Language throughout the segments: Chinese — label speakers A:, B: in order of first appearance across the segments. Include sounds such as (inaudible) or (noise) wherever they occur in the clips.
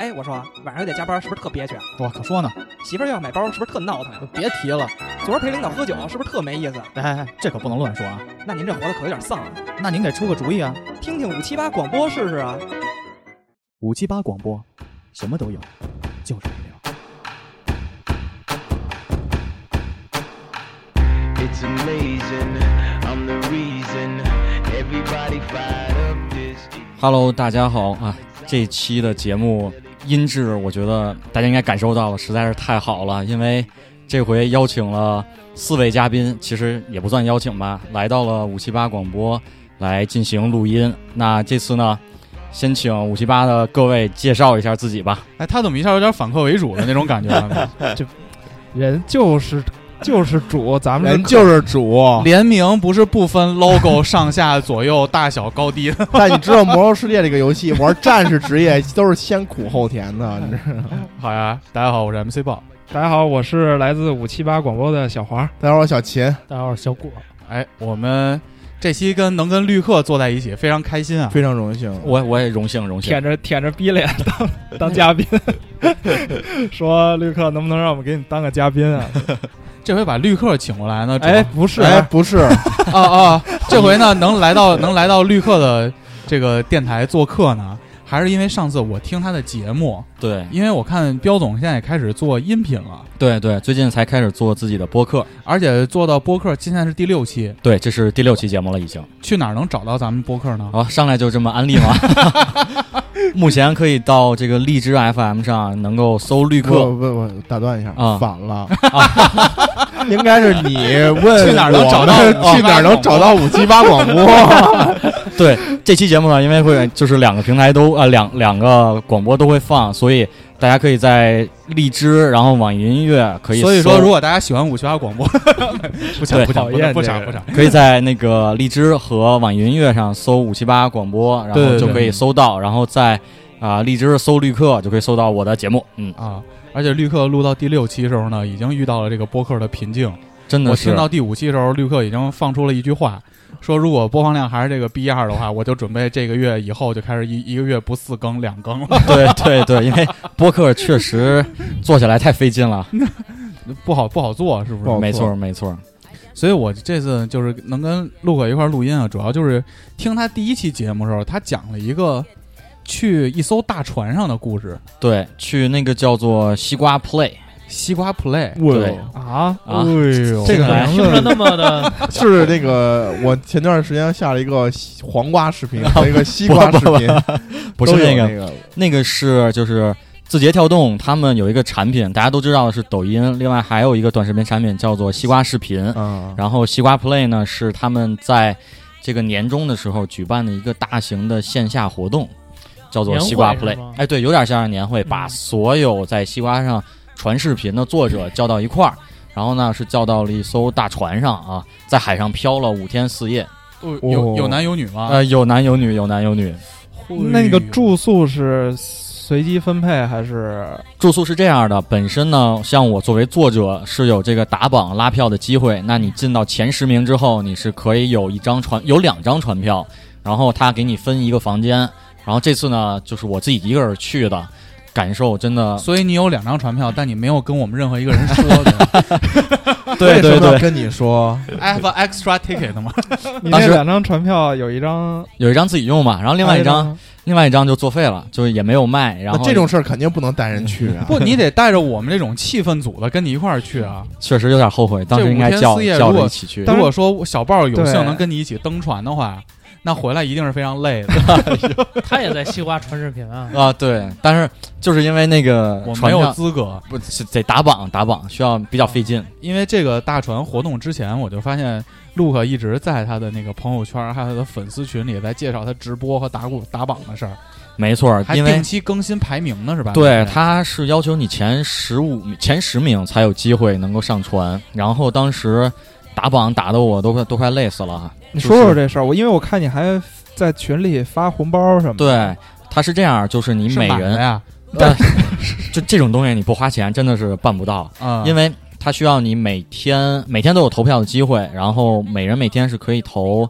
A: 哎，我说晚上又得加班，是不是特憋屈啊？
B: 我可说呢，
A: 媳妇儿又要买包，是不是特闹腾呀？
B: 别提了，
A: 昨儿陪领导喝酒，是不是特没意思？
B: 哎哎，哎这可不能乱说啊。
A: 那您这活的可有点丧啊！
B: 那您给出个主意啊？
A: 听听五七八广播试试啊！
B: 五七八广播，什么都有，就是没有。
C: It's amazing. I'm the reason everybody fired up this.
D: Hello，大家好啊！这期的节目音质，我觉得大家应该感受到了，实在是太好了。因为这回邀请了四位嘉宾，其实也不算邀请吧，来到了五七八广播来进行录音。那这次呢，先请五七八的各位介绍一下自己吧。
B: 哎，他怎么一下有点反客为主的那种感觉了？
E: 人就是就是主，咱们
F: 人
E: 是
F: 就是主，
B: (laughs) 联名不是不分 logo 上下左右大小高低的，
F: 但你知道《魔兽世界》这个游戏玩战士职业都是先苦后甜的，
B: 哎
F: 你知道吗？
B: 好呀，大家好，我是 MC 豹。
E: 大家好，我是来自五七八广播的小华，
F: 大家好，我小秦
E: 大家好，小果。
B: 哎，我们这期跟能跟绿客坐在一起，非常开心啊！
F: 非常荣幸。
D: 我我也荣幸荣幸
E: 舔。着舔着逼脸 (laughs) 当
F: (laughs)
E: 当嘉宾，说绿客能不能让我们给你当个嘉宾啊？
B: 这回把绿客请过来呢，主要
E: 哎，不是，
F: 哎，不是，
B: 啊啊！ (laughs) 这回呢，能来到能来到绿客的这个电台做客呢，还是因为上次我听他的节目，
D: 对
B: 因为我看彪总现在也开始做音频了，
D: 对对，最近才开始做自己的播客，
B: 而且做到播客现在是第六期，
D: 对，这是第六期节目了已经。
B: 去哪儿能找到咱们播客呢？
D: 好、上来就这么安利吗？ (laughs) 目前可以到这个荔枝 FM 上能够搜绿客。
F: 我我我打断一下，
D: 啊
F: 反了，应该是你问
B: 去哪儿能
F: 我
B: 找到
F: 们
B: 578
F: 去哪儿能找到五七八广播？
D: 对这期节目呢，因为会就是两个平台都啊、呃、两两个广播都会放，所以大家可以在荔枝，然后网易云音乐可以搜。
B: 所以说，如果大家喜欢五七八广播， (laughs) 不
D: 对
B: 讲不讲
E: 讨
B: 不
E: 厌
B: 讲不
E: 这个
B: 讲
E: 人
B: 不讲，
D: 可以在那个荔枝和网易云音乐上搜五七八广播，然后
B: 对
D: 就
B: 对
D: 可以搜到，然后在啊、荔枝搜绿客就可以搜到我的节目。嗯，
B: 啊！而且绿客录到第六期的时候呢，已经遇到了这个播客的瓶颈。
F: 嗯
D: 真的
B: 我
D: 是
B: 听到第五期的时候，绿客已经放出了一句话，说如果播放量还是这个逼样的话，我就准备这个月以后就开始一一个月不四更两更了，
F: (laughs)
D: (laughs) 对对对，因为播客确实做起来太费劲了。
B: 不好不好做，是不
F: 不
B: 是
F: 好？
D: 没
F: 做
D: 错没错，
B: 所以我这次就是能跟陆哥一块儿录音啊，主要就是听他第一期节目的时候，他讲了一个去一艘大船上的故事，
D: 对，去那个叫做西瓜 Play
B: 西瓜 play。
D: 对
E: 啊，
D: 啊，
B: 呦
F: 这个
D: 来
F: 名
E: 听着
F: 字
E: 那么的，
F: (laughs) 是那个，我前段时间下了一个西黄瓜视频和一个西瓜视频，
D: 不是
F: 都有
D: 那个
F: 那个
D: 那个是就是字节跳动，他们有一个产品，大家都知道的是抖音，另外还有一个短视频产品叫做西瓜视频。
B: 嗯
F: 啊，
D: 然后西瓜 Play 呢是他们在这个年终的时候举办的一个大型的线下活动，叫做西瓜 Play。哎，对，有点像是年会，把所有在西瓜上传视频的作者叫到一块儿。然后呢，是叫到了一艘大船上啊，在海上漂了五天四夜，
B: 有有男有女吗？
D: 呃，有男有女，有男有女。
E: 那个住宿是随机分配还是？
D: 住宿是这样的，本身呢，像我作为作者是有这个打榜拉票的机会。那你进到前十名之后，你是可以有一张船，有两张船票，然后他给你分一个房间。然后这次呢，就是我自己一个人去的，感受真的，
B: 所以你有两张船票，但你没有跟我们任何一个人 (laughs) 说的。
D: 对
F: 为
D: 对
F: 什么要
D: 对，
F: 跟你说
B: I have an extra ticket 吗？
E: 你
D: 当
E: 那
D: 时
E: 两张船票有一张，
D: 有一张自己用嘛，然后另外一
B: 哎
D: 张，另外一张就作废了，就是也没有卖。然
B: 啊
F: 那
D: 后
F: 这种事儿肯定不能带人去啊，
B: 不，你得带着我们这种气氛组的跟你一块儿去啊。
D: 确实有点后悔，当时应该
B: 这五天
D: 叫
B: 四夜
D: 叫
B: 如
D: 着
B: 果
D: 一起去。。
B: 如果说小豹有幸
E: 对
B: 能跟你一起登船的话，那回来一定是非常累的。
G: 他也在西瓜传视频啊
D: 啊，对，但是就是因为那个
B: 我没
D: 船
B: 有
D: 票
B: 资格，
D: 不是得打榜打榜，需要比较费劲。
B: 因为这个大船活动之前，我就发现陆克一直在他的那个朋友圈还有他的粉丝群里在介绍他直播和打鼓打榜的事儿，
D: 没错儿，
B: 还
D: 因为
B: 定期更新排名呢，是吧？
D: 对，他是要求你前十五前十名才有机会能够上船。然后当时打榜打的我都快都快累死了。
B: 嗯
E: 你
D: 就
E: 说说
D: 是
E: 这事儿，我因为我看你还在群里发红包什么的，
D: 对，他是这样，就是你
B: 是
D: 每
B: 满的
D: 人
B: 呀， (laughs)
D: 就这种东西你不花钱真的是办不到，
B: 啊，
D: 因
B: 为
D: 为他需要你每天每天都有投票的机会，然后每人每天是可以投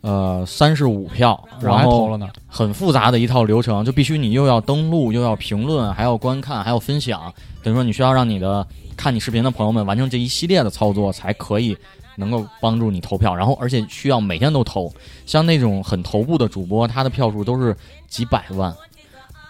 D: 呃三十五票，
B: 我
D: 然
B: 还投
D: 后
B: 了呢。
D: 很复杂的一套流程，就必须你又要登录，又要评论，还要观看，还要分享，等于说你需要让你的看你视频的朋友们完成这一系列的操作，才可以能够帮助你投票。然后，而且需要每天都投，像那种很头部的主播，他的票数都是几百万。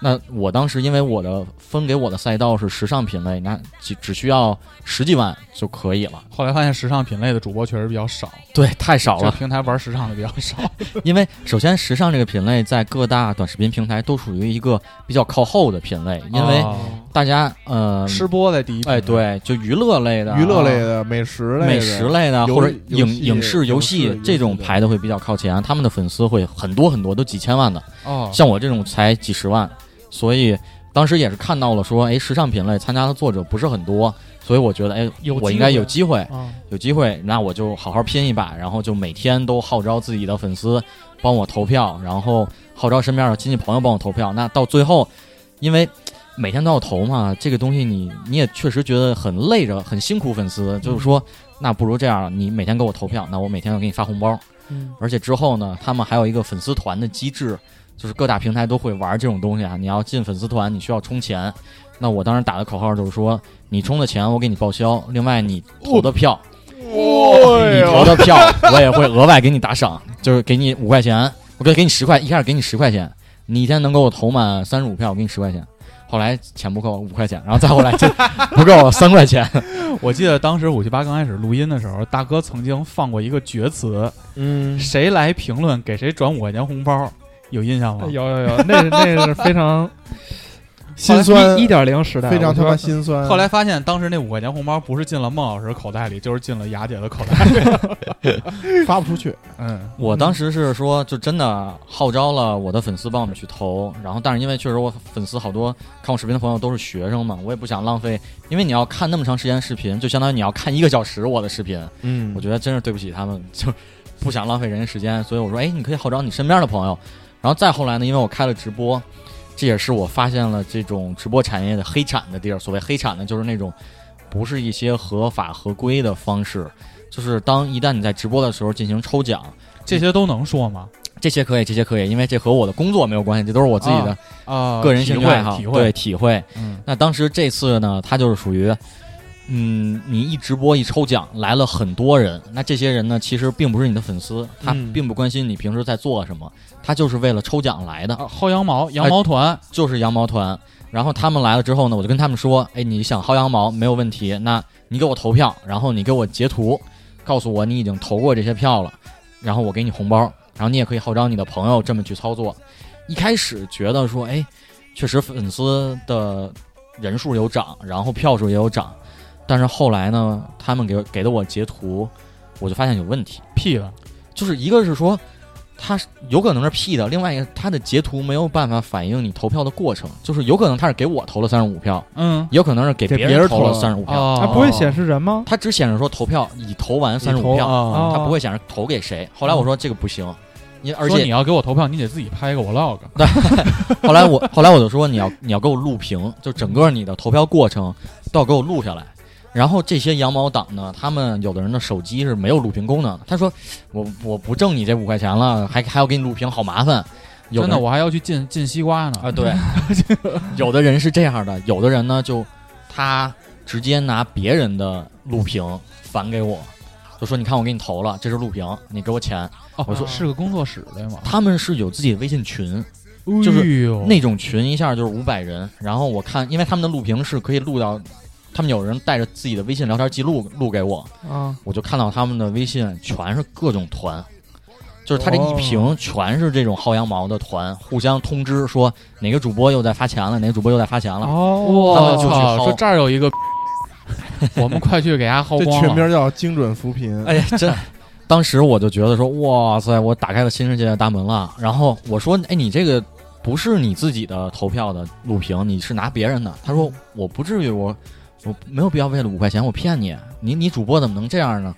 D: 那我当时因为我的分给我的赛道是时尚品类，那只只需要十几万就可以了。
B: 后来发现时尚品类的主播确实比较少，
D: 对，太少
B: 这
D: 了。
B: 平台玩时尚的比较
F: (laughs)
B: 少。
D: 因为首先，时尚这个品类在各大短视频平台都属于一个比较靠后的品类，因为
F: 嗯
B: 哦
D: 大家呃，
B: 吃播在第一，啊
D: 哎，，对，就娱乐类的、啊
F: 娱乐类、的、美食类的、
D: 美食类的，
F: 游
D: 或者
F: 游
D: 影
F: 戏
D: 影视、
F: 游
D: 游
F: 戏游
D: 戏
F: 戏
D: 这种
F: 的
D: 排的会比较靠前，啊他们的粉丝会很多很多，都几千万的。
B: 哦，
D: 像我这种才几十万，所以当时也是看到了说，哎，时尚品类参加的作者不是很多，所以我觉得，哎
G: 有，
D: 我
G: 机
D: 应该
G: 会
D: 有机会，
E: 哦
G: 啊，
D: 有机会，那我就好好拼一把，然后就每天都号召自己的粉丝帮我投票，然后号召身边的亲戚朋友帮我投票。那到最后，因为每天都要投嘛，这个东西你你也确实觉得很累着，很辛苦粉丝，就是说，那不如这样，你每天给我投票，那我每天要给你发红包。
G: 嗯，
D: 而且之后呢，他们还有一个粉丝团的机制，就是各大平台都会玩这种东西啊。你要进粉丝团，你需要充钱。那我当时打的口号就是说，你充的钱我给你报销，另外你投的票，你投的票我也会额外给你打赏，就是给你五块钱，我给给你十块，一开始给你十块钱，你一天能给我投满三十五票，我给你十块钱。后来钱不够五块钱，然后再后来就 (laughs) 不够三块钱，
B: 我记得当时五七八刚开始录音的时候，大哥曾经放过一个绝词，
F: 嗯，
B: 谁来评论给谁转五块钱红包，哎有印象
F: 哦
B: 吗？
E: 有有 (laughs) 有，那是那是非常
F: 心酸
E: 一，点零时代，
F: 非常
E: 我
F: 他
E: 觉
F: 妈
E: 得
F: 心酸。
B: 后来发现，当时那五块钱红包不是进了孟老师口袋里，就是进了雅姐的口袋里。 (laughs)
F: 发不出去，
B: 嗯，
D: 我当时是说，就真的号召了我的粉丝帮我们去投，然后但是因为确实我粉丝好多看我视频的朋友都是学生嘛，我也不想浪费，因为你要看那么长时间视频，就相当于你要看一个小时我的视频，
F: 嗯
D: 我觉得真是对不起他们，就不想浪费人家时间，所以我说，哎，你可以号召你身边的朋友，然后再后来呢，因为我开了直播，这也是我发现了这种直播产业的黑产的地儿。所谓黑产呢，就是那种不是一些合法合规的方式，就是当一旦你在直播的时候进行抽奖。
B: 这些都能说吗？
D: 这些可以，这些可以，因为这和我的工作没有关系，这都是我自己的
B: 啊，
D: 个人兴趣爱好，
B: 体
D: 对
B: 会，体
D: 体会。
B: 会嗯，
D: 那当时这次呢，它就是属于，嗯，你一直播一抽奖来了很多人，那这些人呢，其实并不是你的粉丝，他
F: 嗯
D: 并不关心你平时在做什么，他就是为了抽奖来的，
B: 啊薅羊
E: 哎
B: 毛，羊毛团，
D: 就是羊毛团。然后他们来了之后呢，我就跟他们说，哎，你想薅羊毛没有问题，那你给我投票，然后你给我截图，告诉我你已经投过这些票了，然后我给你红包，然后你也可以号召你的朋友这么去操作。一开始觉得说，哎，确实粉丝的人数有涨，然后票数也有涨，但是后来呢，他们给给的我截图，我就发现有问题，
B: 屁了，
D: 就是一个是说它是有可能是 P 的，另外一个它的截图没有办法反映你投票的过程，就是有可能他是给我投了三十五票，
B: 嗯，
D: 也有可能是给
F: 给
D: 别
F: 别人
D: 投了
F: 投了
D: 三十五票，
B: 哦，
E: 它不会显示人吗？
D: 它只显示说投票已投完三十
F: 已投
D: 五票，
B: 啊，
D: 它
E: 哦
D: 不会显示投给谁。后来我说这个不行，你而
B: 说你
D: 且
B: 要给我投票，你得自己拍一个 vlog。
D: 后来我后来我就说你要你要给我录屏，就整个你的投票过程都要给我录下来。然后这些羊毛党呢，他们有的人的手机是没有录屏功能的。他说我我不挣你这五块钱了，还还要给你录屏，好麻烦。有
B: 真
D: 人
B: 的，我还要去进进西瓜呢。
D: 啊，对， (laughs) 有的人是这样的，有的人呢就他直接拿别人的录屏返给我，就说你看我给你投了，这是录屏，你给我钱。
F: 啊
B: 哦，
D: 我说
B: 是个工作室的嘛，
D: 他们是有自己的微信群，
B: 就是那
D: 那种群一下就是五百人，然后我看，因为他们的录屏是可以录到，他们有人带着自己的微信聊天记录录给我，
E: 啊，
D: 我就看到他们的微信全是各种团，就是他这一
F: 哦
D: 屏全是这种薅羊毛的团，互相通知说哪个主播又在发钱了，哪个主播又在发钱了。
E: 哦，
D: 他们
F: 啊
D: 就去
B: 操
D: 薅
B: 说这儿有一个，我们快去给他薅
F: 这
B: 光
F: 全
B: 了。
F: 名叫精准扶贫。
D: 哎呀，真， (laughs) 当时我就觉得说，哇塞，我打开了新世界的大门了。然后我说，哎，你这个不是你自己的投票的录屏，你是拿别人的。他说，我不至于，我我没有必要为了五块钱我骗你，啊你你主播怎么能这样呢？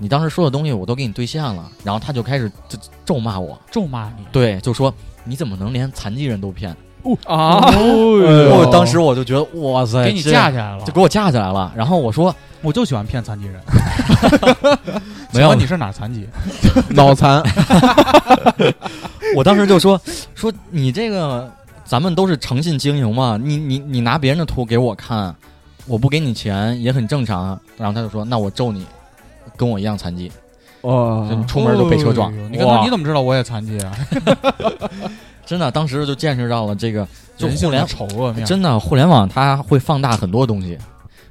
D: 你当时说的东西我都给你兑现了，然后他就开始就咒骂我，
B: 咒骂你
D: 对，就说你怎么能连残疾人都骗？
E: 哦
B: 啊！
E: 哎
B: 哦
D: 我
B: 我
D: 当时我就觉得哇塞，
B: 给你
D: 这
B: 架起来了
D: 就，给我架起来了。然后我说，
B: 我就喜欢骗残疾人。
D: 没
B: 请
D: 有
B: 问你是哪残
D: (laughs)
B: 疾？
F: 脑
E: (laughs)
F: 残，
B: (laughs)
D: 我当时就说说你这个，咱们都是诚信经营嘛，你你你拿别人的图给我看，我不给你钱也很正常啊。然后他就说，那我咒你，跟我一样残疾，就你
F: 哦，
D: 出门都被哦车撞。
B: 哎呦啊你跟他
D: 哇
B: 你怎么知道我也残疾啊？
D: 真的，当时就见识到了这个，就
B: 人性
D: 互
B: 的
D: 联
B: 丑恶面。
D: 真的互联网它会放大很多东西，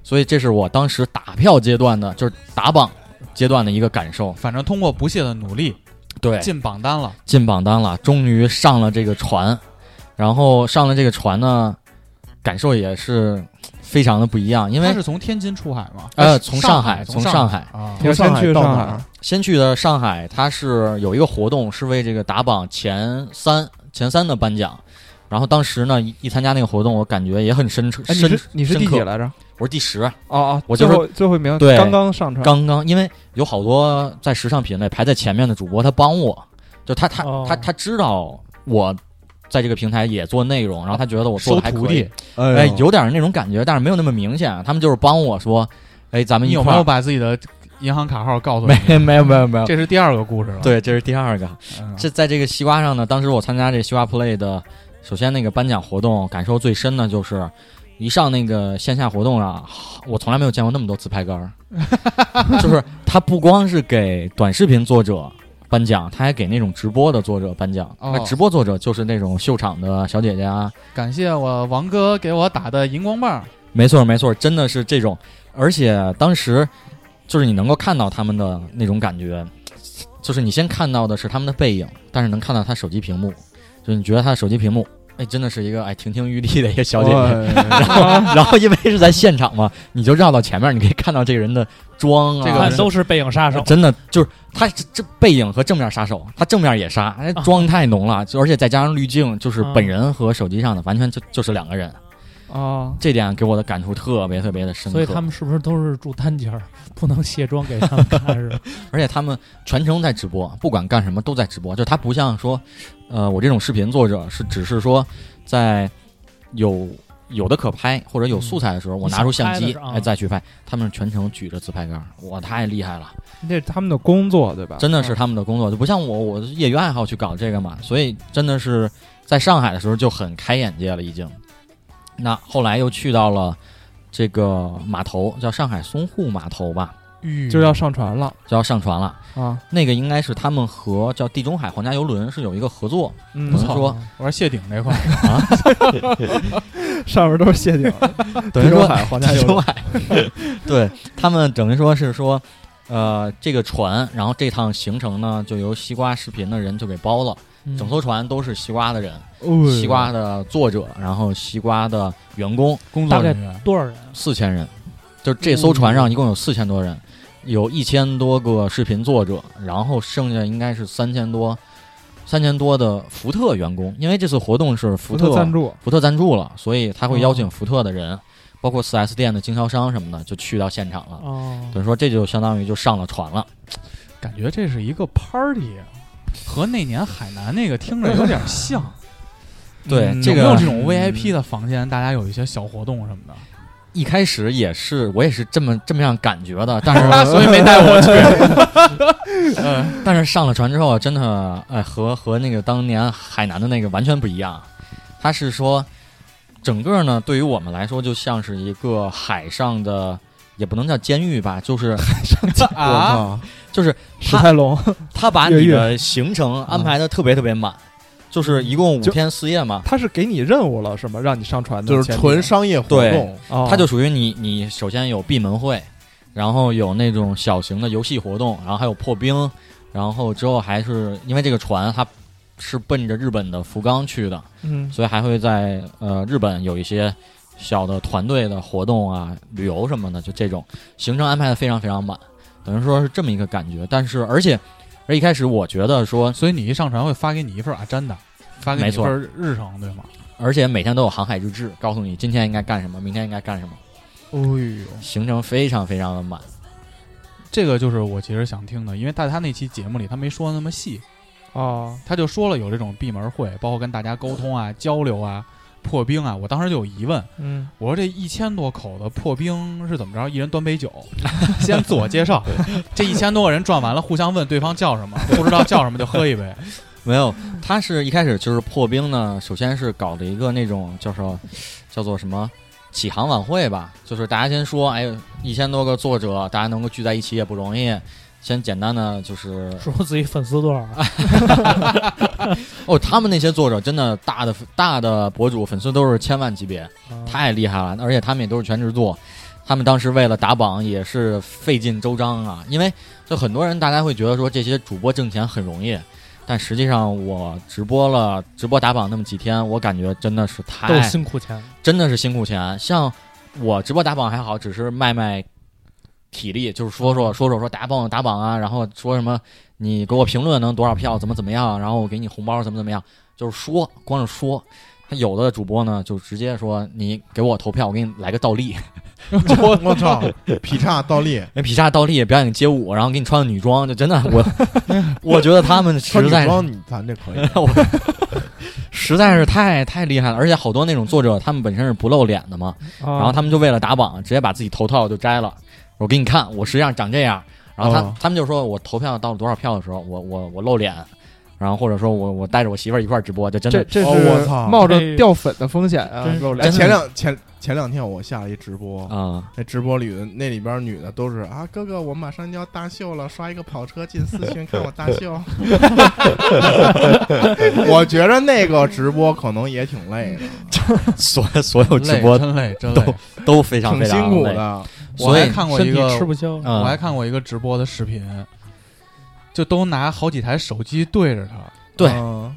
D: 所以这是我当时打票阶段的，就是打榜阶段的一个感受。
B: 反正通过不懈的努力
D: 对
B: 进榜单了，
D: 进榜单了，终于上了这个船，然后上了这个船呢，感受也是非常的不一样，因
B: 他
D: 为
B: 是从天津出海吗？
D: 呃
B: 从
D: 从上海
B: 海，
D: 从上
B: 上
D: 海
B: 啊，
F: 从上
E: 先去
F: 到
E: 上
F: 哪
E: 海啊
F: 儿？
D: 先去的上海，它是有一个活动，是为这个打榜前三前三的颁奖。然后当时呢，一一参加那个活动，我感觉也很深刻。
F: 哎，你
D: 深
F: 是你是第
D: 深刻
F: 几来着？
D: 我是第十，
E: 哦哦，
D: 我就
E: 最
D: 说
E: 后最后一名，
D: 对
E: 刚刚上传，
D: 刚刚因为有好多在时尚品类排在前面的主播，他帮我，就他他、
G: 哦
D: 他他知道我在这个平台也做内容，然后他觉得我做的还
B: 收徒
D: 可以
B: 弟，，
D: 哎，
F: 呦，
D: 有点那种感觉，但是没有那么明显。啊他们就是帮我说，哎，咱们
B: 你
D: 一
B: 有
D: 块
B: 没
D: 儿
B: 有把自己的银行卡号告诉我？
D: 没没有没有没有
B: 这是第二个故事了。
D: 对，这是第二个。
B: 嗯，
D: 这在这个西瓜上呢，当时我参加这西瓜 play 的，首先那个颁奖活动，感受最深的就是一上那个线下活动啊，我从来没有见过那么多自拍杆儿，
B: (laughs)
D: 就是他不光是给短视频作者。颁奖，他还给那种直播的作者颁奖。
B: 哦
D: 那直播作者就是那种秀场的小姐姐啊，
B: 感谢我王哥给我打的荧光棒。
D: 没错，没错，真的是这种，而且当时就是你能够看到他们的那种感觉，就是你先看到的是他们的背影，但是能看到他手机屏幕，就是你觉得他的手机屏幕，哎，真的是一个哎亭亭玉立的一个小姐姐。
F: 姐，
D: 然后，然后因为是在现场嘛，你就绕到前面，你可以看到这个人的妆啊，呃
B: 这个
G: 看
B: 人
G: 都是背影杀手，
D: 真的就是他这这背影和正面杀手，他正面也杀，哎，妆太浓了，就而且再加上滤镜，就是
G: 啊
D: 本人和手机上的完全就就是两个人，
E: 啊，
D: 这点给我的感触特别特别的深刻。
G: 所以他们是不是都是住单间儿， (laughs) 不能卸妆给他们看是吧？
D: 而且他们全程在直播，不管干什么都在直播。就他不像说，呃，我这种视频作者是只是说在有有的可拍或者有素材的时候，我拿出相
G: 你想拍的
D: 机
G: 时候啊
D: 哎再去拍。他们全程举着自拍杆儿，哇，太厉害了！
E: 这是他们的工作对吧？
D: 真的是他们的工作，就不像我，我是业余爱好去搞这个嘛，所以真的是在上海的时候就很开眼界了，已经。那后来又去到了这个码头，叫上海淞沪码头吧，
E: 就要上传了
D: 就要上船了。
E: 啊，
D: 那个应该是他们和叫地中海皇家游轮是有一个合作，
E: 嗯
D: 不，错说
B: (laughs) 我说谢顶这块儿， (laughs)
E: 上面都是
D: (laughs)
E: 谢顶，
B: (laughs)
D: 等于
E: 地中
D: 说
E: 海皇家
D: 地
E: 游
D: 中
E: 轮，
D: 海， (laughs) 对他们等于说是说，呃，这个船，然后这趟行程呢，就由西瓜视频的人就给包了，
G: 嗯
D: 整艘船都是西瓜的人，
E: 哦
D: 西瓜的作者，然后西瓜的员工
B: 工作人员
G: 多少人？
D: 四千人，就这艘船上一共有四千多人，有一千多个视频作者，然后剩下应该是三千多。三千多的福特员工，因为这次活动是福
E: 福
D: 特
E: 特赞助，
D: 福特赞助了，所以他会邀
B: 哦
D: 请福特的人，包括 4S 店的经销商什么的，就去到现场了。
G: 哦，
D: 等于说这就相当于就上了船了。
B: 感觉这是一个
E: 啊
B: party，和那年海南那个听着有点像。
D: 对
B: 嗯
D: 这
B: 有没有
D: 个
B: 这种 VIP 的房间，大家有一些小活动什么的？
D: 一开始也是我也是这么这么样感觉 (laughs) 的，但是
B: 所以没带我去。
D: (laughs) 嗯但是上了船之后，真的哎和和那个当年海南的那个完全不一样。他是说，整个呢对于我们来说就像是一个海上的，也不能叫监狱吧，就是嗯
B: 啊，
F: 我靠
D: 就是
E: 史泰龙，
D: 他把你
E: 越
D: 的行程安排的特别特别满，就是一共五
E: 就
D: 天四夜嘛。
E: 他是给你任务了是吗？让你上传的
F: 就是
E: 前提
F: 纯，商业活动啊
D: 对，
E: 哦
D: 它就属于你，你首先有闭门会，然后有那种小型的游戏活动，然后还有破冰，然后之后还是因为这个船它是奔着日本的福冈去的，
E: 嗯
D: 所以还会在呃日本有一些小的团队的活动啊、旅游什么的，就这种行程安排的非常非常满，等于说是这么一个感觉。但是而且而一开始我觉得说，
B: 所以你一上船会发给你一份阿詹的，发给你
D: 没
B: 一
D: 错
B: 份日程，对吗？
D: 而且每天都有航海日志，告诉你今天应该干什么，明天应该干什么，
E: 哎呦，
D: 行程非常非常的满。
B: 这个就是我其实想听的，因为在他那期节目里他没说那么细，
E: 哦，
B: 他就说了有这种闭门会，包括跟大家沟通啊、交流啊，破冰啊，我当时就有疑问，
E: 嗯，
B: 我说这一千多口的破冰是怎么着？一人端杯酒，先自我介绍，这一千多个人转完了，互相问对方叫什么，不知道叫什么就喝一杯。
D: 没有，他是一开始就是破冰呢，首先是搞了一个那种叫做叫做什么起航晚会吧，就是大家先说，哎，一千多个作者，大家能够聚在一起也不容易。先简单的就是
G: 说自己粉丝多少啊？
D: 哦，他们那些作者真的大的大的博主粉丝都是千万级别，太厉害了，而且他们也都是全职做。他们当时为了打榜也是费尽周章啊，因为就很多人大家会觉得说这些主播挣钱很容易，但实际上我直播了直播打榜那么几天，我感觉真的是太
G: 都是辛苦钱，
D: 真的是辛苦钱。像我直播打榜还好，只是卖卖体力，就是说说说说说打榜打榜啊，然后说什么你给我评论能多少票，怎么怎么样，然后我给你红包怎么怎么样，就是说光是说。他有的主播呢，就直接说你给我投票，我给你来个倒立，
F: 我我操，劈叉倒立，
D: 那劈叉倒立表演街舞，然后给你穿个女装，就真的我，我觉得他们
F: 穿
D: 实
F: 女
D: 在是
F: 装你咱这可以，
D: 我实在是太太厉害了，而且好多那种作者他们本身是不露脸的嘛，然
B: 啊
G: 啊
E: 然
D: 后他们就为了打榜，直接把自己头套就摘了。我给你看，我实际上长这样。然后他、
F: 哦
D: 他们就说我投票到了多少票的时候，我我我露脸，然后或者说我我带着我媳妇儿一块儿直播，就真
E: 这
D: 的
E: 这
F: 哦我
E: 是
F: 操
E: 冒
B: 哎
E: 着掉粉的风险啊
G: 真！是
E: 露
F: 哎
D: 真的
E: 脸
F: 前两前前两天我下了一直
B: (laughs)
F: 播，
D: 啊、
F: 那直播里的那里边女的都是啊，哥哥，我马上就要大秀了，刷一个跑车进四群，看我大秀。 (laughs) 我觉着那个直播可能也挺累的，
D: 所所有直
B: 累
D: 播
B: 真累，真累。
D: 都非常
F: 挺
D: 非常
F: 辛苦
D: 累。
F: 的。
B: 我
D: 所
B: 还
D: 以，
B: 看过
G: 身
B: 一个
G: 体吃不消。
D: 嗯
B: 我还看过一个直播的视频，就都拿好几台手机对着他，
D: 对
F: 嗯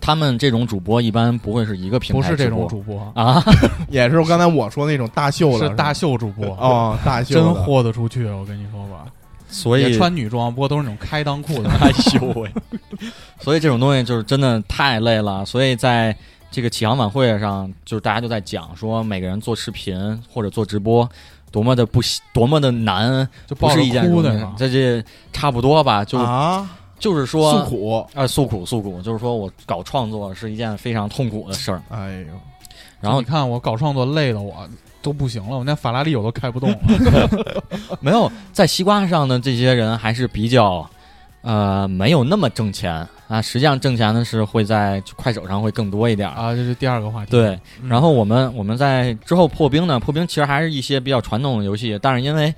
D: 他们这种主播一般不会是一个平
B: 不
D: 台
B: 是这
D: 直
B: 种
D: 播
B: 主播，
D: 啊，
F: 也是刚才我说那种大秀了，
B: 是大
F: 秀
B: 秀主播，
F: (laughs) 哦，大秀
B: 真
F: 的
B: 豁得出去，我跟你说吧，
D: 所
B: 也
D: 以
B: 穿女装，不过都是那种开裆
D: (laughs)。
B: 裤的
D: 哎呦喂！所以这种东西就是真的太累了，所以在这个启航晚会上，就是大家就在讲说每个人做视频或者做直播。多么的不喜，多么的难，
B: 就
D: 不
B: 抱着
D: 是一件
B: 哭
D: 容易
B: 的
D: 事
B: 嘛。
D: 这这差不多吧，就是、
F: 啊，
D: 就是说
F: 诉苦。
D: 啊、诉苦诉苦，就是说我搞创作是一件非常痛苦的事儿。
F: 哎呦，
D: 然后
B: 你看我搞创作累的我都不行了，我那法拉利我都开不动了。
D: 没有在西瓜上的这些人还是比较，呃，没有那么挣钱啊。实际上挣钱的是会在快手上会更多一点儿
B: 啊，这是第二个话题。
D: 对，
B: 嗯
D: 然后我们我们在之后破冰呢，破冰其实还是一些比较传统的游戏，但是因为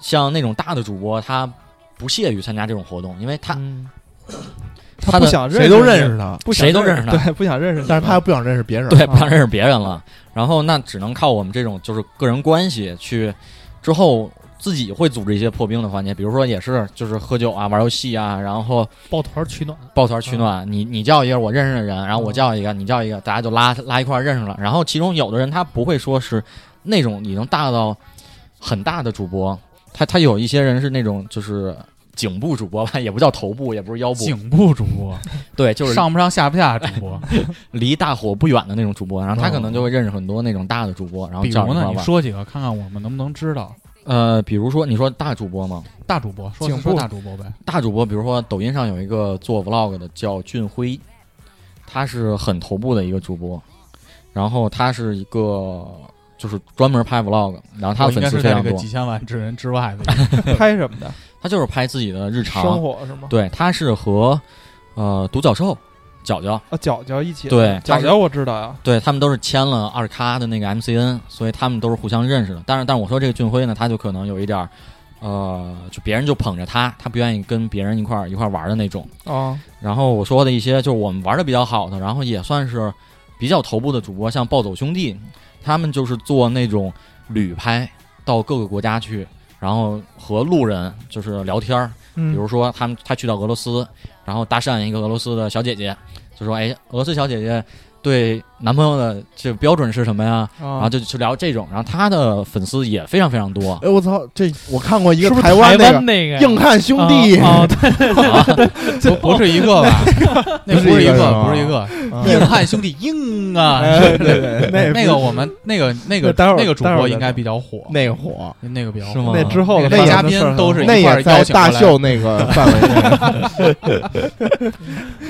D: 像那种大的主播，他不屑于参加这种活动，因为他、
E: 嗯
D: 他
E: 不
D: 的
E: 想认
F: 谁都认
E: 你，
F: 识他，
E: 不想
D: 谁都认识他
E: 对，不想认识你，
F: 但是他又不想认识别人。
D: (laughs) 对
E: 啊
D: 不想认识别人了，然后那只能靠我们这种就是个人关系去之后。自己会组织一些破冰的环节，比如说也是就是喝酒啊、玩游戏啊，然后
G: 抱团取暖，
D: 抱团取暖。
B: 嗯
D: 你你叫一个我认识的人，然后我
G: 嗯
D: 叫一个，你叫一个，大家就拉拉一块儿认识了。然后其中有的人他不会说是那种已经大到很大的主播，他他有一些人是那种就是颈部主播吧，也不叫头部，也不是腰部，
B: 颈部主播
D: 对，就是
B: 上不上下不下主播，
D: 离大伙不远的那种主播。然后他
B: 嗯
D: 可能就会认识很多那种大的主播，然后
B: 比
D: 叫
B: 如
D: 人
B: 呢，
D: 玩
B: 你
D: 玩。
B: 说几个看看我们能不能知道
D: 呃，比如说你说大主播吗？
B: 大主播，说
E: 颈
B: 说
E: 部
B: 大主播呗。
D: 大主播，比如说抖音上有一个做 vlog 的叫俊辉，他是很头部的一个主播，然后他是一个就是专门拍 vlog，然后他
B: 我哦
D: 的
F: 哦，
B: 应
D: 粉
B: 该
D: 丝
B: 是
D: 非
B: 在这
D: 常
B: 个
D: 多
B: 几，千万之人之外的一个。
E: 拍什么的，
D: 他就是拍自己的日
E: 生
D: 常，
E: 活是吗？
D: 对，他是和呃独角兽角角，
E: 啊，角角一起，
D: 对他
E: 角
D: 是
E: 角我知道呀，
D: 对他们都是签了二咖的那个 MCN，所以他们都是互相认识的。但是，但是我说这个俊辉呢，他就可能有一点儿，呃，就别人就捧着他，他不愿意跟别人一块儿一块儿玩儿的那种。
E: 啊，
D: 然后我说的一些就是我们玩的比较好的，然后也算是比较头部的主播，像暴走兄弟，他们就是做那种旅拍到各个国家去，然后和路人就是聊天儿，
E: 比
B: 嗯
D: 比如说他们他去到俄罗斯，然后搭讪一个俄罗斯的小姐姐，就说哎，俄罗斯小姐姐对男朋友的这标准是什么呀？
B: 哦
D: 然后
E: 啊，
D: 就去聊这种，然后他的粉丝也非常非常多
F: 哎，我操，这我看过一
G: 是
F: 个
G: 不是
F: 湾那
G: 湾
F: 个
G: 那个
F: 硬汉兄弟， (laughs)
G: 啊，啊对
D: 啊、
B: 不不是一个吧？那
F: 不
B: 不
F: 是
B: 是
F: 一
B: 一
F: 个是
B: 个，
F: 吗
B: 不是一个。
F: 啊
B: 硬汉兄弟硬啊！
F: 哎对对对，
B: 那个我们那个那个
E: 那待会儿
B: 那个主
E: 待会
B: 播
E: 儿
B: 应该
E: 再
B: 比较火，
F: 那个火，
B: 那个比较
D: 是
B: 火。
D: 吗
E: 那之后的
B: 那
E: 发
B: 个
E: 生
B: 嘉
E: 的
B: 宾
E: 事儿
B: 都是
F: 那
B: 一块儿
F: 也
B: 邀
F: 在
B: 请过
F: 大
B: 来
F: 秀那个范围 (laughs) 内。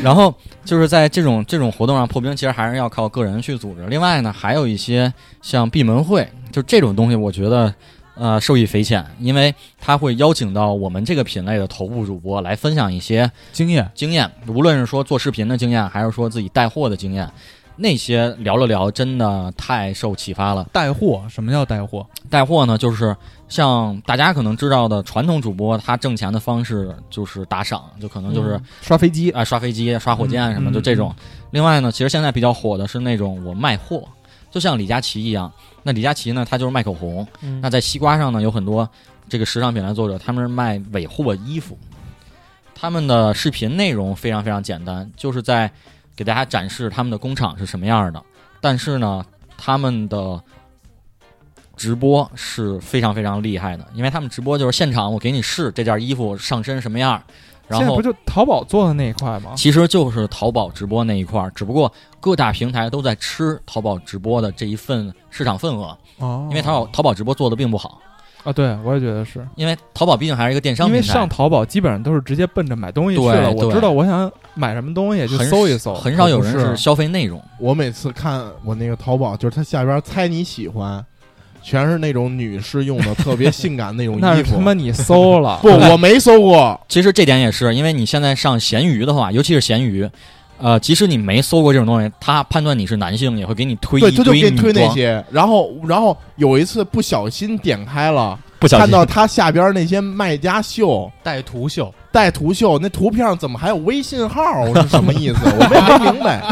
D: 然后就是在这种这种活动上破冰，其实还是要靠个个人去组织。另外呢，还有一些像闭门会，就这种东西，我觉得呃受益匪浅，因为它会邀请到我们这个品类的头部主播来分享一些
B: 经验，
D: 经验，无论是说做视频的经验，还是说自己带货的经验，那些聊了聊，真的太受启发了。
B: 带货，什么叫带货？
D: 带货呢，就是像大家可能知道的传统主播，他挣钱的方式就是打赏，就可能就是
F: 刷飞机，
D: 啊、刷飞机、刷火箭什么，
E: 嗯
D: 就这种。另外呢，其实现在比较火的是那种我卖货，就像李佳琦一样。那李佳琦呢，他就是卖口红。
G: 嗯
D: 那在西瓜上呢，有很多这个时尚品牌作者，他们是卖尾货衣服。他们的视频内容非常非常简单，就是在给大家展示他们的工厂是什么样的。但是呢，他们的直播是非常非常厉害的，因为他们直播就是现场，我给你试这件衣服上身什么样，然
E: 现在
D: 后
E: 不就淘宝做的那一块吗？
D: 其实就是淘宝直播那一块儿，只不过各大平台都在吃淘宝直播的这一份市场份额，
E: 哦
D: 因为淘宝淘宝直播做的并不好，
E: 啊，对我也觉得是，
D: 因为淘宝毕竟还是一个电商
E: 因为
D: 平台
E: 上，淘宝基本上都是直接奔着买东西去
D: 对
E: 了。我
D: 对
E: 知道我想买什么东西就
D: 很
E: 搜一搜，
D: 很少有人
E: 可不
D: 是消费内容。
F: 我每次看我那个淘宝，就是它下边猜你喜欢，全是那种女士用的特别性感那种
E: (laughs) 那
F: 衣
E: 是
F: 服
E: 他。妈你搜了， (laughs) 哎
F: 不，我没搜过，
D: 其实这点也是，因为你现在上闲鱼的话，尤其是闲鱼，呃，即使你没搜过这种东西，他判断你是男性也会给你推
F: 对，
D: 一
F: 他就给
D: 堆
F: 你
D: 女
F: 推那
D: 装，
F: 些。然后，然后有一次不小心点开了，
D: 不小
F: 看
D: 心
F: 到它下边那些卖家秀。
G: 带图秀，
F: 带图秀，那图片上怎么还有微信号？我是什么意思？我没没明白。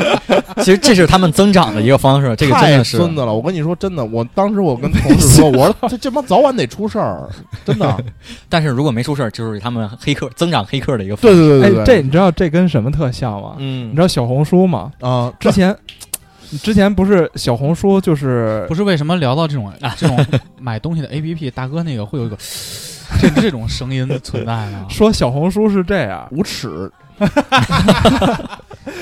D: (laughs) 其实这是他们增长的一个方式，这个真
F: 太
D: 的是
F: 孙子了！我跟你说，真的，我当时我跟同事说，我 (laughs) 说这这帮早晚得出事儿，真的。 (laughs)
D: 但是如果没出事儿，就是他们黑客增长黑客的一个方
F: 对
D: 式。
F: 对对
E: 哎
F: 对，对，
E: 这你知道这跟什么特像吗？你
F: 嗯
E: 知道小红书吗？
F: 啊，
E: 之前之前不是小红书就是，
B: 不是为什么聊到这种这种买东西的 A P P，大哥那个会有一个 (laughs) 这这种声音存在啊
E: (laughs) 说小红书是这样，
F: 无耻！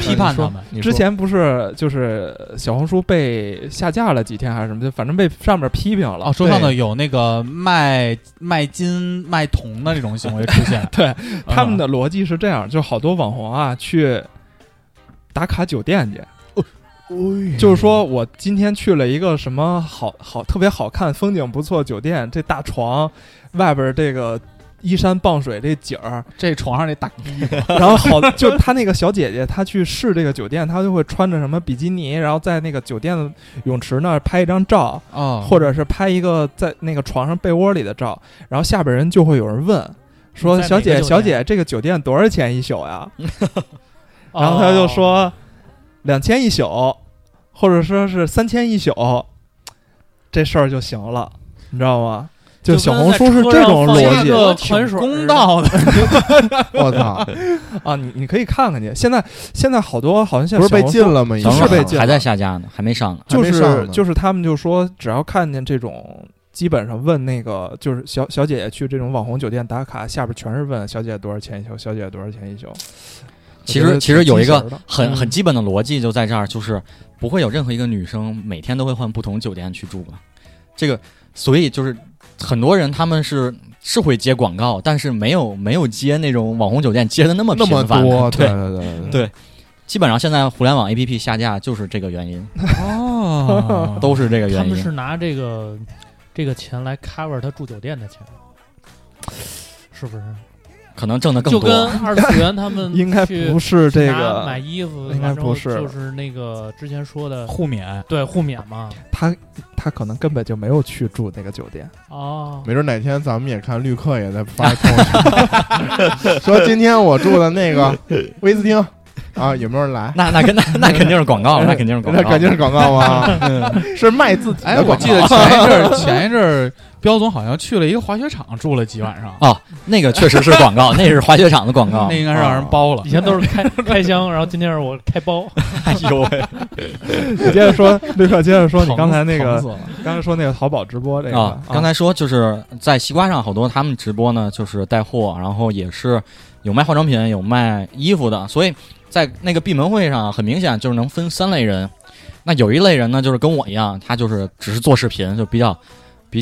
B: 批判他们。
F: 你说
E: 之前不是就是小红书被下架了几天还是什么，就反正被上面批评了。
B: 哦，桌上的有那个卖卖金卖铜的这种行为出现，
E: 对
B: 嗯
E: 他们的逻辑是这样，就好多网红啊去打卡酒店去，
F: 哎
E: 就是说我今天去了一个什么好好特别好看、风景不错酒店，这大床外边这个。依山傍水这景 (laughs) 儿，
B: 这床上那大
E: 然后好，就她那个小姐姐，她去试这个酒店，她就会穿着什么比基尼，然后在那个酒店的泳池那儿拍一张照，
B: 哦，
G: 啊
F: 啊
E: 或者是拍一个在那个床上被窝里的照，然后下边人就会有人问，说
G: 在哪
E: 小
G: 个酒
E: 姐
G: 店
E: 小姐，这个酒店多少钱一宿呀？
G: 哦
E: 然后他就说两千一宿，或者说是三千一宿，这事儿就行了，你知道吗？就小红书是这种逻辑
G: 个
B: 挺
G: 款水
B: 公道的，
F: (laughs) 我操，
E: 啊，你你可以看看去。现在现在好多好像现
F: 不
E: 在
F: 是被
E: 小红
F: 禁了吗？已
D: 等
F: 经
D: 会
E: 是被
D: 儿
E: 禁
D: 啊
E: 了
D: 还在下架呢，还没上呢。
E: 就
F: 还没上
E: 是
F: 呢
E: 就是他们就说，只要看见这种，基本上问那个就是小小姐姐去这种网红酒店打卡，下边全是问小姐姐多少钱一宿，小姐姐多少钱一宿。
D: 其
E: 我觉
D: 实
E: 得
D: 其实有一个
E: 挺神的
D: 很
E: 嗯
D: 很基本的逻辑就在这儿，就是不会有任何一个女生每天都会换不同酒店去住吧。这个，所以就是很多人他们是是会接广告，但是没有没有接那种网红酒店接的那么
F: 那么
D: 频繁的
F: 多，
D: 对，
F: 对对
D: 对基本上现在互联网 APP 下架就是这个原因，
B: 哦
D: (laughs) 都是这个
G: 他
D: 原
G: 们
D: 因
G: 是。拿这个这个钱来 cover 他住酒店的钱，是不是？
D: 可能挣的更
G: 就跟
D: 多。
G: 二次元他们
E: (laughs) (laughs) 应该
G: 去
E: 不是这
G: 拿买
E: 个，
G: 衣服，
E: 应该
G: 完之后
E: 不是
G: 就是那个之前说的
B: 互免。
G: 对互免
E: (laughs)
G: 嘛。
E: 他他可能根本就没有去住那个酒店。 (laughs)
G: 哦，
F: (laughs) 没准哪天咱们也看绿客也在发朋友圈， (laughs) 说今天我住的那 (laughs) 个威斯汀啊，有没有人来？
D: 那那跟那那肯定是广告，那肯定是广
F: 那
D: 告，
F: 肯定是广告 (laughs) 吗？嗯是卖自己
B: 哎，
F: 的
B: 我
F: 广
B: 记得
F: 告。(laughs)
B: 前一阵儿 (laughs) 前一阵儿，彪总好像去了一个滑雪场住了几晚上，
D: 哦，那个确实是广告，那是滑雪场的广告
B: 那。应该是让人包了
G: 以。前都是
E: (laughs)
G: 开开箱，然后今天是我开包，
D: 哎呦喂！
E: 你接着说，绿客接着说，你
B: 疼
E: 刚
D: (laughs)
E: 才那
B: 疼
E: 个
B: 死了
E: 刚才说那个淘宝直播这个，
D: 啊
E: 啊，
D: 刚才说就是在西瓜上，好多他们直播呢，就是带货，然后也是有卖化妆品，有卖衣服的，所以在那个闭门会上，很明显就是能分三类人。那有一类人呢，就是跟我一样，他就是只是做视频，就比较比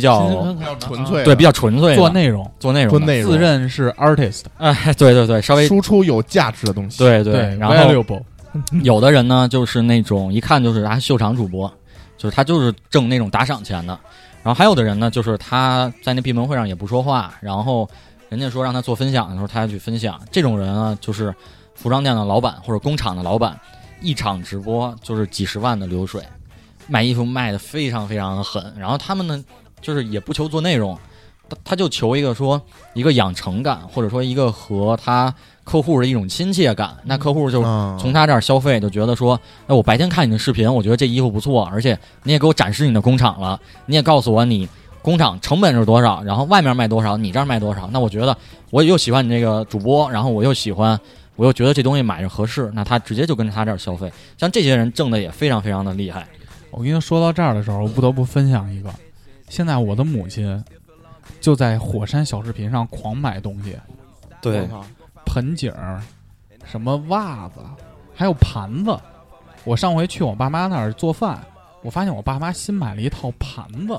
G: (laughs) 比
D: 较
E: 哦
F: 比较纯
G: 啊
F: 粹，啊
D: 对比较纯粹的
B: 做内容，
D: 做内
F: 做
D: (laughs) 容的，
F: 内容，
B: 自认是 artist，
D: 哎，对对对，稍微
F: 输出有价值的东西。
D: 对
B: 对
D: 然后
B: valuable
D: 有的人呢，就是那种一看就是啊秀场主播，就是他就是挣那种打赏钱的。然后还有的人呢，就是他在那闭门会上也不说话，然后人家说让他做分享的时候，他要去分享。这种人啊，就是服装店的老板或者工厂的老板，一场直播就是几十万的流水，卖衣服卖的非常非常的狠。然后他们呢，就是也不求做内容，他他就求一个说一个养成感，或者说一个和他客户的一种亲切感。那客户就
F: 啊
D: 从他这儿消费，就觉得说，哎，我白天看你的视频，我觉得这衣服不错，而且你也给我展示你的工厂了，你也告诉我你工厂成本是多少，然后外面卖多少，你这儿卖多少。那我觉得我又喜欢你这个主播，然后我又喜欢，我又觉得这东西买着合适，那他直接就跟着他这儿消费。像这些人挣的也非常非常的厉害，
B: 我跟你说到这儿的时候，我不得不分享一个，现在我的母亲就在火山小视频上狂买东西，
D: 对，
B: 盆景儿、什么袜子，还有盘子。我上回去我爸妈那儿做饭，我发现我爸妈新买了一套盘子。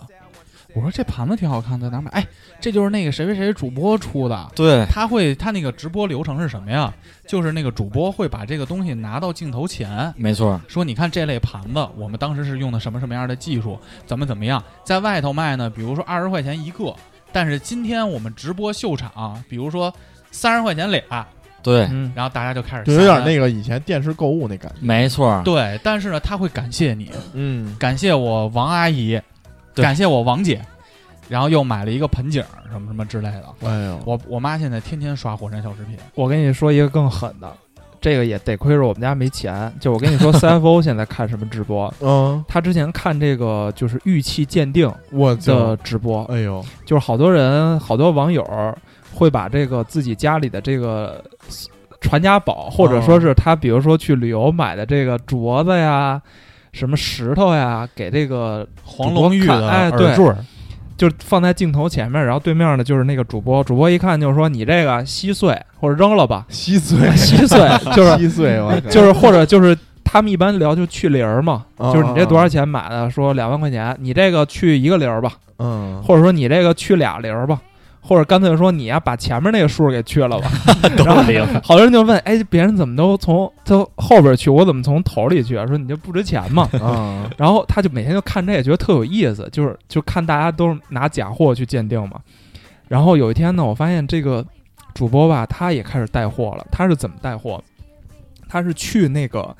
B: 我说这盘子挺好看，在哪买？哎，这就是那个谁谁谁主播出的。
D: 对，
B: 他会他那个直播流程是什么呀？就是那个主播会把这个东西拿到镜头前，
D: 没错，
B: 说你看这类盘子，我们当时是用的什么什么样的技术，怎么怎么样，在外头卖呢，比如说二十块钱一个，但是今天我们直播秀场，比如说三十块钱俩，
D: 对，
E: 嗯，
B: 然后大家就开始
F: 就有点
B: 个
F: 那个以前电视购物那感觉。
D: 没错，
B: 对，但是呢，他会感谢你，
F: 嗯，
B: 感谢我王阿姨，
D: 对
B: 感谢我王姐，然后又买了一个盆景儿什么什么之类的。
F: 哎呦，
B: 我我妈现在天天刷火山小视频，
E: 我跟你说一个更狠的，这个也得亏是我们家没钱。就我跟
D: (laughs)
E: 你说，CFO 现在看什么直播？
F: 嗯，
E: 他之前看这个就是玉器鉴定
F: 我
E: 的
F: 就，
E: 直播，
F: 哎呦，
E: 就是好多人好多网友会把这个自己家里的这个传家宝，或者
B: 哦
E: 说是他比如说去旅游买的这个镯子呀。什么石头呀，给这个
B: 黄龙玉的
E: 哎
B: 耳坠儿，
E: 就是放在镜头前面，然后对面呢就是那个主播，主播一看就是说你这个稀碎或者扔
B: (laughs)
E: 了吧，
F: 稀碎，
E: 稀碎 (laughs) 就是
F: 稀碎，
E: (laughs)
F: 我靠
E: 就是或者就是他们一般聊就去零儿嘛，
F: 啊
E: 就是你这多少钱买的？说两万块钱，你这个去一个零儿吧， (laughs)
F: 嗯，
E: 或者说你这个去俩零儿吧，或者干脆说你呀把前面那个数给去了吧。然后
D: 灵，
E: 好多人就问，哎，别人怎么都从都后边去，我怎么从头里去？啊说你这不值钱嘛。
F: 啊，
E: 然后他就每天就看这个，觉得特有意思，就是就看大家都是拿假货去鉴定嘛。然后有一天呢，我发现这个主播吧，他也开始带货了。他是怎么带货？他是去那个，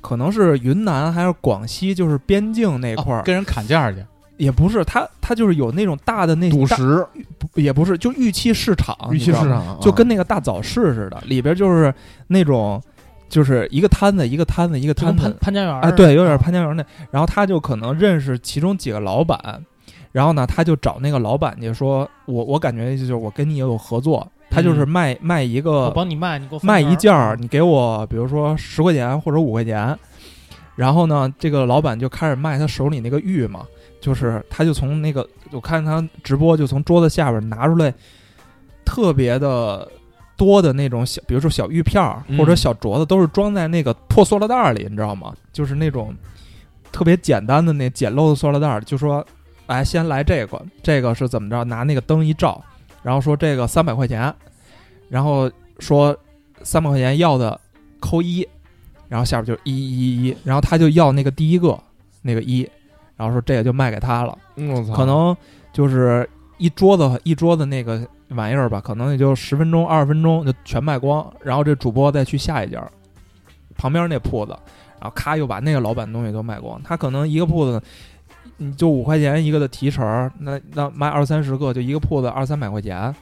E: 可能是云南还是广西，就是边境那块儿、
B: 哦跟人砍价去，
E: 也不是他，他就是有那种大的那
F: 赌
E: 大
F: 石，
E: 不也不是，就玉器市场，
F: 预
E: 你
F: 期
E: 知
F: 市
E: 道吗
F: 场啊
E: 就跟那个大早市似的，里边就是那种，就是一个摊子一个摊子一个
G: 就跟
E: 摊子
G: 潘，潘家园儿
E: 啊，对，有点潘家园那。然后他就可能认识其中几个老板，然后呢，他就找那个老板去说，我我感觉就是我跟你有合作，他就是
G: 嗯
E: 卖、卖一
G: 我
E: 个
G: 帮你卖，你给我分
E: 卖
G: 成
E: 一件儿，你给我比如说十块钱或者五块钱，然后呢，这个老板就开始卖他手里那个玉嘛，就是他就从那个我看他直播就从桌子下边拿出来特别的。多的那种小，比如说小玉片儿
F: 嗯
E: 或者小镯子，都是装在那个破塑料袋儿里，你知道吗？就是那种特别简单的那简陋的塑料袋儿，就说，哎，先来这个，这个是怎么着？拿那个灯一照，然后说这个三百块钱，然后说三百块钱要的扣一，然后下边就一一一，然后他就要那个第一个那个一，然后说这个就卖给他了，
F: 嗯我操，
E: 可能就是一桌子一桌子那个玩意儿吧，可能也就十分钟二十分钟就全卖光，然后这主播再去下一家儿旁边那铺子，然后咔又把那个老板东西都卖光，他可能一个铺子。你就五块钱一个的提成儿，那那卖二三十个，就一个铺子二三百块钱，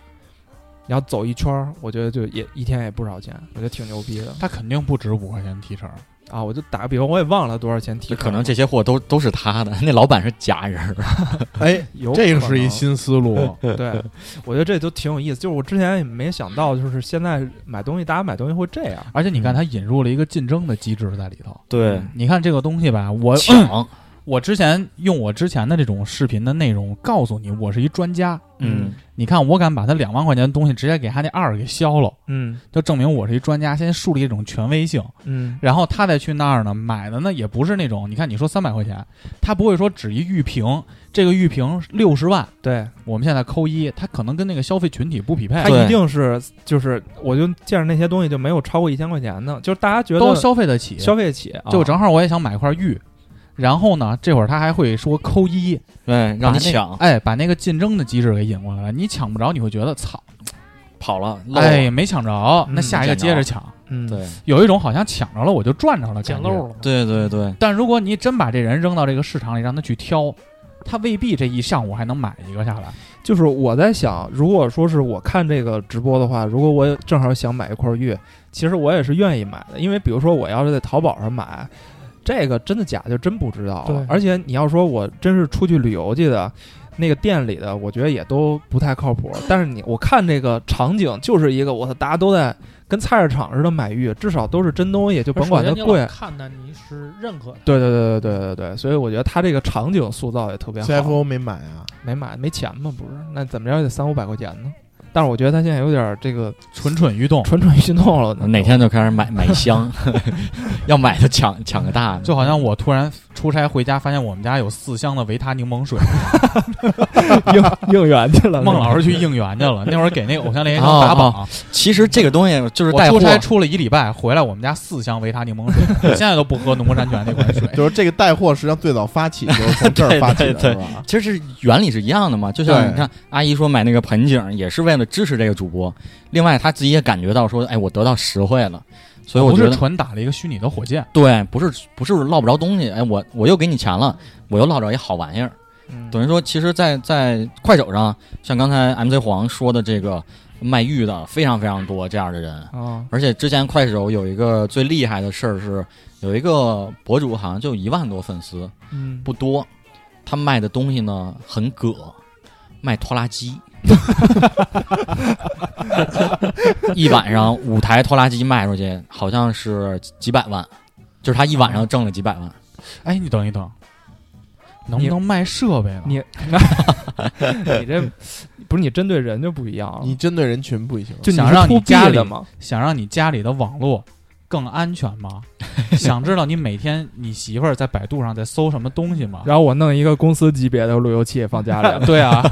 E: 然后走一圈儿，我觉得就也一天也不少钱，我觉得挺牛逼的。
B: 他肯定不值五块钱提成。
E: 啊，我就打个比方，我也忘了多少钱提
D: 就
E: 成
D: 可
E: 了，
D: 能这些货都都是他的， (laughs) 那老板是假人儿，
F: 哎，
E: 有
F: 这个
E: 可
F: 是一
E: 能
F: 新思路，
E: (laughs) 对，我觉得这都挺有意思。就是我之前也没想到，就是现在买东西，大家买东西会这样。
B: 而且你看，他引入了一个竞争的机制在里头。
D: 对
B: 呃你看这个东西吧，我
D: 抢，
B: (coughs) 我之前用我之前的这种视频的内容告诉你，我是一专家。
D: 嗯，
B: 你看，我敢把他两万块钱的东西直接给他那二给削了，
E: 嗯
B: 就证明我是一专家。先树立一种权威性，
E: 嗯
B: 然后他再去那儿呢买的呢也不是那种，你看你说三百块钱，他不会说只一玉屏，这个玉屏六十万，
E: 对
B: 我们现在扣一，他可能跟那个消费群体不匹配
E: 他，
D: 对
E: 一定是就是，我就见着那些东西就没有超过一千块钱的，就是大家觉
B: 都
E: 得
B: 消费得起。
E: 消费得起，啊
B: 就正好我也想买块玉，然后呢，这会儿他还会说扣一，
D: 对，让你
B: 把那
D: 抢
B: 哎，把那个竞争的机制给引过来了。你抢不着，你会觉得操，
D: 跑了，漏了
B: 哎，没抢着，那
E: 嗯
B: 下一个接着抢。
E: 嗯
D: 对
B: 有一种好像抢着了我就赚着了，
G: 捡
B: 感觉
G: 漏了嘛。
D: 对对对，
B: 但如果你真把这人扔到这个市场里，让他去挑，他未必这一上午还能买一个下来。
E: 就是我在想，如果说是我看这个直播的话，如果我正好想买一块玉，其实我也是愿意买的，因为比如说我要是在淘宝上买，这个真的假就真不知道了
G: 对
E: 而且你要说我真是出去旅游去的，那个店里的我觉得也都不太靠谱。但是你我看这个场景，就是一个我操，大家都在跟菜市场似的买玉，至少都是真东西，就甭管它
G: 首先你
E: 贵
G: 老。看的你是认可的，
E: 对对对对对对对，所以我觉得他这个场景塑造也特别好。
F: CFO 没买
B: (laughs)
F: 啊，
E: 没买，没钱嘛，不是？那怎么着也得三五百块钱呢。但是我觉得他现在有点儿这个
B: 蠢蠢欲动，
E: 蠢蠢欲动了呢。
D: (laughs) 哪天就开始买买
B: (laughs)
D: 箱，要买的抢抢个大的，
B: 就好像我突然出差回家，发现我们家有四箱的维他柠
D: (laughs)
B: 檬水，
E: 应应援去了
B: 孟老师去应援去了。那会儿给那个偶
D: (laughs)
B: 像练习生
D: 哦
B: 打榜，
D: 其实这个东西就是
B: 我
D: 带
B: 出
D: 货，
B: 差出了一礼拜，回来我们家四箱维他柠檬
D: (laughs)
B: 水，我现在都不喝农夫山泉那
D: 哎
B: 款水。
F: 就是这个带货实际上最早发起就是从这
D: 对
F: 儿发起
D: 对
F: 的，
D: 对
F: 是吧？
D: 其实是原理是一样的嘛。就像
F: 对
D: 你看阿姨说买那个盆景，也是为了支持这个主播，另外她自己也感觉到说，哎，我得到实惠了，所以我
B: 哦不
D: 觉
B: 是
D: 得
B: 纯打了一个虚拟的火箭，
D: 对，不是不是捞不着东西，哎，我我又给你钱了，我又捞着一好玩意儿。
E: 嗯
D: 等于说，其实在，在快手上，像刚才 MC 黄说的这个卖玉的非常非常多这样的人，
E: 啊，
D: 而且之前快手有一个最厉害的事儿是，有一个博主好像就一万多粉丝，
E: 嗯，
D: 不多，他卖的东西呢很葛，卖拖拉机。一晚上五台拖拉机卖出去，好像是几百万，就是他一晚上挣了几百万。
B: 哎，你等一等，能不
E: 你
B: 能卖设备了？ (laughs)
E: 你你这不是你针对人就不一样了，
F: 你针对人群不行，
E: 就你
B: 想
E: 是
B: 让你
E: 出
B: 家
E: 币的
B: 里
E: 嘛，
B: 想让你家里的网络更安全吗？ (laughs) 想知道你每天你媳妇儿在百度上在搜什么东西吗？
E: 然后我弄一个公司级别的路由器放家里
B: (laughs)
E: 了
B: 对
D: (laughs)
B: 啊，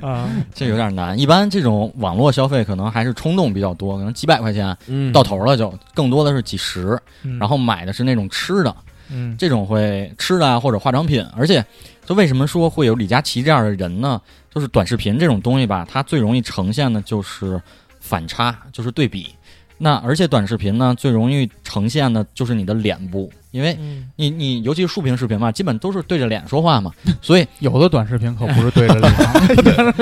E: 啊，
D: 这有点难。一般这种网络消费可能还是冲动比较多，可能几百块钱
F: 嗯
D: 到头了就，更多的是几十，
E: 嗯
D: 然后买的是那种吃的，
E: 嗯
D: 这种会吃的啊或者化妆品，而且就为什么说会有李佳琦这样的人呢？就是短视频这种东西吧，它最容易呈现的就是反差，就是对比。那而且短视频呢，最容易呈现的就是你的脸部，因为
G: 嗯，
D: 你你尤其是竖屏视频嘛，基本都是对着脸说话嘛， (laughs) 所以
B: 有的短视频可不是
D: (laughs)
B: 对着脸，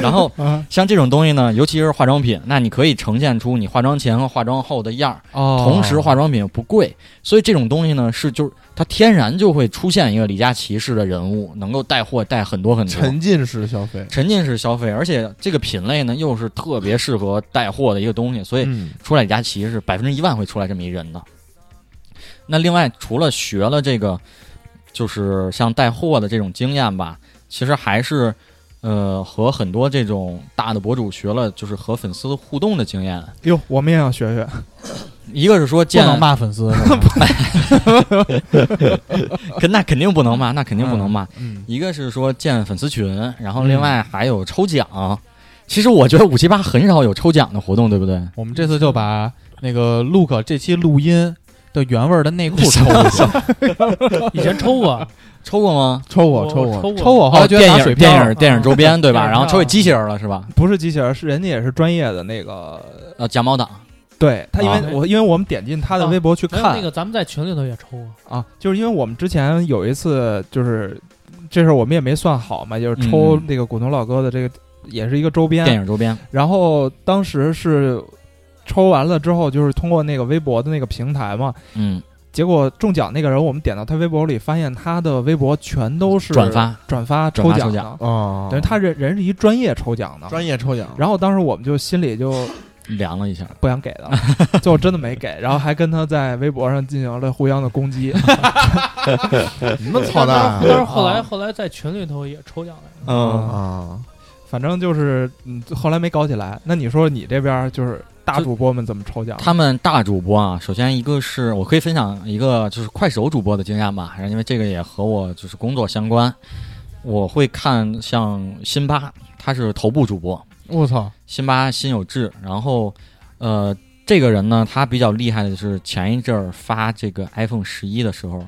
D: 然后像这种东西呢，尤其是化妆品，那你可以呈现出你化妆前和化妆后的样儿，
B: 哦
D: 同时化妆品又不贵，所以这种东西呢是就是它天然就会出现一个李佳琦式的人物，能够带货带很多很多。
F: 沉浸式消费，
D: 沉浸式消费，而且这个品类呢又是特别适合带货的一个东西，所以
F: 嗯，
D: 出来李佳琦是百分之一万会出来这么一人的。那另外除了学了这个，就是像带货的这种经验吧，其实还是呃和很多这种大的博主学了，就是和粉丝互动的经验。
E: 哟，我们也想学学，
D: 一个是说
B: 不
D: 见
B: 能骂粉丝，是吧
D: 肯那肯定不能骂，那肯定不能骂。
F: 嗯
D: 一个是说建粉丝群，然后另外还有抽奖。其实我觉得五七八很少有抽奖的活动，对不对？
B: 我们这次就把那个 Look 这期录音的原味儿的内裤抽过，
G: 嗯以前抽
E: (laughs)
G: 过，
D: (laughs) 抽过吗？
F: 抽
G: 我
F: 我抽
G: 我
F: 我，
G: 过，
B: 抽
E: 哦
B: 我后来觉得
D: 哦电
B: 打
D: 影
B: 水
D: 电
B: 漂
D: 影电影周边对吧？
G: 电影
D: 然后抽给
G: 票
D: 机器人了是吧？
E: 不是机器人，是人家也是专业的那个，
D: 呃，假冒党
E: 对他，因
D: 啊
E: 为我因为我们点进他的
G: 啊
E: 微博去
G: 还有
E: 看
G: 那个咱们在群里头也抽过，
E: 啊，就是因为我们之前有一次，就是这事儿我们也没算好嘛，就是抽
D: 嗯
E: 那个古潼老哥的这个，也是一个周边。
D: 电影周边，
E: 然后当时是抽完了之后，就是通过那个微博的那个平台嘛，
D: 嗯，
E: 结果中奖那个人，我们点到他微博里，发现他的微博全都是
D: 转发、
E: 转发、
D: 转发
E: 奖
D: 抽
E: 的
D: 奖
F: 哦，
E: 等于他人人是一专业抽奖的，
F: 专业抽奖，
E: 然后当时我们就心里就
D: 量了一下，
E: 不想给
D: (laughs)
E: 的，最后真的没给，然后还跟他在微博上进行了互相的攻击。
F: 那么操蛋
G: 但是后
E: 啊
G: 来后来在群里头也抽奖来着，
E: (laughs) 嗯，
F: 啊！
E: 反正就是嗯，后来没搞起来。那你说你这边就是大
D: 就
E: 主播们怎么抽奖？
D: 他们大主播啊，首先一个是我可以分享一个就是快手主播的经验吧，然后因为这个也和我就是工作相关，我会看像辛巴，他是头部主播，
B: 我操，
D: 辛巴辛有志，然后呃，这个人呢，他比较厉害的是前一阵儿发这个 iPhone 十一的时候，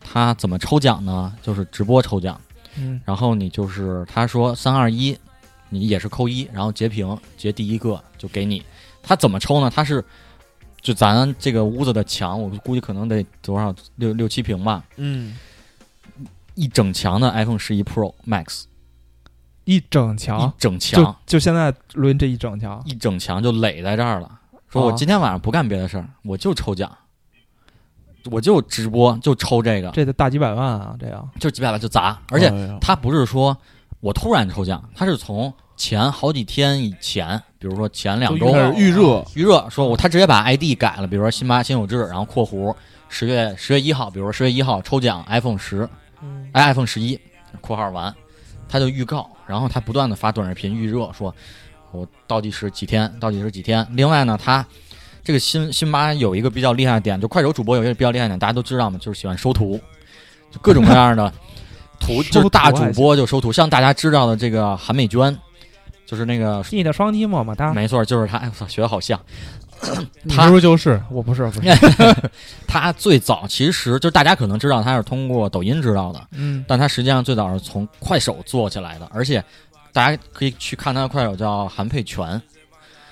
D: 他怎么抽奖呢？就是直播抽奖，
E: 嗯
D: 然后你就是他说三二一，你也是扣一，然后截屏截第一个就给你。他怎么抽呢？他是就咱这个屋子的墙，我估计可能得多少六六七屏吧，
E: 嗯，
D: 一整墙的 iPhone 十一 Pro Max，
E: 一整
D: 一
E: 墙，
D: 整
E: 就
D: 墙
E: 就现在录音这一整墙，
D: 一整墙就垒在这儿了。说我
F: 哦
E: 啊
D: 今天晚上不干别的事儿，我就抽奖，我就直播，就抽这个，
E: 这得大几百万啊！这样
D: 就几百万就砸。而且
F: 哎呦
D: 他不是说我突然抽奖，他是从前好几天以前，比如说前两周
G: 都
F: 开始预热，
D: 余热说我他直接把 ID 改了，比如说辛巴辛有志，然后括弧十月十月一号，比如说十月一号抽奖 iPhone 十，
G: 嗯，
D: 哎 iPhone 十一，括号完，他就预告，然后他不断的发短视频预热，说我倒计时几天，倒计时几天。另外呢，他这个辛辛巴有一个比较厉害的点，就快手主播有一个比较厉害的点，大家都知道嘛，就是喜欢收徒，就各种各样
E: (laughs)
D: 的图，
E: 收
D: 就是大
E: 徒还
D: 主播就收徒，像大家知道的这个韩美娟，就是那个。
E: 你的双击么么哒。
D: 没错，就是他。哎，我操，学的好
E: (clears throat)
D: 像。
B: 你
D: 他
B: 是不是就是
E: 我不是，不是，
D: (laughs) 他最早其实就是大家可能知道他是通过抖音知道的，
E: 嗯
D: 但他实际上最早是从快手做起来的，而且大家可以去看他的快手叫韩佩泉，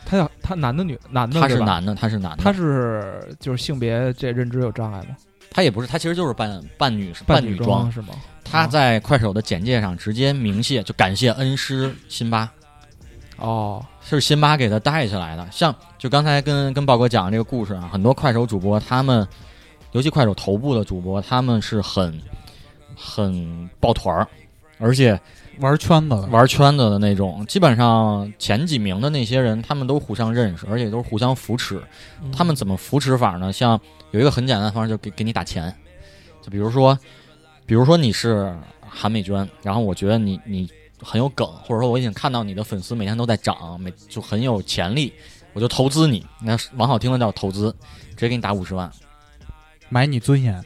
E: 他叫他男的女的男的，
D: 他是
E: 对吧，
D: 男的，他是男的，
E: 他是就是性别这认知有障碍吗？
D: 他也不是，他其实就是扮扮女扮
E: 女
D: 女装。嗯
E: 是吗？
D: 他在快手的简介上直接明谢，就感谢恩师辛巴，
E: 哦，
D: 是辛巴给他带起来的。像就刚才跟跟豹哥讲这个故事啊，很多快手主播他们，尤其快手头部的主播，他们是很很抱团儿，而且
B: 玩圈子了？
D: 玩圈子的那种，基本上前几名的那些人，他们都互相认识，而且都是互相扶持。
G: 嗯
D: 他们怎么扶持法呢？像有一个很简单的方式，就给给你打钱。就比如说，比如说你是韩美娟，然后我觉得你你很有梗，或者说我已经看到你的粉丝每天都在涨，每就很有潜力，我就投资你。那往好听的叫投资，直接给你打五十万。
B: 买你尊严，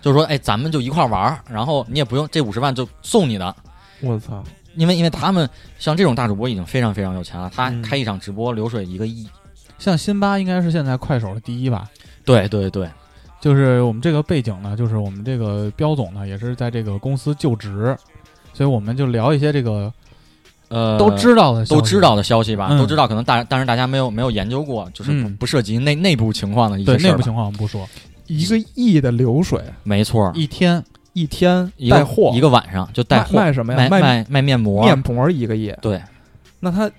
D: 就是说，哎，咱们就一块儿玩儿，然后你也不用这五十万就送你的，
E: 我操，
D: 因为因为他们像这种大主播已经非常非常有钱了，他
E: 嗯
D: 开一场直播流水一个亿。
B: 像辛巴应该是现在快手的第一吧。
D: 对对对，
B: 就是我们这个背景呢，就是我们这个彪总呢也是在这个公司就职，所以我们就聊一些这个
D: 呃，
B: 都知道的、
D: 都知。道的消息吧，
B: 嗯
D: 都知道，可能大但是大家没有没有研究过，就是不、
B: 嗯
D: 不涉及内内部情况的一
B: 对
D: 些事
B: 内
D: 儿
B: 部
D: 吧。
B: 情况我们不说，
E: 一个亿的流水，
D: 没错，
B: 一天
E: 一天
D: 一个
E: 带货
D: 一个晚上就带
E: 卖
D: 货，
E: 卖什么呀？
D: 卖
E: 卖
D: 卖面膜，
E: 面膜一个亿，
D: 对，
E: 那他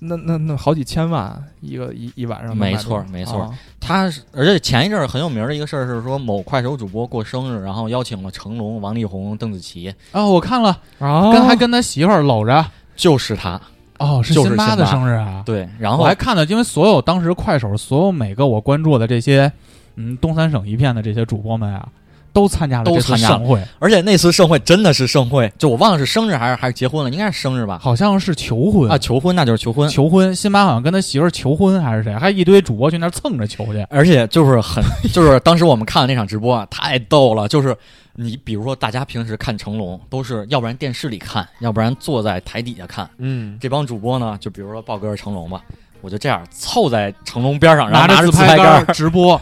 E: 那那那好几千万一个一一晚上能
D: 没
E: 卖多
D: 错
E: 少
D: 没错
E: 啊
D: 他是而且前一阵儿很有名儿的一个事儿是说某快手主播过生日，然后邀请了成龙、王力宏、邓紫棋，
B: 啊、我看了，
D: 哦
E: 啊，
B: 跟还跟他媳妇儿搂着，
D: 就是他，
B: 哦，是
D: 就是
B: 辛巴
D: 辛
B: 的
D: 巴
B: 生日啊。
D: 对，然
B: 我
D: 后
B: 还看了，因为所有当时快手所有每个我关注的这些，嗯，东三省一片的这些主播们啊，都参加了
D: 都
B: 这次
D: 参加了
B: 盛会，
D: 而且那次盛会真的是盛会，就我忘了是生日还是还是结婚了，应该是生日吧。
B: 好像是求婚
D: 啊，求婚那就是求婚，
B: 求婚，辛巴好像跟他媳妇儿求婚还是谁，还一堆主播去那儿蹭着求去。
D: 而且就是很，就是当时我们看的那场直播啊，太逗了。就是你比如说，大家平时看成龙都是要不然电视里看，要不然坐在台底下看。
E: 嗯，
D: 这帮主播呢，就比如说豹哥是成龙吧，我就这样凑在成龙边上，然后
B: 着
D: 拿
B: 自
D: 自拍
B: 杆
D: 杆，
B: 儿直播，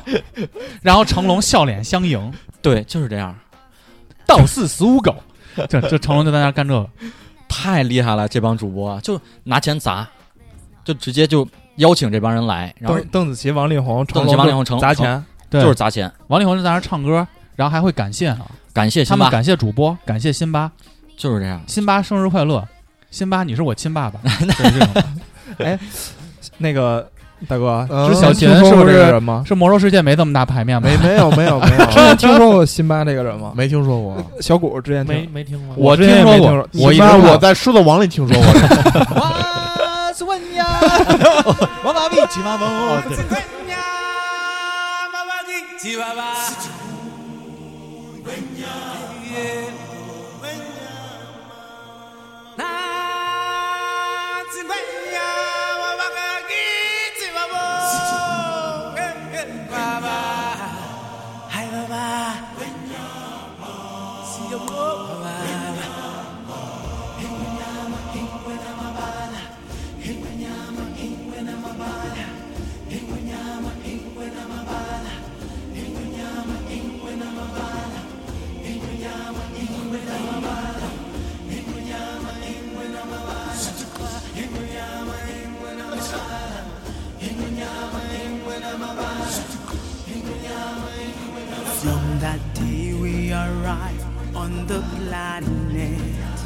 B: 然后成龙笑脸相迎，
D: 对，就是这样，
B: 道似死无狗。这这成龙就在那儿干这个，
D: 太厉害了。这帮主播啊就拿钱砸，就直接就邀请这帮人来，然后
E: 邓邓紫棋、王力宏、成
D: 邓紫棋
E: 龙
D: 王力宏成
E: 砸
D: 成
E: 钱，
B: 对
D: 就是砸钱。
B: 王力宏就在那儿唱歌，然后还会感谢呢，
D: 感谢
B: 他
D: 辛
B: 们
D: 巴，
B: 感谢主播，感谢辛巴，
D: 就是这样。
B: 辛巴生日快乐，辛巴你是我亲爸爸，就是这种
E: 那个大哥，
F: 嗯
E: 之
B: 小
E: 前
B: 秦
E: 呃听说
B: 是
E: 过
B: 不
E: 这
B: 是
E: 个人 (laughs) 吗？
B: 是魔兽世界没这么大牌
F: (laughs)
B: 面吧？
F: 没没有没有没
E: 之前
F: 有，
E: 听说过辛巴这个人吗？
F: 没听说过。
E: 小谷之前听
G: 没没听过，
B: 我
E: 之前也
B: 听说
E: 没
B: 过
E: 听说
B: 我一
F: 一般
B: 直
F: 我在狮子王里听说过，
A: 哇，孙呀，
B: 王八咪吉娃娃，
A: 哎
H: From that day we arrived on the planet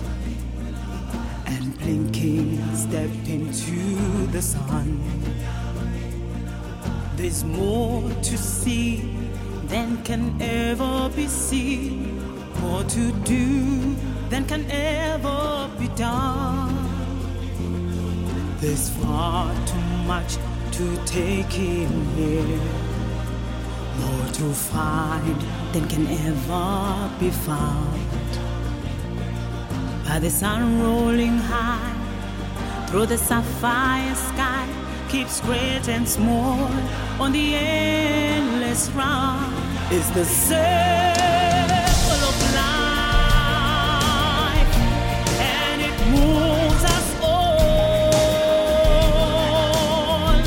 H: and blinking stepped into the sun. There's more to see than can ever be seen, more to do than can ever be done. There's far too much to take in here. More to find than can ever be found. By the sun rolling high, through the sapphire sky, keeps great and small on the endless round. Is the circle of life, and it moves us all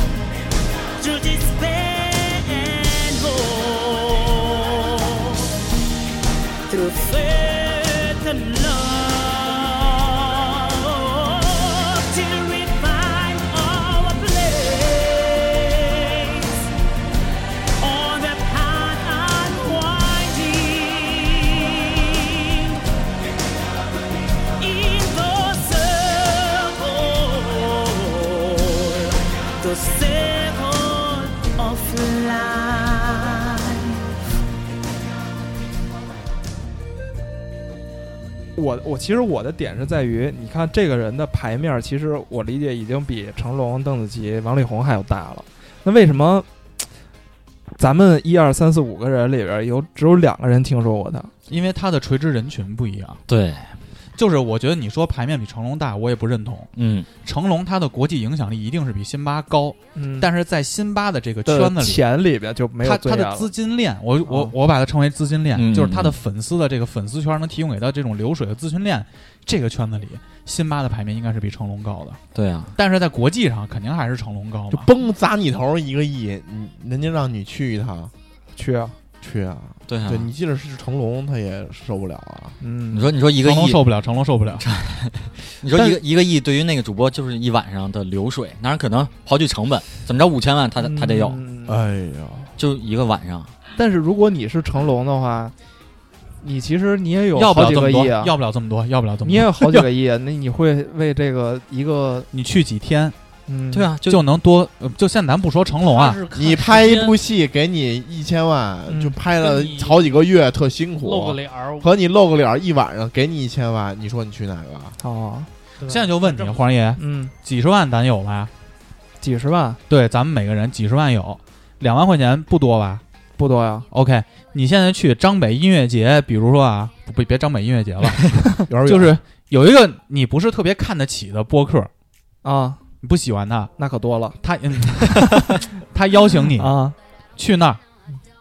H: through despair and hope, through faith and love, till we find our place on the path unwinding in the circle the circle of life.
E: 我我其实我的点是在于，你看这个人的牌面，其实我理解已经比成龙、邓紫棋、王力宏还要大了。那为什么咱们一二三四五个人里边有只有两个人听说过他？
B: 因为他的垂直人群不一样。
D: 对，
B: 就是我觉得你说牌面比成龙大，我也不认同。
D: 嗯，
B: 成龙他的国际影响力一定是比辛巴高，
E: 嗯
B: 但是在辛巴的这个
E: 的
B: 圈子里，
E: 钱里边就没有
B: 他
E: 尊
B: 他
E: 严
B: 的
E: 了
B: 资金链，我我
E: 哦
B: 我把它称为资金链，
D: 嗯
B: 就是他的粉丝的这个粉丝圈能提供给他这种流水的资讯链，这个圈子里，辛巴的排名应该是比成龙高的，
D: 对啊，
B: 但是在国际上肯定还是成龙高
F: 就
B: 嘛。
F: 嘣砸你头一个亿，你人家让你去一趟，
E: 去啊，
F: 去啊！
D: 对啊
F: 对。你即使是成龙，他也受不了啊。
E: 嗯，
D: 你说，你说一个
B: 成龙
D: 亿，
B: 受不了，成龙受
E: (laughs)
B: 不了。
D: 你说一个一个亿，对于那个主播就是一晚上的流水，当然可能刨去成本，怎么着五千万他得他得有，
E: 嗯
F: 哎呀，
D: 就一个晚上。
E: 但是如果你是成龙的话，你其实你也有
B: 要不
E: 好
B: 了
E: 几
B: 这么
E: 个
B: 多，
E: 亿啊，
B: 要不了这么多，要不了这么
E: 你也
B: 多。
E: 有好几
B: (laughs)
E: 个亿啊，那你会为这个一个
B: 你去几天
E: 嗯，
D: 对，啊，就
B: 就能多，呃就现在咱不说成龙啊，
F: 你拍一部戏给你一千万，
E: 嗯
F: 就拍了
G: 跟你
F: 好几个月，特辛苦。
G: 露个脸儿，
F: 和你露个脸儿一晚上，给你一千万，你说你去哪个？
E: 哦，
G: 对吧
B: 现在就问你，黄爷，
E: 嗯，
B: 几十万咱有吧？
E: 几十万
B: 对，咱们每个人几十万有，两万块钱不多吧
E: 不多呀，
B: ？OK，你现在去张北音乐节，比如说啊，不不别张北音乐节
E: (laughs)
B: 了，
F: 幼儿园
B: 就是有一个你不是特别看得起的播客，
E: 啊，
B: 你不喜欢他，
E: 那可多了
B: 他嗯 (laughs) 他邀请你
E: 啊
B: 去那儿，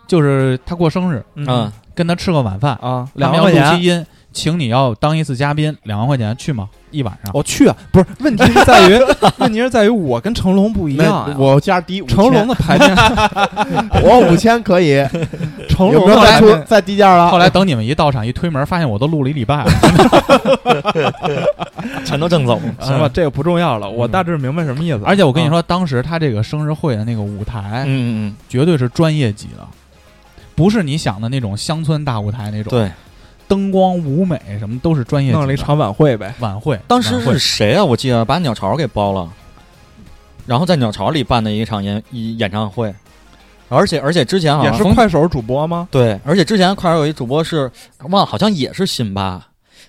B: 就是他过生日，
D: 嗯，
B: 跟他吃个晚饭，
E: 啊，
B: 他
E: 两
B: 们要
E: 万块
B: 录
E: 钱
B: 期音，请你要当一次嘉宾，两万块钱去吗？一晚上。
E: 我去啊，不是问题是
F: (laughs)
E: 在于问题是在于我跟成龙不一
F: 那
E: 样呀，
F: 我价低五千，
E: 成龙的排面，
F: (laughs) 我五千可以，
E: 成
F: 有
E: 龙
F: 没有
E: 的
F: 再
E: 排
F: 出
E: 面
F: 再低
E: 啊
F: 价了？
B: 后来等你们一到场一推门，发现我都录了一礼
E: (laughs)
B: 拜了。
D: 全都挣走了。
E: 行吧，这个不重要了，我大致明白什么意思。
B: 而且我跟你
E: 啊，
B: 说，当时他这个生日会的那个舞台，
D: 嗯嗯
B: 绝对是专业级的，不是你想的那种乡村大舞台那
D: 嗯，
B: 种。，
D: 对。
B: 灯光、舞美什么都是专业级的。
E: 弄了一场晚会呗，
B: 晚会，
D: 当时
B: 晚会
D: 是谁啊？我记得把鸟巢给包了，然后在鸟巢里办的一场演一演唱会，而且而且之前好
E: 也
D: 像
E: 是快手主播吗？
D: 对，而且之前快手有一主播是忘了，好 (laughs) 像也是辛巴，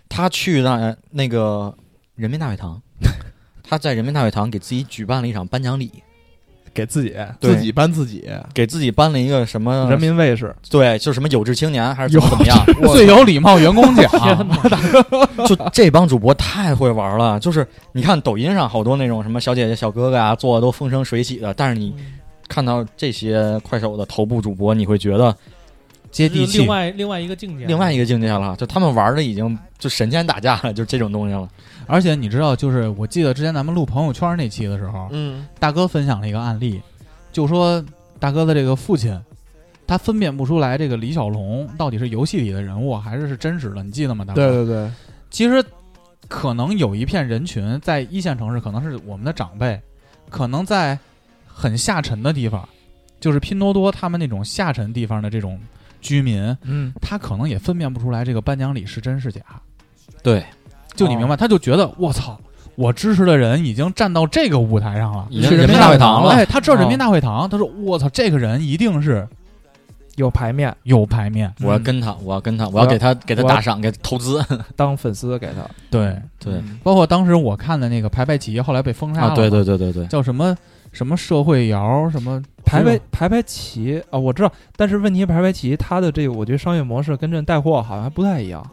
D: 他去那那个人民大会堂，他在人民大会堂给自己举办了一场颁奖礼，
E: 给自己
D: 对
F: 自己搬自己，
D: 给自己颁了一个什么
E: 人民卫士，
D: 对，就什么有志青年还是怎么怎么样？我
B: 最有礼貌员工奖，
D: (laughs) 就这帮主播太会玩了，就是你看抖音上好多那种什么小姐姐、小哥哥啊，做的都风生水起的，但是你看到这些快手的头部主播，你会觉得接地
G: 另
D: 气，
G: 外另外一个境界，啊
D: 另外一个境界了，就他们玩的已经就神仙打架了，就这种东西了。
B: 而且你知道，就是我记得之前咱们录朋友圈那期的时候，
D: 嗯，
B: 大哥分享了一个案例，就说大哥的这个父亲，他分辨不出来这个李小龙到底是游戏里的人物还是是真实的，你记得吗？大哥，
F: 对对对，
B: 其实可能有一片人群在一线城市，可能是我们的长辈，可能在很下沉的地方，就是拼多多他们那种下沉地方的这种居民，
E: 嗯，
B: 他可能也分辨不出来这个颁奖礼是真是假。
D: 对，哦
B: 就你明白，他就觉得我操，我支持的人已经站到这个舞台上了。
D: 已经
E: 去人
D: 人民
E: 民大
D: 大
E: 会
D: 会
E: 堂
D: 堂
E: 了
D: 了。哦
B: 哎，他知道人民大会堂，他说我操，这个人一定是
E: 有牌面，
B: 有牌面。
E: 嗯
D: 我要跟他，我要跟他，我
E: 要
D: 要给他给他
E: 我要
D: 打赏，给他投资。
E: 当粉丝给他，嗯
B: 对，
D: (laughs) 对
B: 包括当时我看的那个排排棋，后来被封杀了
D: 啊，
B: 嘛，
D: 对对对对对，
B: 叫什么什么社会摇什么
E: 排排排排棋啊、我知道，但是问题排排棋它的这个，我觉得商业模式跟这带货好像还不太一样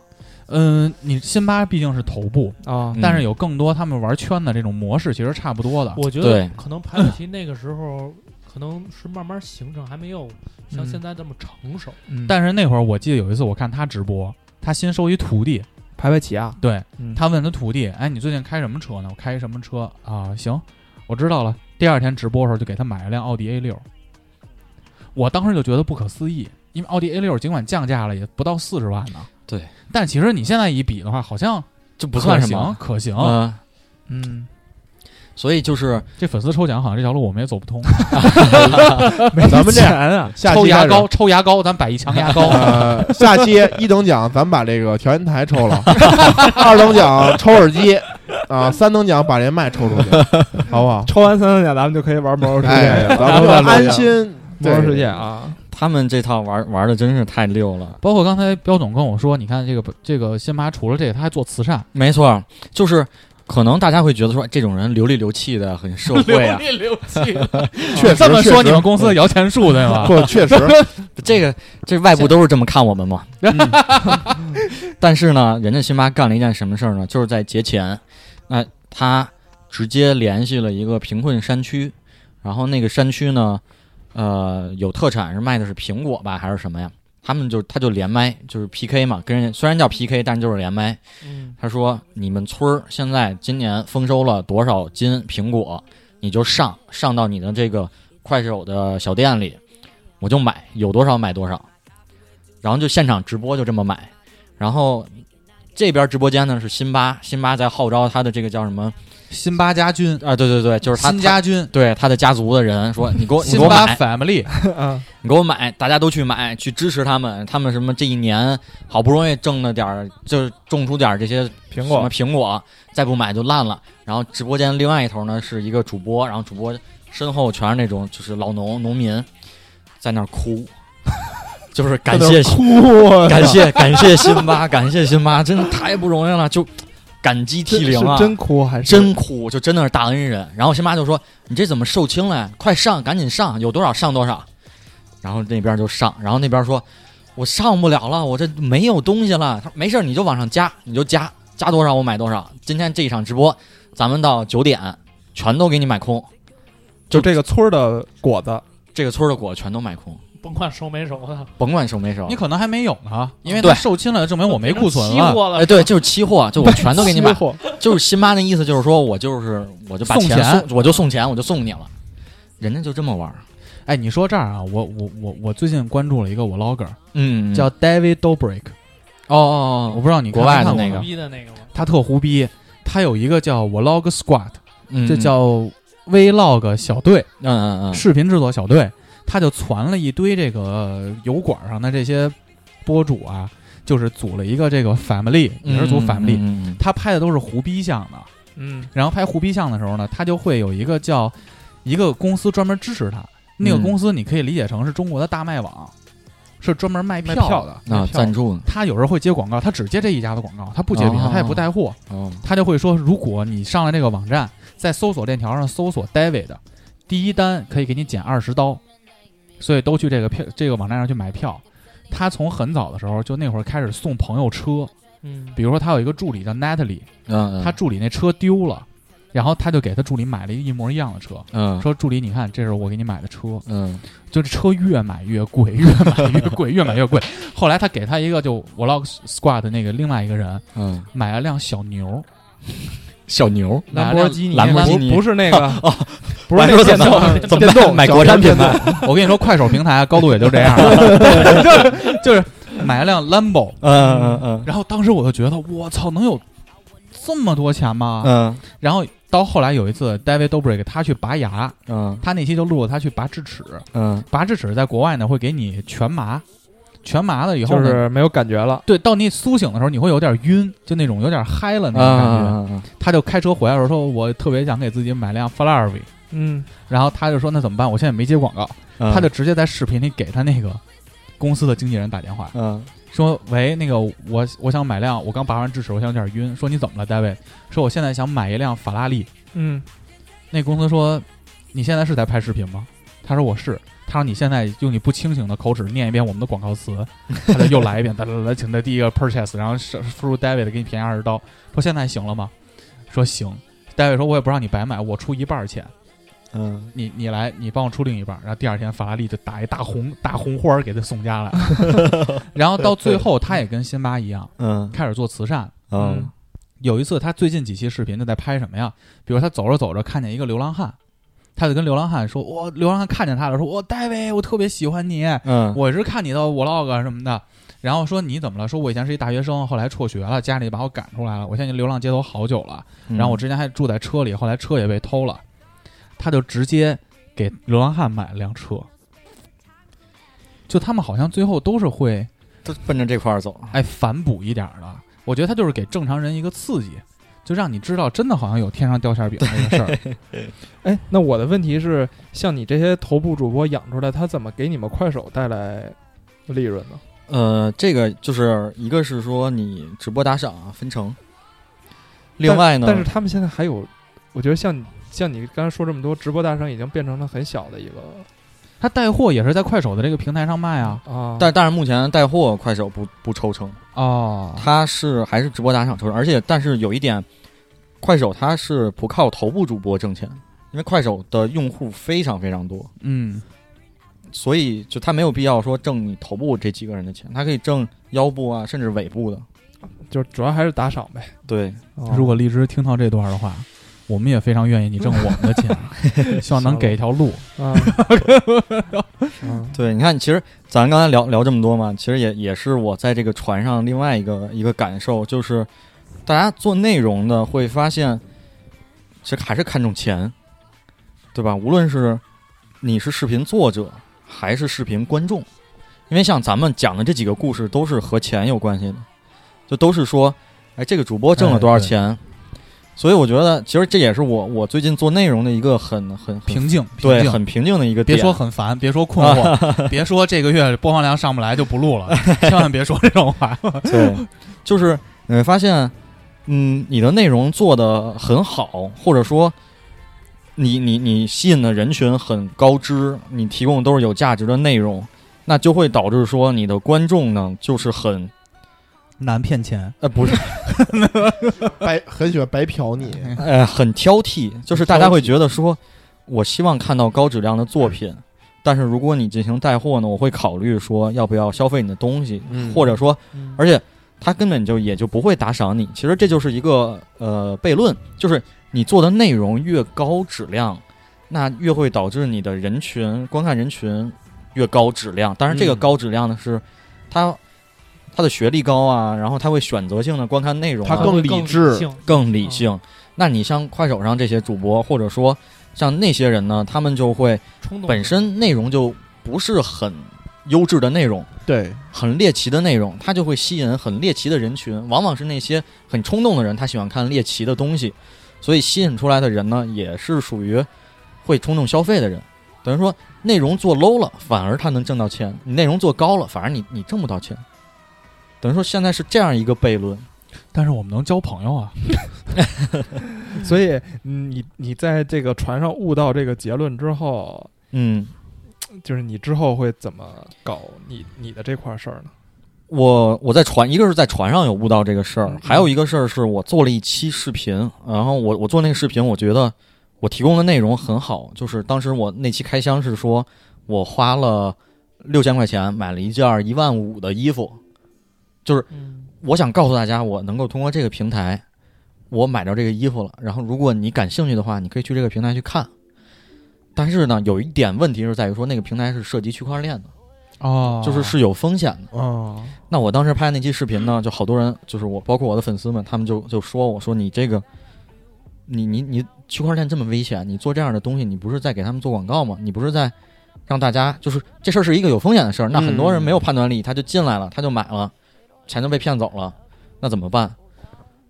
B: 嗯，你辛巴毕竟是头部，
E: 啊。
D: 嗯
B: 但是有更多他们玩圈的这种模式，其实差不多的。
G: 我觉
D: 对
G: 得可能排尾期那个时候可能是慢慢形成，还没有像
E: 嗯
G: 现在这么成熟。
E: 嗯
B: 但是那会儿我记得有一次我看他直播，他新收一徒弟，
E: 排排棋啊，
B: 对
E: 嗯
B: 他问他徒弟，哎，你最近开什么车呢？我开什么车啊？行，我知道了。第二天直播的时候就给他买了辆奥迪 A 六，我当时就觉得不可思议，因为奥迪 A 六尽管降价了，也不到四十万呢。
D: 对，
B: 但其实你现在一比的话，好像
D: 这不算
B: 可
D: 什么。
B: 行，可啊行。
D: 嗯，
E: 嗯，
D: 所以就是
B: 这粉丝抽奖好像这条路我们也走不
F: (laughs)
B: 通。
F: 咱们这
E: 钱啊，
F: 下
B: 抽
F: 期
B: 牙
F: 开始。
B: 膏，抽牙膏，咱摆一墙牙膏
F: 呃，下期一等奖咱们把这个调音台抽 (laughs) 了，二等奖抽耳机啊，三等奖把这麦抽 (laughs) 出去，好不好？
E: 抽完三等奖咱们就可以玩魔兽世界
F: 哎，
E: 了，
F: 咱们
E: 咱们
F: 安心
E: 魔兽世界。啊，
D: 他们这套玩玩的真是太溜了。
B: 包括刚才彪总跟我说，你看这个这个辛巴除了这个，他还做慈善，
D: 没错，就是可能大家会觉得说这种人流里流气的，很社会啊。
B: (laughs) 流气。
F: 对确实
B: 这么
F: 确
B: 说，
F: 实
B: 你们公司的摇钱树对吧？
F: (laughs) 不确实，
D: 这个这外部都是这么看我们嘛。
B: 嗯
D: (laughs) 但是呢，人家辛巴干了一件什么事儿呢？就是在节前，那、他直接联系了一个贫困山区，然后那个山区呢，呃，有特产是卖的是苹果吧，还是什么呀？他们就他就连麦，就是 PK 嘛，跟人家虽然叫 PK，但就是连麦。
G: 嗯，
D: 他说：“你们村儿现在今年丰收了多少斤苹果？你就上上到你的这个快手的小店里，我就买，有多少买多少。”然后就现场直播，就这么买。然后这边直播间呢是辛巴，辛巴在号召他的这个叫什么
B: 辛巴家军，
D: 啊？对对对，就是他
B: 辛家军，
D: 他对他的家族的人说：“你给我，你
B: 辛
D: 给我
B: 巴
D: 买，
B: family，
E: (laughs) 啊，
D: 你给我买，大家都去买，去支持他们。他们什么这一年好不容易挣了点儿，就是种出点儿这些
E: 苹
D: 什么
E: 果
D: 苹果，再不买就烂了。然后直播间另外一头呢是一个主播，然后主播身后全是那种就是老农农民在那儿哭， (laughs) 就是感谢
E: 哭，啊
D: 感
E: (laughs)
D: 谢感谢辛巴，感谢辛巴，真的太不容易了，就感激涕零啊！
E: 是真哭还是
D: 真哭，就真的是大恩人。然后辛巴就说：“你这怎么受轻了呀？快上，赶紧上，有多少上多少。”然后那边就上，然后那边说：“我上不了了，我这没有东西了。”他说：“没事儿，你就往上加，你就加，加多少我买多少。今天这一场直播，咱们到九点全都给你买空，
E: 就这个村儿的果子，
D: 这个村儿的果全都买空，
G: 甭管收没收啊的，
D: 甭管收没收
B: 你。可能还没有呢，因为
D: 对
B: 他受侵了，证明我没库存
G: 期
B: 了。
G: 货”了
D: 哎，，对，就是期货，就我全都给你买
B: (laughs)
E: 期。货
D: 就是辛巴那意思就是说我就是我就把
B: 送
D: 钱
B: 钱
D: 送，我就送钱，我就送你了。人家就这么玩儿，
B: 哎，你说这儿啊，我我我我最近关注了一个我 logger，
D: 嗯，
B: 叫 David Dobrik，
D: 哦哦
B: 我
D: 哦，
B: 不知道你看
D: 国外的
B: 没看过
D: 那个
G: 逼的那个吗？
B: 他特胡逼，他有一个叫我 log squad，
D: 嗯
B: 这叫 vlog 小队，
D: 嗯嗯嗯，
B: 视频制作小队，他就攒了一堆这个呃油管上的这些博主啊，就是组了一个这个 family，也是组 family，、
D: 嗯嗯
B: 他拍的都是胡逼像的，
E: 嗯
B: 然后拍胡逼像的时候呢，他就会有一个叫一个公司专门支持他，那个
D: 嗯
B: 公司你可以理解成是中国的大麦网，是专门卖
E: 卖
B: 嗯票
E: 票
B: 的。
E: 卖
D: 啊，
E: 票
D: 赞助呢？
B: 他有时候会接广告，他只接这一家的广告，他不接别的，
D: 哦
B: 他也不带货，
D: 哦，
B: 他就会说，如果你上了这个网站，在搜索链条上搜索 David，第一单可以给你减二十刀，所以都去这个票这个网站上去买票。他从很早的时候就那会儿开始送朋友车，
G: 嗯，
B: 比如说他有一个助理叫 Natalie，
D: 嗯，嗯
B: 他助理那车丢了，然后他就给他助理买了一个一模一样的车，
D: 嗯
B: 说助理你看，这是我给你买的车，
D: 嗯
B: 就这车越买越贵，越买越贵，越买越贵。 (laughs) 后来他给他一个就 Vlog Squad 的那个另外一个人
D: 嗯，
B: 买了辆小牛，
D: 小牛，
B: 买了
E: 兰博
B: 辆
E: 基尼，
D: 兰博基
E: 不
D: 尼
E: 不
B: (laughs)
E: 是那个，
B: 哦
E: 不是
D: 完
E: 那
D: 了
E: 个
D: 怎
E: 电
D: 么 (laughs)
E: 动， (laughs)
D: 怎么办买国产品牌？
B: (laughs) 我跟你说，快手平台啊高度也就这样，
D: (laughs)
B: 就是买了 (laughs) 辆 Lambo，
D: 嗯嗯嗯
B: 然后当时我就觉得，我操，能有这么多钱吗？
D: 嗯
B: 然后到后来有一次，David Dobrik 他去拔牙，
D: 嗯
B: 他那期就录了他去拔智齿，
D: 嗯
B: 拔智齿在国外呢会给你全麻，全麻了以后
E: 就
B: 呢，
E: 是没有感觉了。
B: 对，到你苏醒的时候你会有点晕，就那种有点嗨了那种感
E: 啊
B: 觉。
D: 嗯
B: 他就开车回来的时候说，我特别想给自己买辆 Ferrari，
E: 嗯，
B: 然后他就说那怎么办？我现在没接广告。
D: 嗯，
E: 啊
B: 他就直接在视频里给他那个公司的经纪人打电话，
E: 啊
D: 嗯
B: 说：“喂，那个我我想买辆，我刚拔完智齿，我现在有点晕。说你怎么了，大卫？说我现在想买一辆法拉利。
E: 嗯，
B: 那公司说，你现在是在拍视频吗？他说我是。他说你现在用你不清醒的口齿念一遍我们的广告词，他就又来一遍，哒哒哒，请在第一个 purchase，然后是输入 David 给你便宜二十刀。说现在行了吗？说行。David 说我也不让你白买，我出一半儿钱。
D: 嗯
B: 你你来，你帮我出另一半儿，然后第二天法拉利就打一大红大红花儿给他送
D: (laughs)
B: 家来，然后到最后他也跟辛巴一样
D: 嗯
B: 开始做慈善。
D: 嗯
B: 有一次他最近几期视频就在拍什么呀？比如他走着走着看见一个流浪汉，他就跟流浪汉说：“我、流浪汉看见他了，说我戴维，我特别喜欢你，
D: 嗯，
B: 我是看你的 vlog 什么的。”然后说你怎么了？说我以前是一大学生，后来辍学了，家里把我赶出来了，我现在流浪街头好久了。
D: 嗯
B: 然后我之前还住在车里，后来车也被偷了，他就直接给流浪汉买了辆车。就他们好像最后都是会
D: 都奔着这块儿走。
B: 哎反哺一点儿的，我觉得他就是给正常人一个刺激，就让你知道真的好像有天上掉馅儿饼这个事儿。
E: 哎，那我的问题是，像你这些头部主播养出来，他怎么给你们快手带来利润呢？
D: 呃，这个就是一个是说你直播打赏啊分成，另外呢，
E: 但是他们现在还有，我觉得像你像你刚才说这么多，直播大赏已经变成了很小的一个
B: 他带货也是在快手的这个平台上卖啊。
E: 啊，
D: 但但是目前带货快手不不抽成，
B: 哦，
D: 它是还是直播打赏抽成，而且但是有一点，快手它是不靠头部主播挣钱，因为快手的用户非常非常多，
B: 嗯，
D: 所以就它没有必要说挣你头部这几个人的钱，它可以挣腰部啊甚至尾部的。
E: 就主要还是打赏呗。
D: 对，
E: 啊
B: 如果荔枝听到这段的话，我们也非常愿意你挣我们的钱， (laughs) 希望能给一条路。
E: 啊，啊
D: 对，你看，其实咱刚才聊聊这么多嘛，其实也也是我在这个船上另外一个一个感受，就是大家做内容的会发现，其实还是看重钱，对吧？无论是你是视频作者还是视频观众，因为像咱们讲的这几个故事都是和钱有关系的，就都是说，哎，这个主播挣了多少
B: 哎对
D: 钱。所以我觉得，其实这也是我我最近做内容的一个很很很
B: 平静，
D: 对
B: 平静
D: 很平静的一个
B: 别
D: 点。
B: 说很烦，别说困 (laughs) 惑，别说这个月播放量上不来就不录 (laughs) 了，千万别说这种话。
D: 对，就是你会发现，嗯，你的内容做的很好，或者说你你你吸引的人群很高知，你提供的都是有价值的内容，那就会导致说你的观众呢就是很
A: 难骗钱，
D: 呃不是
F: 白很喜欢白嫖你，
D: 呃很挑剔，就是大家会觉得说，我希望看到高质量的作品。但是如果你进行带货呢，我会考虑说要不要消费你的东西，
F: 嗯
D: 或者说
E: 嗯
D: 而且他根本就也就不会打赏你。其实这就是一个呃悖论，就是你做的内容越高质量，那越会导致你的人群观看人群越高质量。当然，这个
F: 嗯
D: 高质量呢是他他的学历高啊，然后他会选择性的观看内容、啊，
F: 他更嗯
G: 会
F: 理
G: 理
F: 智
G: 性
D: 更理性。那你像快手上这些主播，或者说像那些人呢，他们就会
G: 冲动
D: 本身内容就不是很优质的内容。
F: 对，
D: 很猎奇的内容，它就会吸引很猎奇的人群，往往是那些很冲动的人，他喜欢看猎奇的东西，所以吸引出来的人呢，也是属于会冲动消费的人。等于说内容做 low 了，反而他能挣到钱；你内容做高了，反而你你挣不到钱。等于说现在是这样一个悖论，
B: 但是我们能交朋友啊。
E: 哦所以嗯你你在这个船上悟到这个结论之后，
D: 嗯，
E: 就是你之后会怎么搞你你的这块事儿呢？
D: 我我在船，一个是在船上有悟到这个事儿
E: 嗯，
D: 还有一个事儿是我做了一期视频，然后我我做那个视频，我觉得我提供的内容很好，就是当时我那期开箱是说我花了六千块钱买了一件一万五的衣服，
G: 嗯
D: 我想告诉大家，我能够通过这个平台，我买着这个衣服了。然后，如果你感兴趣的话，你可以去这个平台去看。但是呢，有一点问题是在于说，那个平台是涉及区块链的，
E: 哦
D: 就是是有风险的。
E: 哦，
D: 那我当时拍那期视频呢，就好多人，就是我，包括我的粉丝们，他们就就说我说你这个，你你你区块链这么危险，你做这样的东西，你不是在给他们做广告吗？你不是在让大家就是这事儿是一个有风险的事儿，那很多人没有判断力，他就进来了，他就买了，钱就被骗走了，那怎么办？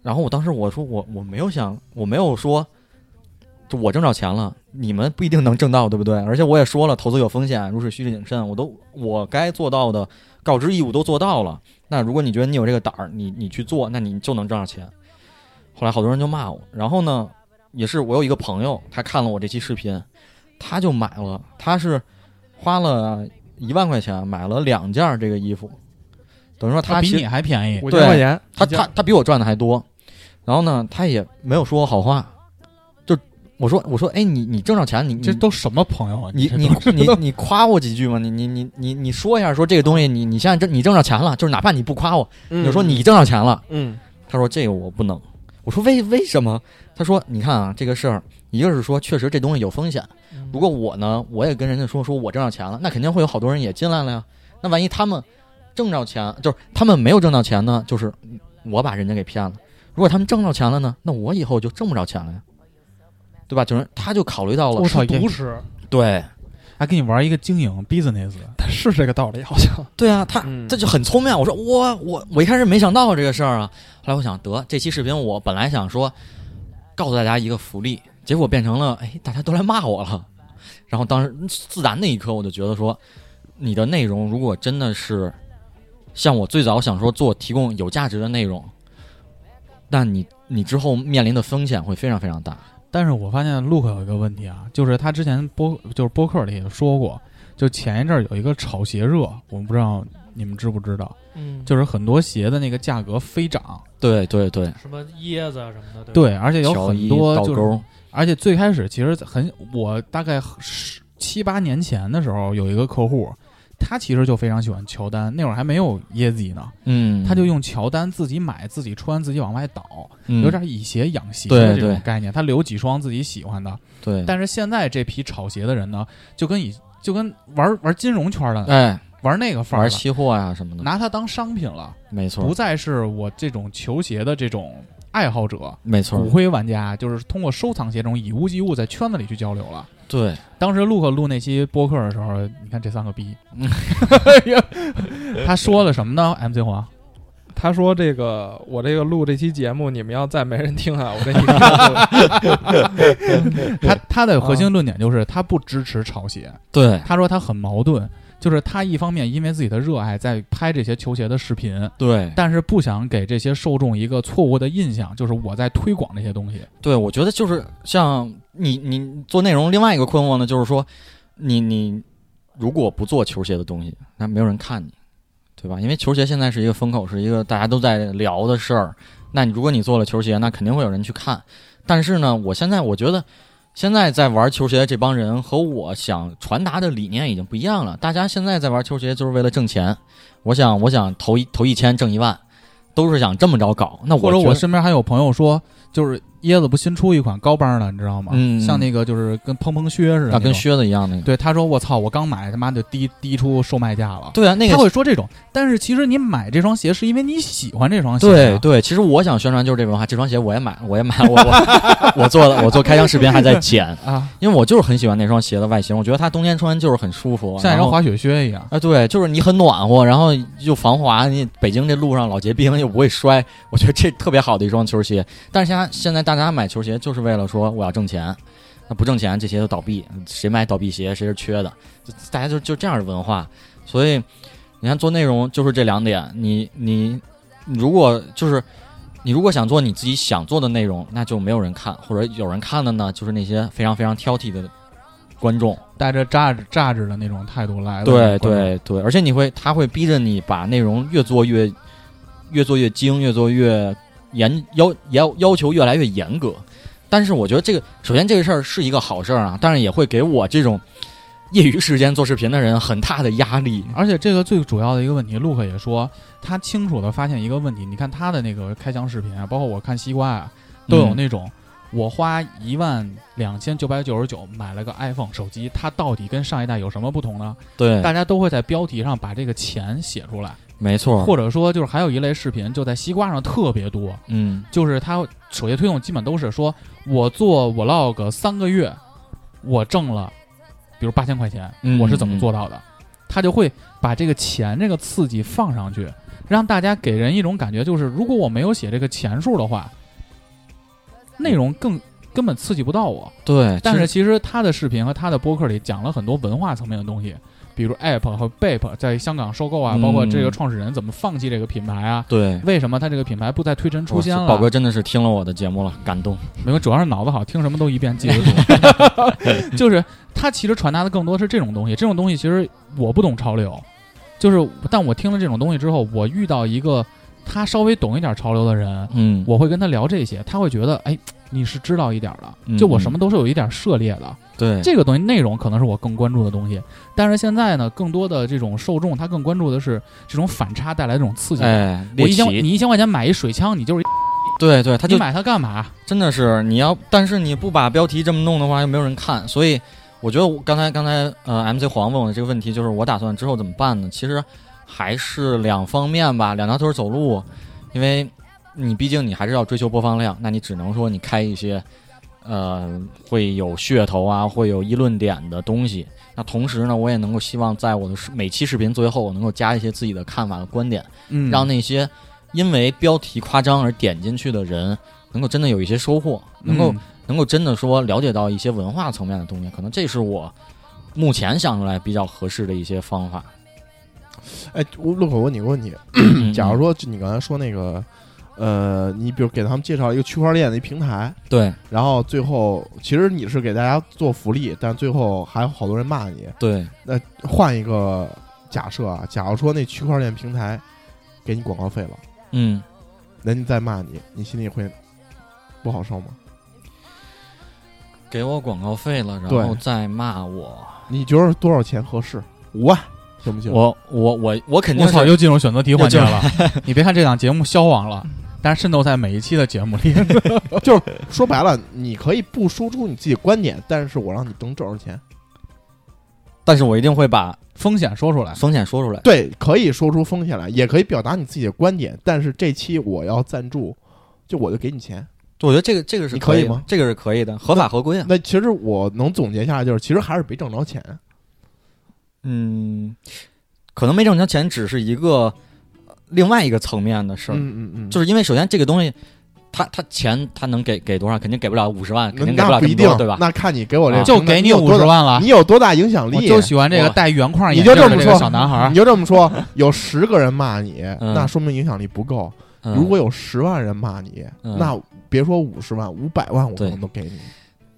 D: 然后我当时我说我我没有想我没有说，就我挣着钱了，你们不一定能挣到，对不对？而且我也说了，投资有风险，入市须谨慎，我都我该做到的告知义务都做到了。那如果你觉得你有这个胆儿，你你去做，那你就能挣到钱。后来好多人就骂我，然后呢，也是我有一个朋友，他看了我这期视频，他就买了，他是花了一万块钱买了两件儿这个衣服，等于说
B: 他
D: 他
B: 比
D: 其实
B: 你还便宜，
E: 啊五千
D: 对
E: 块钱，
D: 他
E: 一件
D: 他他比我赚的还多，然后呢，他也没有说我好话，就我说我说哎你你挣着钱你你
B: 这都什么朋友啊？
D: 你
B: 这
D: 你
B: (laughs) 都
D: 你你夸我几句嘛？你你你你你说一下，说这个东西你你现在挣你挣着钱了，就是哪怕你不夸我，
F: 嗯
D: 你就说你挣着钱了。
F: 嗯
D: 他说这个我不能。我说为为什么？他说你看啊，这个事儿，一个是说确实这东西有风险，
G: 嗯
D: 不过我呢，我也跟人家说说我挣着钱了，那肯定会有好多人也进来了呀。那万一他们挣着钱，就是他们没有挣到钱呢，就是我把人家给骗了。如果他们挣着钱了呢，那我以后就挣不着钱了呀，对吧？就是他就考虑到了
B: 我，操，
G: 毒
B: 也
G: 食，
D: 对，
B: 还给你玩一个经营 business，
E: 是这个道理，好像
D: 对啊，他
F: 嗯
D: 这就很聪明啊。我说我我我一开始没想到这个事儿啊，后来我想得这期视频我本来想说告诉大家一个福利，结果变成了哎大家都来骂我了。然后当时嗯自然那一刻我就觉得说，你的内容如果真的是像我最早想说做提供有价值的内容，那你你之后面临的风险会非常非常大。
B: 但是我发现 Look 有一个问题啊，就是他之前播就是播客里也说过，就前一阵儿有一个炒鞋热，我们不知道你们知不知道，
G: 嗯，
B: 就是很多鞋的那个价格飞涨，
D: 对对对，
G: 什么椰子啊什么的，吧
B: 对，而且有
D: 小
B: 很
D: 一
B: 多
D: 倒
B: 就是，
D: 钩，
B: 而且最开始其实很，我大概十七八年前的时候有一个客户，他其实就非常喜欢乔丹，那会儿还没有椰子呢，
D: 嗯，
B: 他就用乔丹自己买、自己穿、自己往外倒，
D: 嗯
B: 有点以鞋养鞋
D: 对
B: 的这
D: 对
B: 种概念，他留几双自己喜欢的。
D: 嗯对，
B: 但是现在这批炒鞋的人呢，就跟以就跟玩玩金融圈的，
D: 哎
B: 玩那个范儿了，
D: 玩期货呀、什么的，
B: 拿它当商品了，
D: 没错，
B: 不再是我这种球鞋的这种爱好者、
D: 没错
B: 骨，灰玩家，就是通过收藏鞋这种以物易物在圈子里去交流了。
D: 对，
B: 当时陆克录那期播客的时候，你看这三个
D: (laughs)
B: 逼，他说了什么呢？MC 黄，
E: (laughs) 他说这个我这个录这期节目，你们要再没人听啊，我这一个
B: 他他的核心论点
D: 啊
B: 就是他不支持炒鞋，
D: 对
B: 他说他很矛盾，就是他一方面因为自己的热爱在拍这些球鞋的视频，
D: 对
B: 但是不想给这些受众一个错误的印象，就是我在推广这些东西。
D: 对，我觉得就是像你你做内容，另外一个困惑呢，就是说你你如果不做球鞋的东西，那没有人看你，对吧？因为球鞋现在是一个风口，是一个大家都在聊的事儿。那你如果你做了球鞋，那肯定会有人去看。但是呢，我现在我觉得。现在在玩球鞋的这帮人和我想传达的理念已经不一样了。大家现在在玩球鞋就是为了挣钱，我想，我想投一投一千挣一万，都是想这么着搞。那我
B: 或者
D: 觉
B: 我
D: 得
B: 身边还有朋友说，就是椰子不新出一款高帮的，你知道吗？
D: 嗯
B: 像那个就是跟蓬蓬靴似的那
D: 啊，
B: 种，
D: 跟靴子一样那个。
B: 对他说我操，我刚买他妈就低低出售卖价了。
D: 对啊，那
B: 他
D: 个
B: 会说这种，但是其实你买这双鞋是因为你喜欢这双鞋、啊
D: 对，对，其实我想宣传就是这文化。这双鞋我也买，我也买，我我 (laughs) 我做的，我做开箱视频还在剪，
B: 啊，
D: 因为我就是很喜欢那双鞋的外形，我觉得它冬天穿就是很
B: (laughs)
D: 舒服。
B: 像一
D: 然
B: 双
D: 后
B: 滑雪靴一样。
D: 啊，对，就是你很暖和，然后又防滑。你北京这路上老结冰又不会摔，我觉得这特别好的一双球鞋。但是现在现在大家买球鞋就是为了说我要挣钱，那不挣钱，这鞋就倒闭，谁买倒闭鞋谁是缺的，就大家就就这样的文化。所以你看做内容就是这两点，你你你如果就是你如果想做你自己想做的内容，那就没有人看，或者有人看的呢，就是那些非常非常挑剔的观众。
B: 带着榨着榨着的那种态度来的。
D: 对对对，而且你会，他会逼着你把内容越做越，越做越精，越做越严要要要求越来越严格。但是我觉得这个，首先这个事儿是一个好事儿啊，但是也会给我这种业余时间做视频的人很大的压力。
B: 而且这个最主要的一个问题，陆克也说，他清楚的发现一个问题。你看他的那个开箱视频啊，包括我看西瓜啊，
D: 嗯
B: 都有那种。我花一万两千九百九十九买了个 iPhone 手机，它到底跟上一代有什么不同呢？
D: 对，
B: 大家都会在标题上把这个钱写出来，
D: 没错。
B: 或者说，就是还有一类视频，就在西瓜上特别多，
D: 嗯，
B: 就是它首页推送基本都是说我做 vlog 三个月，我挣了，比如八千块钱，
D: 嗯
B: 我是怎么做到的？他就会把这个钱这个刺激放上去，让大家给人一种感觉，就是如果我没有写这个钱数的话，内容更根本刺激不到我。
D: 嗯对，
B: 但
D: 就是
B: 其实他的视频和他的播客里讲了很多文化层面的东西，比如 App 和 Bap 在香港收购啊，
D: 嗯
B: 包括这个创始人怎么放弃这个品牌啊，
D: 对。
B: 为什么他这个品牌不再推陈出新
D: 哇
B: 了？
D: 宝哥真的是听了我的节目了，感动。
B: 没有，主要是脑子好，听什么都一遍记得住。(laughs)
D: (laughs)
B: 就是他其实传达的更多是这种东西，这种东西其实我不懂潮流，就是但我听了这种东西之后，我遇到一个他稍微懂一点潮流的人，
D: 嗯，
B: 我会跟他聊这些，他会觉得哎，你是知道一点的，
D: 嗯
B: 就我什么都是有一点涉猎的。
D: 对，
B: 这个东西内容可能是我更关注的东西，但是现在呢，更多的这种受众他更关注的是这种反差带来的这种刺激。
D: 哎，
B: 我
D: 猎
B: 一千
D: 奇
B: 你一千块钱买一水枪，你就是一
D: 对对，他
B: 你
D: 就
B: 买它干嘛？
D: 真的是你要，但是你不把标题这么弄的话，又没有人看，所以我觉得我刚才刚才呃，MC 黄问我的这个问题，就是我打算呃之后怎么办呢？其实还是两方面吧，两条腿走路，因为你毕竟你还是要追求播放量，那你只能说你开一些呃会有噱头啊，会有议论点的东西。那同时呢，我也能够希望在我的视每期视频最后，我能够加一些自己的看法和观点。
B: 嗯
D: 让那些因为标题夸张而点进去的人，能够真的有一些收获，能够、能够真的说了解到一些文化层面的东西，可能这是我目前想出来比较合适的一些方法。
F: 哎，我陆口问你个问题，
D: 嗯
F: 假如说就你刚才说那个，呃，你比如给他们介绍一个区块链的一平台，
D: 对
F: 然后最后其实你是给大家做福利，但最后还有好多人骂你。
D: 对，
F: 换一个假设啊，假如说那区块链平台给你广告费了，
D: 嗯，
F: 人家再骂你，你心里会不好受吗？
D: 给我广告费了，然
F: 对
D: 后再骂我，
F: 你觉得多少钱合适？五万行不行？
D: 我我我我肯定
B: 我
D: 是
B: 操，又进入选择题环节
D: 又
B: 了。 (laughs) 你别看这档节目消亡
F: (laughs)
B: 了，但是渗透在每一期的节目里。
F: 说白了，你可以不输出你自己观点，但是我让你能挣着钱。
D: 但是我一定会把
B: 风险说出来，
D: 风险说出来。
F: 对，可以说出风险来，也可以表达你自己的观点，但是这期我要赞助，就我就给你钱。
D: 我觉得这个这个是
F: 你可以
D: 的
F: 吗
D: 这个是可以的，合法合规啊。
F: 那其实我能总结下来，就是其实还是没挣着钱。
D: 嗯，可能没挣着钱只是一个呃另外一个层面的事儿。
F: 嗯嗯嗯，
D: 就是因为首先这个东西，他他钱他能给给多少？肯定给不了五十万，肯定给
F: 那
D: 了
F: 不
D: 这
F: 一
D: 么
F: 定
D: 多，，对吧？
F: 那看你给我这
D: 啊
B: (laughs)
F: 个
B: 就
F: 平台
B: 给你
F: 你有
B: 五
F: 多
B: 十
F: 大，
B: 万了
F: 你。有多啊大影响力？
B: 我就喜欢这个
D: 我
B: 戴圆框眼
F: 你
B: 镜
F: 就
B: 的
F: 这么
B: 这个
F: 说
B: 小男孩儿
F: 你。就这么说，有十个人骂你，
D: 嗯
F: 那说明影响力不够。
D: 嗯
F: 如果有十万人骂你，
D: 嗯
F: 那别说五十万、五百万，我可能
D: 对
F: 都给你。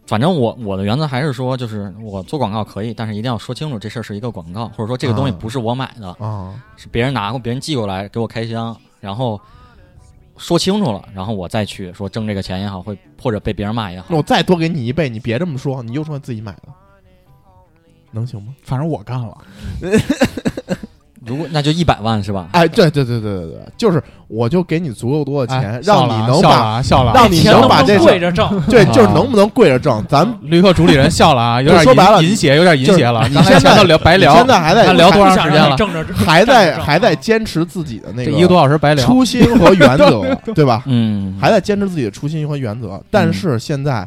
D: 反正我我的原则还是说，就是我做广告可以，但是一定要说清楚这事儿是一个广告，或者说这个东西
F: 啊
D: 不是我买的，
F: 啊，
D: 是别人拿过，别人寄过来给我开箱，然后说清楚了，然后我再去说挣这个钱也好，会或者被别人骂也
F: 那
D: 好，
F: 我再多给你一倍，你别这么说，你就说自己买的，能行吗？
B: 反正我干了，
D: 如果那就一百万是吧？
F: 哎，对对对对对对，就是我就给你足够多的钱，
B: 哎
F: 让
B: 笑了
F: 你
B: 啊
F: 能
B: 笑了
F: 把
B: 啊笑了啊，
F: 让你
G: 钱
F: 能
G: 能
F: 把
G: 不
F: 这
G: 能
F: 事
G: 跪着挣，
F: 对，
B: 啊
F: 就是能不能跪着挣？咱们
B: 旅客主理人笑了
F: (laughs)
B: 啊，有点
F: 就是说白了
B: 淫淫邪，有点淫邪了。
F: 你
B: 刚才
F: 现
B: 前
F: 在
B: 头聊白聊，
F: 现在还在
B: 他聊多
G: 不
B: 长
G: 想
B: 时间
G: 让
B: 了
G: 你？挣着，
F: 还
G: 挣
F: 在
G: 啊着
F: 还在坚持自己的那
B: 这一个多小时白聊。
F: 初心和原则，对吧？
D: 嗯，
F: 还在坚持自己的初心和原则，但是现在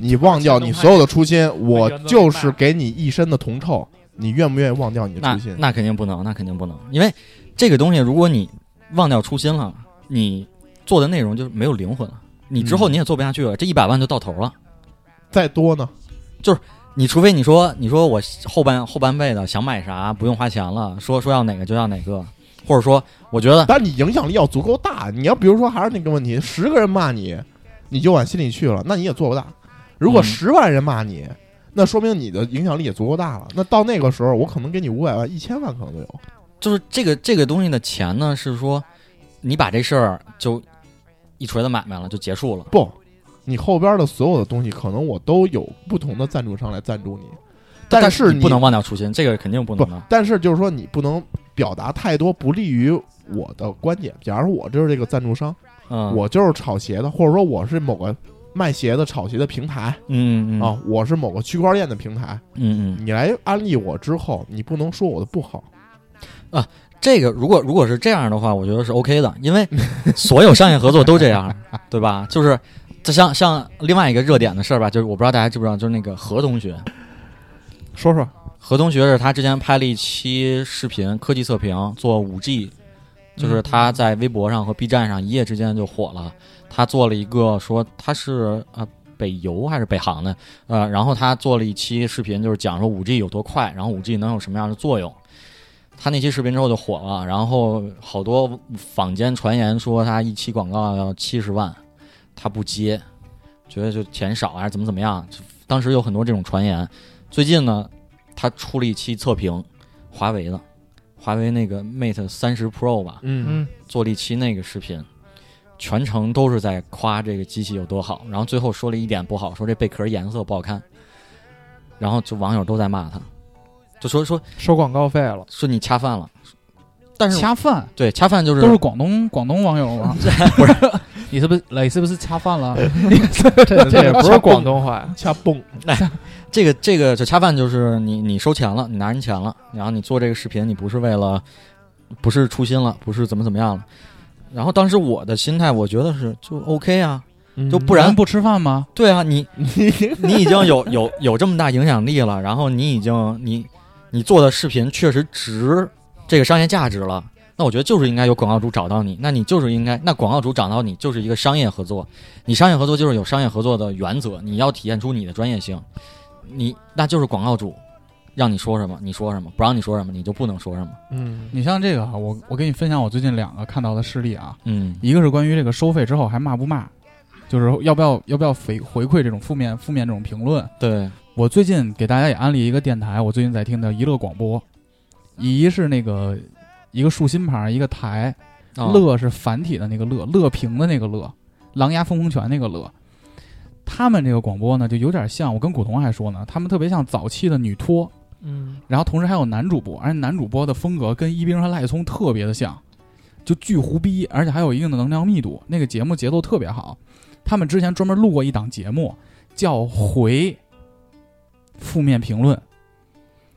F: 你忘掉你所有的初心，我就是给你一身的铜臭，你愿不愿意忘掉你的
D: 那
F: 初心？
D: 那肯定不能，那肯定不能，因为这个东西，如果你忘掉初心了，你做的内
F: 嗯
D: 容就没有灵魂了，你之后你也做不下去了，这一百万就到头了。
F: 再多呢？
D: 就是你除非你说你说我后半后半辈子想买啥不用花钱了，说说要哪个就要哪个，或者说我觉得
F: 但你影响力要足够大。你要比如说还是那个问题，十个人骂你，你就往心里去了，那你也做不大。如果
D: 嗯
F: 十万人骂你，那说明你的影响力也足够大了。那到那个时候，我可能给你五百万、一千万可能都有。
D: 就是这个这个东西的钱呢，是说你把这事儿就一锤子买卖了就结束了。
F: 不，你后边的所有的东西，可能我都有不同的赞助商来赞助你，但是
D: 你不能忘掉初心，这个肯定不
F: 不
D: 能啊的。，
F: 但是就是说你不能表达太多不利于我的观点。假如我就是这个赞助商，
D: 嗯，
F: 我就是炒鞋的，或者说我是某个卖鞋的、炒鞋的平台
D: 嗯嗯
F: 啊，我是某个区块链的平台，
D: 嗯嗯，
F: 你来安利我之后，你不能说我的不好。
D: 这个如果如果是这样的话，我觉得是 OK 的，因为所有商业合作都这样，对吧？就是就像像另外一个热点的事儿吧，就是我不知道大家知不知道，就是那个何同学，
E: (laughs) 说说
D: 何同学是他之前拍了一期视频科技测评，做五 G，就是他在微博上和 B 站上一夜之间就火了。他做了一个说他是啊、呃北邮还是北航的，呃，然后他做了一期视频，就是讲说五 G 有多快，然后五 G 能有什么样的作用。他那期视频之后就火了，然后好多坊间传言说他一期广告要七十万，他不接，觉得就钱少还是怎么怎么样。当时有很多这种传言。最近呢，他出了一期测评，华为的，华为那个 Mate 三十 Pro 吧，
F: 嗯
D: 做了一期那个视频，全程都是在夸这个机器有多好，然后最后说了一点不好，说这贝壳颜色不好看，然后就网友都在骂他，就说说
E: 收广告费了，
D: 说你恰饭了，但是
B: 恰饭
D: 对恰饭就是
B: 都是广东广东网友
F: (laughs)
B: 吗？ (laughs)
G: 你是不是你是不是恰饭了？
E: 这
F: 这
E: 也不
F: 不
E: 是
F: 是
E: 广东话呀，
F: 掐蹦，
D: 这个这个就恰饭就是你你收钱了，你拿人钱了，然后你做这个视频，你不是为了，不是初心了，不是怎么怎么样了。然后当时我的心态，我觉得是就 OK 啊，
E: 嗯
D: 就不然
B: 不吃饭吗？
D: 对啊， (laughs) 你你你已经有有有这么大影响力了，然后你已经你你做的视频确实值这个商业价值了。那我觉得就是应该有广告主找到你，那你就是应该，那广告主找到你就是一个商业合作，你商业合作就是有商业合作的原则，你要体现出你的专业性，你那就是广告主，让你说什么你说什么，不让你说什么你就不能说什么，
F: 嗯，
B: 你像这个啊，我我给你分享我最近两个看到的事例啊，
D: 嗯
B: 一个是关于这个收费之后还骂不骂，就是要不要要不要回回馈这种负面负面这种评论。
D: 对，
B: 我最近给大家也安利一个电台，我最近在听的娱乐广播，一是那个一个竖心旁一个台，
D: 啊
B: 乐是繁体的那个乐，乐平的那个乐，狼牙风风拳那个乐。他们这个广播呢，就有点像我跟古潼还说呢，他们特别像早期的女托，
E: 嗯，
B: 然后同时还有男主播，而且男主播的风格跟一冰和赖聪特别的像，就巨胡逼，而且还有一定的能量密度。那个节目节奏特别好，他们之前专门录过一档节目叫《回负面评论》，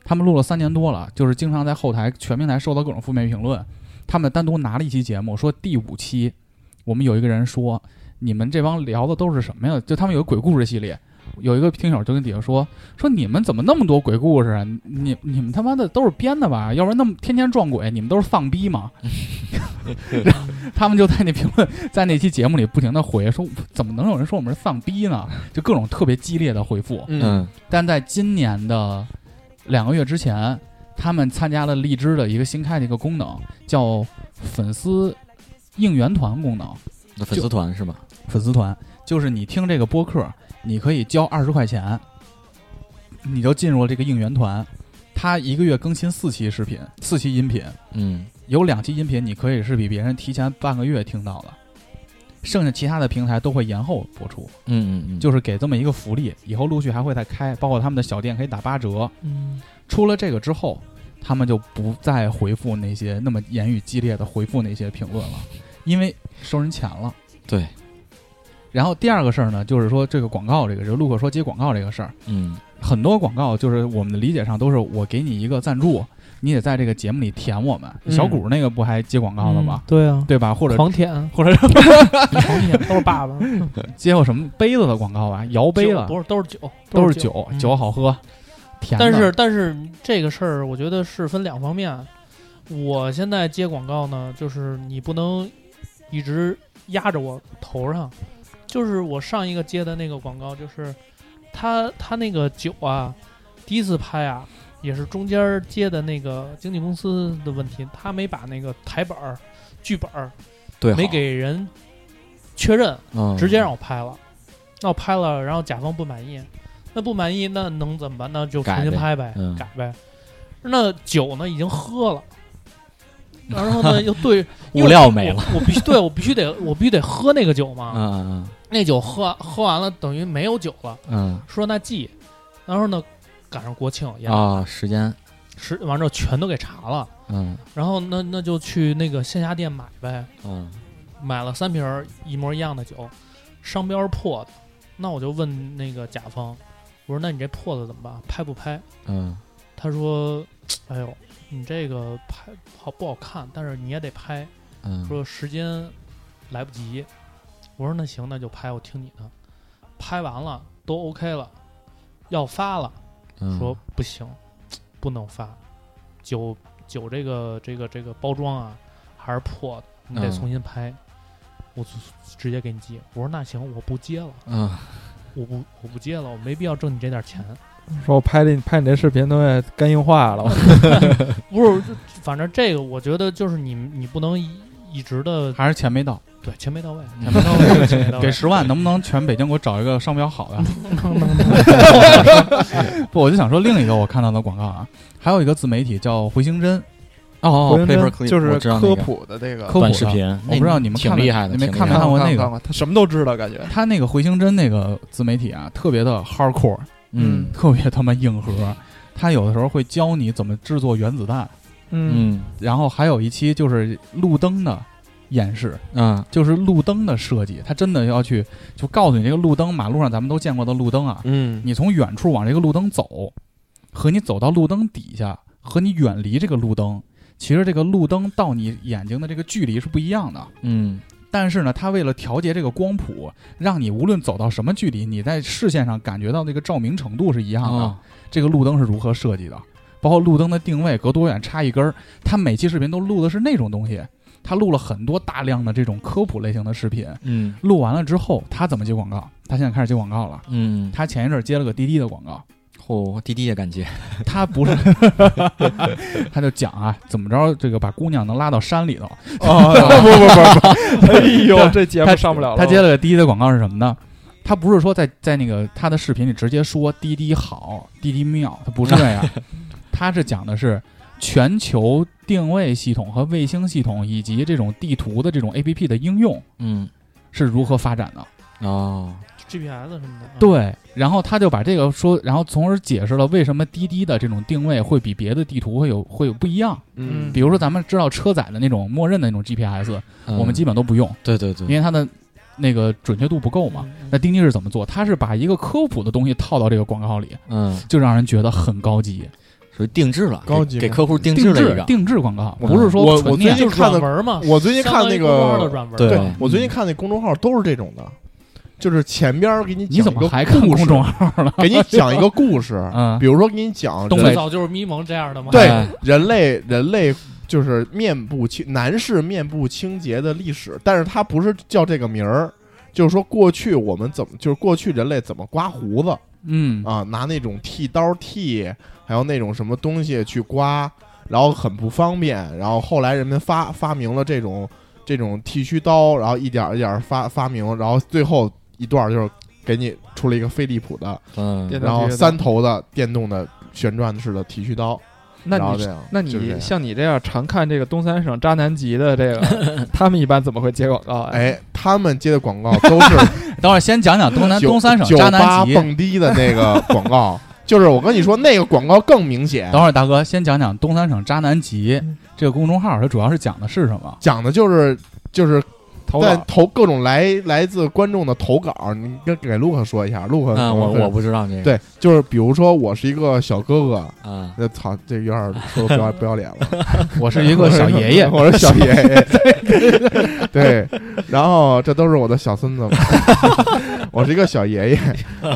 B: 他们录了三年多了，就是经常在后台全平台收到各种负面评论。他们单独拿了一期节目，说第五期我们有一个人说，你们这帮聊的都是什么呀？就他们有个鬼故事系列。有一个听友就跟底下说，说你们怎么那么多鬼故事啊？你你们他妈的都是编的吧？要不然那么天天撞鬼，你们都是丧逼吗？然后他们就在那评论，在那期节目里不停的回，说怎么能有人说我们是丧逼呢？就各种特别激烈的回复。
D: 嗯
B: 但在今年的两个月之前，他们参加了荔枝的一个新开的一个功能，叫粉丝应援团功能。
D: 那粉丝团是吧？
B: 粉丝团，就是你听这个播客，你可以交二十块钱，你就进入了这个应援团。他一个月更新四期视频，四期音频，
D: 嗯
B: 有两期音频你可以是比别人提前半个月听到的，剩下其他的平台都会延后播出，
D: 嗯嗯嗯，
B: 就是给这么一个福利。以后陆续还会再开，包括他们的小店可以打八折。
G: 嗯
B: 出了这个之后，他们就不再回复那些那么言语激烈的回复那些评论了，因为收人钱了。
D: 对，
B: 然后第二个事儿呢，就是说这个广告这个事儿，陆克说接广告这个事儿，
D: 嗯
B: 很多广告就是我们的理解上都是我给你一个赞助，你得在这个节目里舔我们。
F: 嗯
B: 小谷那个不还接广告了吗？
G: 对啊，
B: 对吧？或嗯者
G: 狂舔，啊
B: 或者
G: (laughs) 狂舔都是爸爸， (laughs)
B: 接过什么杯子的广告啊，摇杯
G: 酒
B: 子
G: 不是都是酒，
B: 都
G: 是
B: 是酒，酒好喝，甜的。
G: 但是但是这个事儿，我觉得是分两方面。啊我现在接广告呢，就是你不能一直压着我头上。就是我上一个接的那个广告，就是他他那个酒啊，第一次拍啊，也是中间儿接的那个经纪公司的问题，他没把那个台本儿、剧本儿
D: 对，
G: 没
D: 好，
G: 给人确认，
D: 嗯，
G: 直接让我拍了。那我拍了，然后甲方不满意，那不满意那能怎么办？那就重新
D: 改呗
G: 拍呗，
D: 嗯
G: 改呗。那酒呢已经喝了，然后呢又
D: (laughs)
G: 对
D: 物料没了，
G: 我，我必须对我必须得我必须得喝那个酒嘛。
D: 嗯
G: 那酒喝喝完了等于没有酒了，
D: 嗯
G: 说那记，然后呢赶上国庆
D: 嗯
G: 也
D: 啊，时间，
G: 是完之后全都给查了，
D: 嗯
G: 然后那那就去那个线下店买呗，
D: 嗯
G: 买了三瓶儿一模一样的酒，商标是破的，那我就问那个甲方，我说那你这破的怎么办？拍不拍？
D: 嗯
G: 他说，哎呦，你这个拍好不好看？但是你也得拍，
D: 嗯，
G: 说时间来不及。我说那行，那就拍，我听你的。拍完了都 OK 了，要发了，
D: 嗯
G: 说不行，不能发，酒酒这个这个这个包装啊还是破的，你得
D: 嗯
G: 重新拍。我就直接给你寄，我说那行，我不接了，
D: 嗯
G: 我不我不接了，我没必要挣你这点钱。
E: 说我拍的拍你这视频都快肝硬化了，
G: 不是，就反正这个我觉得就是你你不能一一直的
B: 还是钱没到，
G: 对钱没到位，
D: 嗯
G: 钱没到位，
B: (laughs)
G: 钱没到位
B: 给十万能不能全北京给我找一个商标好的？
G: 能能能
B: (laughs) 不，我就想说另一个我看到的广告啊，还有一个自媒体叫回形针，
D: 哦哦
E: 回
D: ，paper
E: 针
D: clip
E: 就是
D: 我知道那
E: 科
D: 个
E: 普的这个
B: 科普
D: 短
B: 的
D: 视频，
B: 我不知道你们
D: 挺
B: 看没
D: 厉害的，
B: 你们
D: 挺厉
B: 看没
D: 害的
B: 看过那个
E: 看他什么都知道，感觉
B: 他那个回形针那个自媒体啊，特别的 hardcore，
D: 嗯
B: 特别他妈硬核。他有的时候会教你怎么制作原子弹，
E: 嗯，
D: 嗯
B: 然后还有一期就是路灯的演示，
D: 嗯
B: 就是路灯的设计，他真的要去就告诉你这个路灯，马路上咱们都见过的路灯啊，
F: 嗯
B: 你从远处往这个路灯走，和你走到路灯底下，和你远离这个路灯，其实这个路灯到你眼睛的这个距离是不一样的。
D: 嗯
B: 但是呢，它为了调节这个光谱，让你无论走到什么距离，你在视线上感觉到那个照明程度是一样的。
D: 哦
B: 这个路灯是如何设计的，包括路灯的定位，隔多远插一根儿。它每期视频都录的是那种东西，他录了很多大量的这种科普类型的视频。
D: 嗯
B: 录完了之后，他怎么接广告？他现在开始接广告了。
D: 嗯，
B: 他前一阵儿接了个滴滴的广告，
D: 嚯，滴滴也敢接，
B: 他不是， (laughs) 他就讲啊，怎么着这个把姑娘能拉到山里头，
E: 哦， (laughs) 不不不不，哎呦，这节目上不了了，
B: 他接了个滴滴的广告是什么呢？他不是说在在那个他的视频里直接说滴滴好、滴滴妙，他不是这
E: (laughs)
B: 样，他是讲的是全球定位系统和卫星系统以及这种地图的这种 A P P 的应用
D: 嗯
B: 是如何发展的。
E: 嗯
D: 哦，
G: GPS 什么的，嗯，
B: 对，然后他就把这个说，然后从而解释了为什么滴滴的这种定位会比别的地图会有会有不一样。
F: 嗯
B: 比如说咱们知道车载的那种默认的那种 GPS，
D: 嗯
B: 我们基本都不用，
D: 对对
B: 因
D: 对，
B: 为它的那个准确度不
G: 嗯
B: 够
E: 嗯
B: 嘛。那钉钉是怎么做？它是把一个科普的东西套到这个广告里，
D: 嗯，
B: 就让人觉得很高级，
D: 属于定制了，
F: 高级
D: 给
F: 吗
D: 给客户定
B: 定
D: 了一
B: 制
D: 个，
B: 定制广告，
D: 嗯
B: 不是说
F: 我
B: 纯
F: 我
B: 念
F: 最
G: 就
F: 近
G: 是
F: 看
G: 软
F: 的，
G: 文嘛，
F: 嗯我最近
G: 相
F: 看
G: 当于
F: 那
G: 公众号的
F: 个，
G: 软文，
D: 对
E: 嗯
F: 对我最近看那公众号都是这种的，就是前边儿给你
B: 你
F: 讲
B: 怎
F: 一个
B: 么还看
F: 故
B: 公
F: 事，啊
B: 众号？
F: 给你讲一个故事，
B: 嗯
F: 比如说给你讲
B: 东
F: 人
B: 北
G: 最早就是咪蒙这样的嘛，
F: 对
D: 哎
F: 人类人类就是面部清男士面部清洁的历史，但是它不是叫这个名儿，就是说过去我们怎么就是过去人类怎么刮胡子 (laughs)
B: 嗯
F: 啊，拿那种剃刀剃，还有那种什么东西去刮，然后很不方便，然后后来人们发发明了这种这种剃须刀，然后一点儿一点儿发发明，然后最后一段儿就是给你出了一个飞利浦的，
D: 嗯
E: 电
F: 然
E: 动
F: 后
E: 剃须刀
F: 三头的电动的旋转式的剃须刀，
E: 那
F: 然后
E: 你
F: 这样，
E: 那
F: 就是这
E: 你
F: 样
E: 像你这样常看这个东三省渣男集的这个，他们一般怎么会接广告啊？
F: 哎，他们接的
B: (laughs)
F: 广告都是
B: 等会儿先讲讲东
F: (laughs)
B: 南
F: 酒
B: 东三省
F: 酒
B: 渣
F: 吧
B: 男集。
F: 蹦迪的那个广告，
B: (laughs)
F: 就是我跟你说那个广告更明显
B: 等，会儿大哥先讲讲东三省渣男集
F: 嗯
B: 这个公众号，它主要是讲的是什么？
F: 讲的就是就是
E: 投
F: 在
E: 稿
F: 投各种来来自观众的投稿，你跟给陆克说一下，
B: 啊
F: 陆克
D: 嗯，我我不知道这个，
F: 对，就是比如说我是一个小哥哥，
D: 啊，
F: 那操，这有点说的不要 (laughs) 不要脸了。
B: 我
F: (laughs)
B: 是一个小爷爷，
F: 我是小爷爷， (laughs) 对，然后这都是我的小孙子嘛， (laughs) 我是一个小爷爷，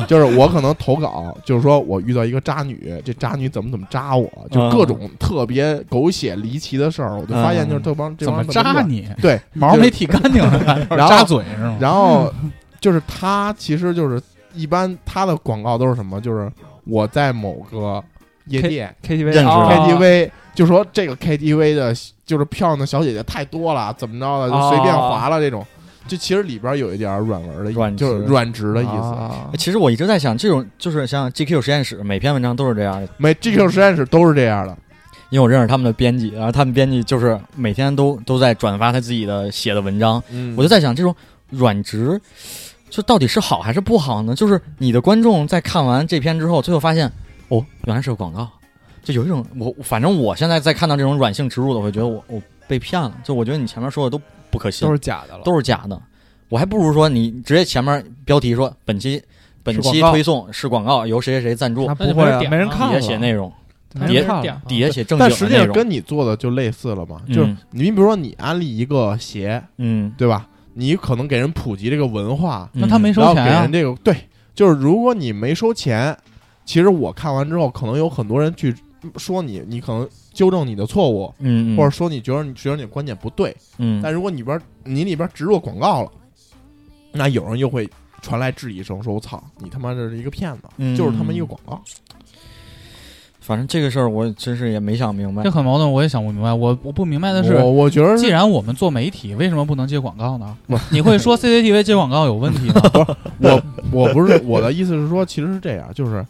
F: 就是我可能投稿，就是说我遇到一个渣女，这渣女怎么怎么渣我，就
D: 嗯
F: 各种特别狗血离奇的事儿，我就发现就是这帮这
B: 怎
F: 帮
B: 么
F: 人
B: 扎
F: 乱，
B: 你？
F: (laughs)
B: (laughs)
F: 对，
B: 毛没剃干净，
F: 然后
B: 扎嘴是吗？
F: 然后就是他其实就是一般他的广告都是什么？就是我在某个夜店
E: KTV
D: 认识
E: 哦
F: KTV，就说这个 KTV 的，就是漂亮的小姐姐太多了，怎么着的就随便划了这种。就其实里边有一点软文的意思，
D: 软
F: 就是
D: 直
F: 软直的意思。
E: 啊
D: 其实我一直在想，这种就是像 GQ 实验室，每篇文章都是这样的，
F: 每 GQ 实验室都是这样的，
D: 因为我认识他们的编辑，然后他们编辑就是每天都都在转发他自己的写的文章，
F: 嗯
D: 我就在想，这种软直，就到底是好还是不好呢？就是你的观众在看完这篇之后，最后发现，哦，原来是个广告，就有一种我反正我现在在看到这种软性植入的，我会觉得我我被骗了，就我觉得你前面说的都不可信，
E: 都是假的了，
D: 都是假的，我还不如说你直接前面标题说本期本期
E: 是广告
D: 推送是广告，由谁谁谁赞助
E: 那，
G: 那
E: 不
G: 就
E: 会
G: 没人
E: 啊，
G: 点
E: 没人
G: 了
E: 看
D: 底下
E: 了，
D: 写内容，
E: 没
D: 底
E: 人
D: 下
E: 看
G: 点儿嗯
E: 了，
D: 底下写正经
F: 但实
D: 的
F: 际
D: 内
F: 上
D: 容，
F: 跟你做的就类似了嘛。就是
D: 嗯
F: 你比如说你安利一个鞋，
D: 嗯，
F: 对吧？你可能给人普及这个文化，
B: 那他没收
F: 然后给
B: 钱啊
F: 人？这个对，就是如果你没收钱，其实我看完之后，可能有很多人去说你，你可能纠正你的错误，
D: 嗯，嗯，
F: 或者说你觉得你觉得你的观点不对。
D: 嗯，
F: 但如果你边你里边植入广告了，那有人又会传来质疑声，说我操，你他妈这是一个骗子，
D: 嗯
F: 就是他妈一个广告。
D: 反正这个事儿我真是也没想明白
B: 这，很矛盾，我也想不明白。我我不明白的是，
F: 我我觉得
B: 既然我们做媒体，为什嗯么不能接广告呢？你会说 CCTV 接广告有问 (laughs) 题吗？
F: 我我不是我的意思是说，其实是这样，就是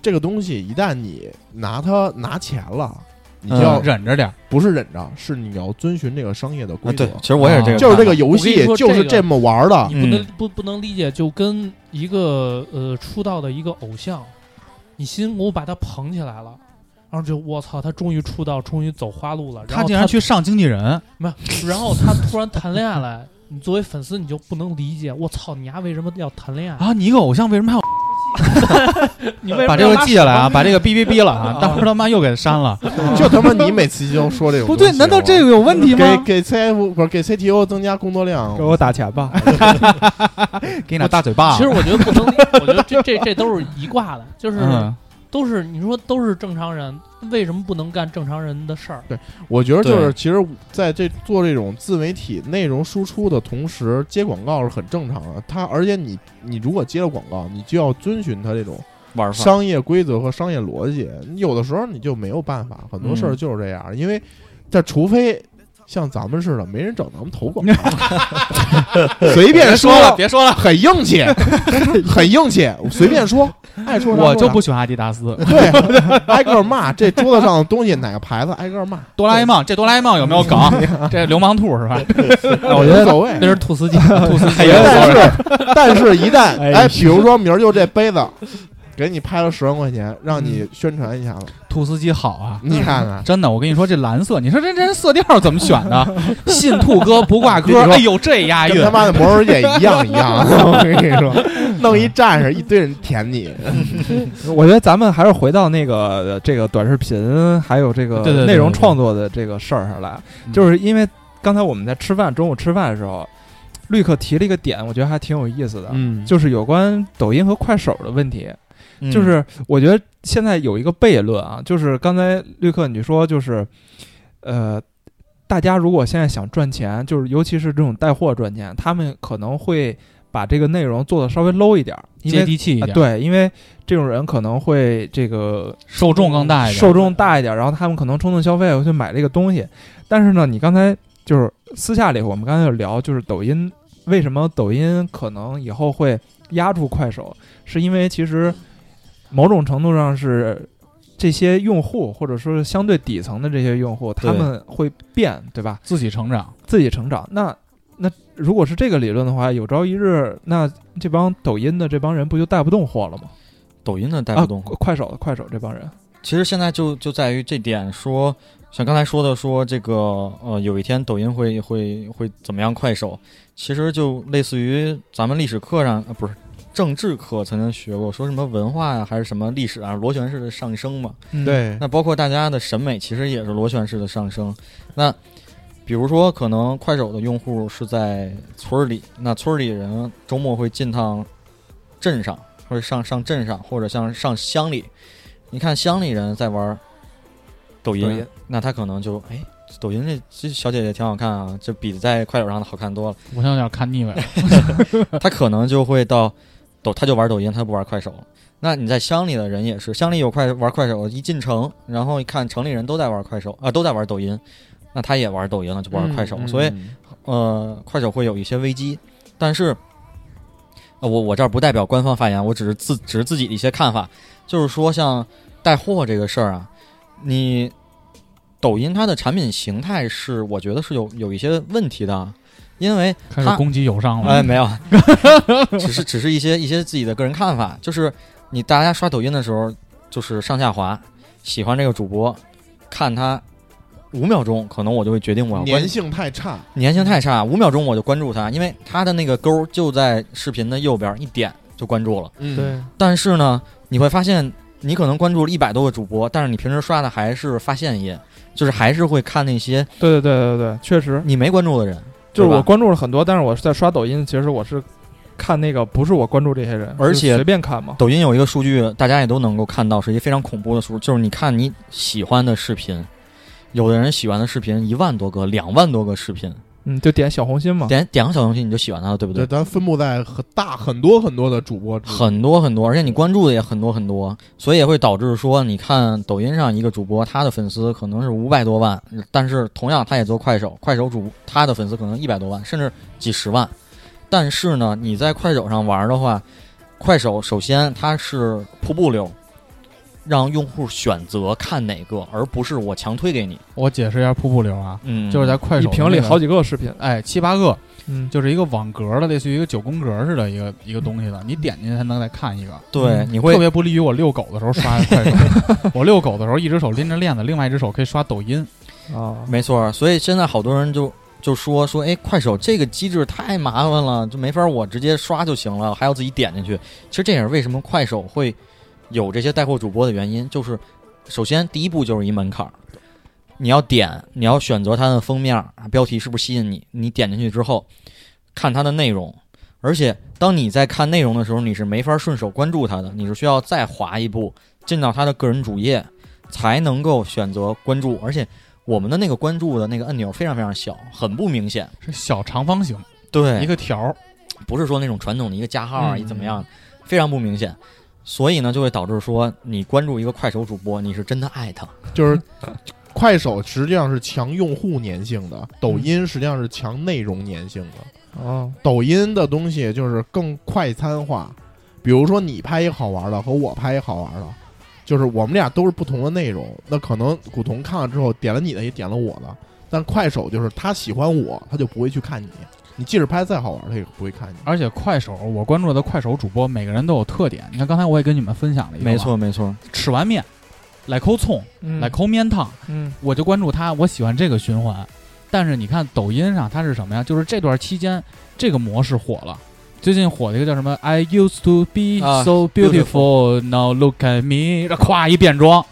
F: 这个东西一旦你拿它拿钱了，你就要、
D: 嗯
B: 忍着点儿，
F: 不是忍着，是你要遵循这个商业的
D: 啊
F: 规则。
D: 对，其实我也是这个看法，
F: 就是这个游
G: 我跟
F: 戏
G: 你说
F: 就是
G: 这个
F: 这么玩的
G: 你，不能
D: 嗯
G: 不不能理解，就跟一个呃出道的一个偶像，你辛苦把他捧起来了，然后就我操，他终于出道，终于走花路了，然
B: 他
G: 后
B: 竟然去上经纪人，
G: 没有，然后他突然谈恋爱了， (laughs) 你作为粉丝你就不能理解，我操，你丫为什么要谈恋爱？
B: 啊！你一个偶像为什么还 (laughs)
G: 你为什么
B: 要把这
G: 要
B: 个
G: 拉
B: 记下来啊？把这个哔哔哔了 (laughs) 啊！到时候他妈又给删 (laughs) 了，
F: 就他妈你每期都说这种
B: 不
F: 东西。
B: 对？难道这
F: 个
B: 个有问题
F: 给
B: 吗？
F: 给 CF 不是给 CTO 增加工作量
E: 给？我打钱吧，
B: 给你俩大嘴巴。啊
G: 其实我觉得不能理，我觉得这这这都是一挂的，就是、
B: 嗯，
G: 都是你说都是正常人，为什么不能干正常人的事儿？
F: 我觉得就
D: 对
F: 是，其实在这做这种自媒体内容输出的同时，接广告是很正常的。它而且你你如果接了广告，你就要遵循它这种
D: 玩法，
F: 商业规则和商业逻辑。有的时候你就没有办法，很多事儿
D: 嗯
F: 就是这样。因为但除非像咱们似的，没人找咱们投广告，随便说了，
B: 别说了，
F: 很硬气，很硬气，随便说，爱说啥
B: 我
F: 说
B: 就
F: 啥
B: 不喜欢阿迪达斯。
F: 对，挨个儿骂。这桌子上的东西哪个牌子，挨个儿骂，
B: (laughs) 哆啦 A 梦，这哆啦 A 梦有没有 (laughs) 梗？这流氓兔 (laughs) 是吧？
E: 我觉
F: 无
E: 得
F: 所谓。
G: 那是
B: (laughs)
G: 兔司机，
B: 兔司机，
F: 但是，但是，一旦
E: 哎
F: 哎，比如说明儿就这杯子，给你拍了十万块钱，让你宣传一下子，
B: 兔司机好啊！
F: 你看看，
B: 真的，我跟你说，这蓝色，你说这这色调怎么选 (laughs) 的？信兔哥不挂
F: 你
B: 科，
F: 说
B: 哎呦，这押韵
F: 跟他妈的魔兽世界一样一样。我跟你说， (laughs) 弄一战士，一堆人舔你，
E: 我觉得咱们还是回到那个呃这个短视频还有这个
B: 对对对
E: 内容
B: 对对
E: 创作的这个事儿上来
B: 嗯，
E: 就是因为刚才我们在吃饭，中午吃饭的时候，绿客提了一个点，我觉得还挺有意思的，
F: 嗯
E: 就是有关抖音和快手的问题。
D: 嗯
E: 就是我觉得现在有一个悖论啊，就是刚才绿客你说就是，呃，大家如果现在想赚钱，就是尤其是这种带货赚钱，他们可能会把这个内容做的稍微 low 一点儿，因
B: (laughs) 接
E: 为
B: 地气一
E: 啊
B: 点，，
E: 对，因为这种人可能会这个
B: 受众更大一点，
E: 受众大一点，然后他们可能冲动消费，我去买这个东西。但是呢，你刚才就是私下里我们刚才就聊，就是抖音为什么抖音可能以后会压住快手，是因为其实某种程度上是。这些用户，或者说是相对底层的这些用户，他
D: 对
E: 们会变，对吧？
B: 自己成长。
E: 自己成长。那那如果是这个理论的话，有朝一日，那这帮抖音的这帮人不就带不动货了吗？
D: 抖音的带不动
E: 啊，快快手的快手这帮人，
D: 其实现在就就在于这点说，像刚才说的说这个呃，有一天抖音会会会怎么样快手，其实就类似于咱们历史课上呃不是政治课曾经学过，说什么文化呀、还是什么历史啊螺旋式的上升嘛。
E: 嗯
F: 对，
D: 那包括大家的审美其实也是螺旋式的上升。那比如说，可能快手的用户是在村儿里，那村儿里人周末会进趟镇上，或者上上镇上，或者像上乡里。你看乡里人在玩抖音，
E: 抖音
D: 那他可能就哎，抖音这这小姐姐挺好看啊，这比在快手上的好看多了。
B: 我现在有点看腻歪了，
D: 他可能就会到抖他就玩抖音，他不玩快手。那你在乡里的人也是，乡里有快玩快手，一进城，然后一看城里人都在玩快手啊、都在玩抖音，那他也玩抖音了，就不玩快手。
F: 嗯
D: 所以呃，快手会有一些危机，但是，呃、我我这儿不代表官方发言，我只是自只是自己的一些看法，就是说像带货这个事儿啊，你抖音它的产品形态是我觉得是有有一些问题的，啊因为
B: 开始
D: 他
B: 攻击友商了。
D: 哎，没有， (laughs) 只是只是一些一些自己的个人看法，就是你大家刷抖音的时候，就是上下滑，喜欢这个主播，看他五秒钟，可能我就会决定我要关
F: 粘性太差，
D: 粘性太差，五秒钟我就关注他，因为他的那个勾就在视频的右边，一点就关注了。
F: 嗯，
G: 对，
D: 但是呢，你会发现，你可能关注了一百多个主播，但是你平时刷的还是发现页，就是还是会看那些
E: 对对对对对，确实，
D: 你没关注的人，
E: 就
D: 对
E: 是
D: 吧
E: 我关注了很多，但是我是在刷抖音，其实我是看那个不是我关注这些人，
D: 而且
E: 就随便看嘛。
D: 抖音有一个数据，大家也都能够看到，是一个非常恐怖的数，就是你看你喜欢的视频，有的人喜欢的视频一万多个、两万多个视频，
E: 嗯，就点小红心嘛。
D: 点点个小东西你就喜欢它了，对不
F: 对，
D: 对？
F: 咱分布在很大很多很多的主播之
D: 嗯很多很多，而且你关注的也很多很多，所以也会导致说，你看抖音上一个主播，他的粉丝可能是五百多万，但是同样他也做快手，快手主他的粉丝可能一百多万，甚至几十万。但是呢，你在快手上玩的话，快手首先它是瀑布流，让用户选择看哪个，而不是我强推给你。
B: 我解释一下瀑布流啊，
D: 嗯，
B: 就是在快
E: 一
B: 手
E: 屏里
B: 那个
E: 好几个视频，
B: 哎七八个，
E: 嗯，
B: 就是一个网格的，类似于一个九宫格似的一个一个东西的，你点进去才能再看一个。
D: 对，你会
B: 特别不利于我遛狗的时候刷快
D: (laughs)
B: 手。我遛狗的时候，一只手拎着链子，另外一只手可以刷抖音。
E: 啊，
D: 没错儿，所以现在好多人就就说说，哎，快手这个机制太麻烦了，就没法儿我直接刷就行了，还要自己点进去。其实这也是为什么快手会有这些带货主播的原因，就是首先第一步就是一门槛儿，你要点，你要选择它的封面儿标题是不是吸引你，你点进去之后看它的内容。而且，当你在看内容的时候，你是没法儿顺手关注它的，你是需要再滑一步，进到它的个人主页，才能够选择关注。而且，我们的那个关注的那个按钮非常非常小，很不明显。
B: 是小长方形，
D: 对
B: 一个条儿，
D: 不是说那种传统的一个加号啊，
B: 嗯
D: 一怎么样，非常不明显。所以呢，就会导致说你关注一个快手主播，你是真的爱他。
F: 就是快手实际上是强用户粘性的，抖音实际上是强内容粘性的。
E: 啊，
F: 抖音的东西就是更快餐化，比如说你拍一好玩的和我拍一好玩的，就是我们俩都是不同的内容，那可能古潼看了之后点了你的也点了我的，但快手就是他喜欢我，他就不会去看你，你即使拍再好玩，他也不会看你。
B: 而且快手，我关注的快手主播每个人都有特点。你看刚才我也跟你们分享了一个，，，
D: 没错。
B: 吃完面来抠葱，
E: 嗯
B: 来抠面烫，
E: 嗯，
B: 我就关注他，我喜欢这个循环。但是你看抖音上它是什么呀？就是这段期间这个模式火了。最近火的一个叫什么？I used to be
D: 啊
B: so beautiful,、now look at me。这咵一变装，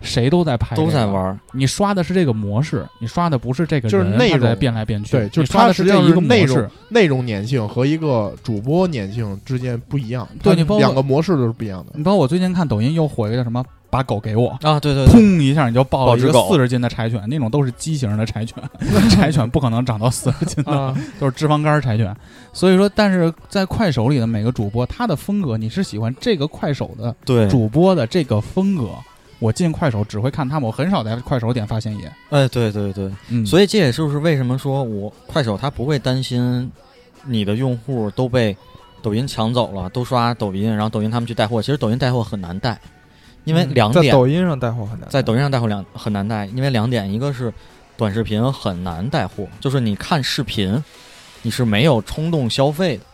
B: 谁都在拍、
D: 都在。玩儿，
B: 你刷的是这个模式，你刷的不是这个人，
F: 就是内
B: 他在
F: 容
B: 变来变去。
F: 对就是
B: 你刷
F: 它
B: 的
F: 实际
B: 这
F: 上
B: 一
F: 是
B: 个模
F: 内
B: 式。
F: 内容粘性和一个主播粘性之间不一样，
B: 对
F: 它
B: 你包括
F: 两个模式都是不一样的。
B: 你包括我最近看抖音又火一个叫什么？把狗给我。
D: 啊，对对对，
B: 砰一下，你就抱了一个
D: 抱只狗
B: 四十斤的柴犬，那种都是畸形的柴犬， (laughs) 柴犬不可能长到四十斤的，
E: 啊，
B: 都是脂肪肝儿柴犬。所以说，但是在快手里的每个主播，他的风格你是喜欢这个快手的
D: 对
B: 主播的这个风格。我进快手只会看他们，我很少在快手点发现页。
D: 哎，对对对，
B: 嗯，
D: 所以这也就是为什么说我快手它不会担心你的用户都被抖音抢走了，都刷抖音，然后抖音他们去带货。其实抖音带货很难带，因为
E: 嗯
D: 两
E: 在
D: 点，
E: 抖音上带货很难，
D: 在抖音上带货两很难带，因为两点，一个是短视频很难带货，就是你看视频，你是没有冲动消费的，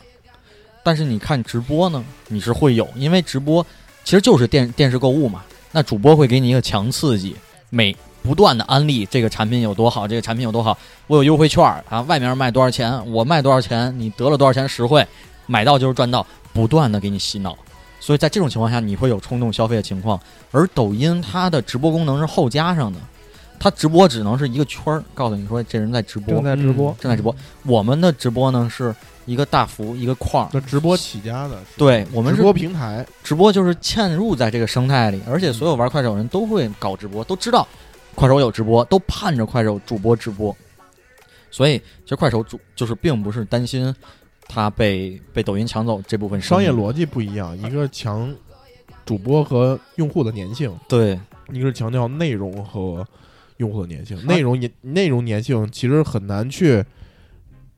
D: 但是你看直播呢，你是会有，因为直播其实就是电电视购物嘛，那主播会给你一个强刺激，每不断的安利这个产品有多好，这个产品有多好，我有优惠券儿啊，外面卖多少钱，我卖多少钱，你得了多少钱实惠，买到就是赚到，不断的给你洗脑。所以在这种情况下，你会有冲动消费的情况，而抖音它的直播功能是后加上的，它直播只能是一个圈儿，告诉你说这人在直播
E: 正，在直播，
D: 正在直播。我们的直播呢是一个大幅一个框儿，
F: 这直播起家的，
D: 对我
F: 我
D: 们
F: 直
D: 是
F: 播平台，
D: 直播就是嵌入在这个生态里，而且所有玩快手人都会搞直播，都知道快手有直播，都盼着快手主播直播。所以，其实快手主就是并不是担心他被被抖音抢走这部分
F: 商业
D: 逻
F: 逻辑不一样，一个强主播和用户的粘性，
D: 对
F: 一个是强调内容和用户的粘性。内容粘内容粘性其实很难去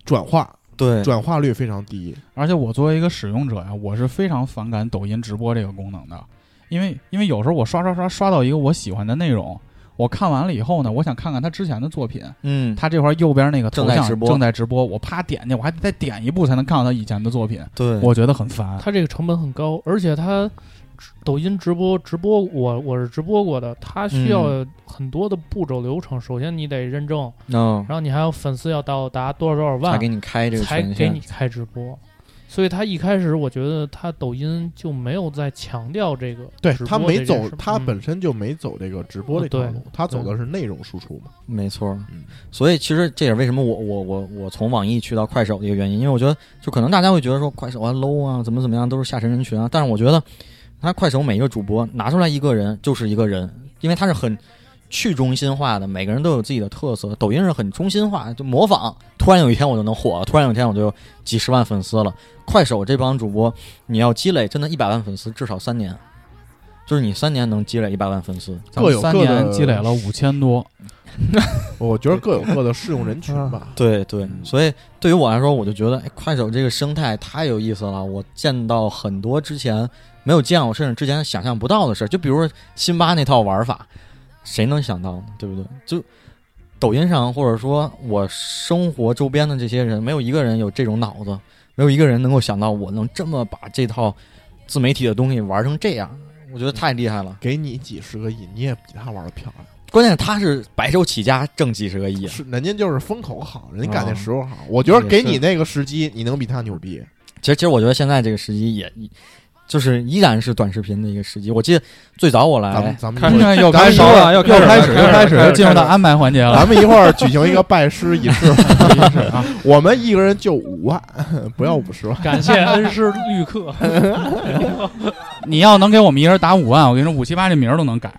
F: 转化，
D: 对
F: 转化率非常低。
B: 而且我作为一个使用者呀，我是非常反感抖音直播这个功能的，因为因为有时候我刷刷刷刷到一个我喜欢的内容，我看完了以后呢，我想看看他之前的作品，
D: 嗯，
B: 他这块右边那个头
D: 正
B: 像
D: 在直播
B: 在直播我啪点进，我还得再点一步才能看到他以前的作品，
D: 对
B: 我觉得很
D: 啊
B: 烦。
G: 它这个成本很高，而且它直抖音直播直播我我是直播过的，它需要很多的步骤流程。首先你得认证，
D: 嗯，
G: 然后你还有粉丝要到达多少多少
D: 他
G: 万
D: 给你开这个
G: 才
D: 权
G: 给你
D: 限，
G: 开直播。所以它一开始我觉得它抖音就没有在强调这个
F: 对
G: 直播
F: 他
G: 这
F: 没
G: 件
F: 走
G: 事，
F: 他
G: 嗯哦
F: 本身就没走这个直播这条
G: 对
F: 路，他走
G: 对
F: 的是内容输出嘛。
D: 没错
F: 嗯。
D: 所以其实这也是为什么我我我我从网易去到快手的一个原因，因为我觉得就可能大家会觉得说快手啊 low 啊怎么怎么样都是下沉人群啊，但是我觉得他快手每一个主播拿出来一个人就是一个人，因为他是很。去中心化的，每个人都有自己的特色。抖音是很中心化，就模仿。突然有一天我就能火了，突然有一天我就几十万粉丝了。快手这帮主播，你要积累真的一百万粉丝，至少三年，就是你三年能积累一百万粉丝。
B: 咱们
F: 各有
B: 三
F: 各的
B: 年积累了五千多，
F: 我觉得各有各的适用人群
G: (laughs)
F: 吧。
G: 啊
D: 对对，
F: 嗯
D: 所以对于我来说，我就觉得、哎、快手这个生态太有意思了。我见到很多之前没有见过，甚至之前想象不到的事儿，就比如说辛巴那套玩法，谁能想到呢？对不对？就抖音上，或者说我生活周边的这些人，没有一个人有这种脑子，没有一个人能够想到我能这么把这套自媒体的东西玩成这样，我觉得太厉害了。
F: 给你几十个亿，你也比他玩的漂亮。
D: 关键他是白手起家挣几十个亿啊，
F: 是，人家就是风口好，人家赶那
D: 啊
F: 时候好。我觉得
D: 也
F: 给
D: 是
F: 你那个时机，你能比他牛逼。
D: 其实，其实我觉得现在这个时机也，就是依然是短视频的一个时机。我记得最早
G: 哎
D: 我
F: 咱们
D: 来，
F: 咱们
E: 开
F: 一会儿
E: 始
B: 又
F: 咱
B: 开始
F: 们
E: 了又
B: 又
E: 开始了
B: 开始
E: 开始
B: 又开始
E: 了
B: 又进入到
E: 开始了
B: 安排环节
D: 啊
B: 了
F: 咱。们一块儿举行一个拜师仪式
B: 啊，
F: 我们一个人就五万，不要五十万。
G: 感谢
B: (laughs)
G: 恩师绿客，
B: 你要能给我们一人打五万，我跟你说，五七八这名儿都能改。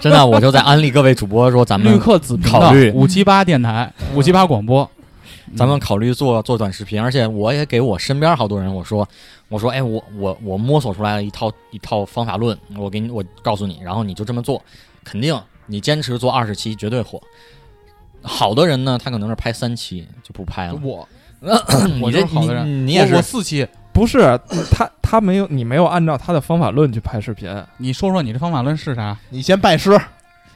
D: 真的我就在安利各位主播说，咱
B: 绿
D: 们
B: 客子频
D: 考
B: 道
D: 虑
B: 五七八电台、五七八广播，
D: 咱们考虑做做短视频，而且我也给我身边好多人我说，我说，哎，我我我摸索出来了一套一套方法论，我给你我告诉你，然后你就这么做，肯定你坚持做二十期绝对火。好的人呢，他可能是拍三期就不拍了。
B: 我我
D: 你
B: 就
D: 这
B: 是好的人，
D: 你你也
B: 我我
D: 是
B: 四期。
E: 不是他他没有你没有按照他的方法论去拍视频，
B: 你说说你这方法论是啥？
F: 你先拜师，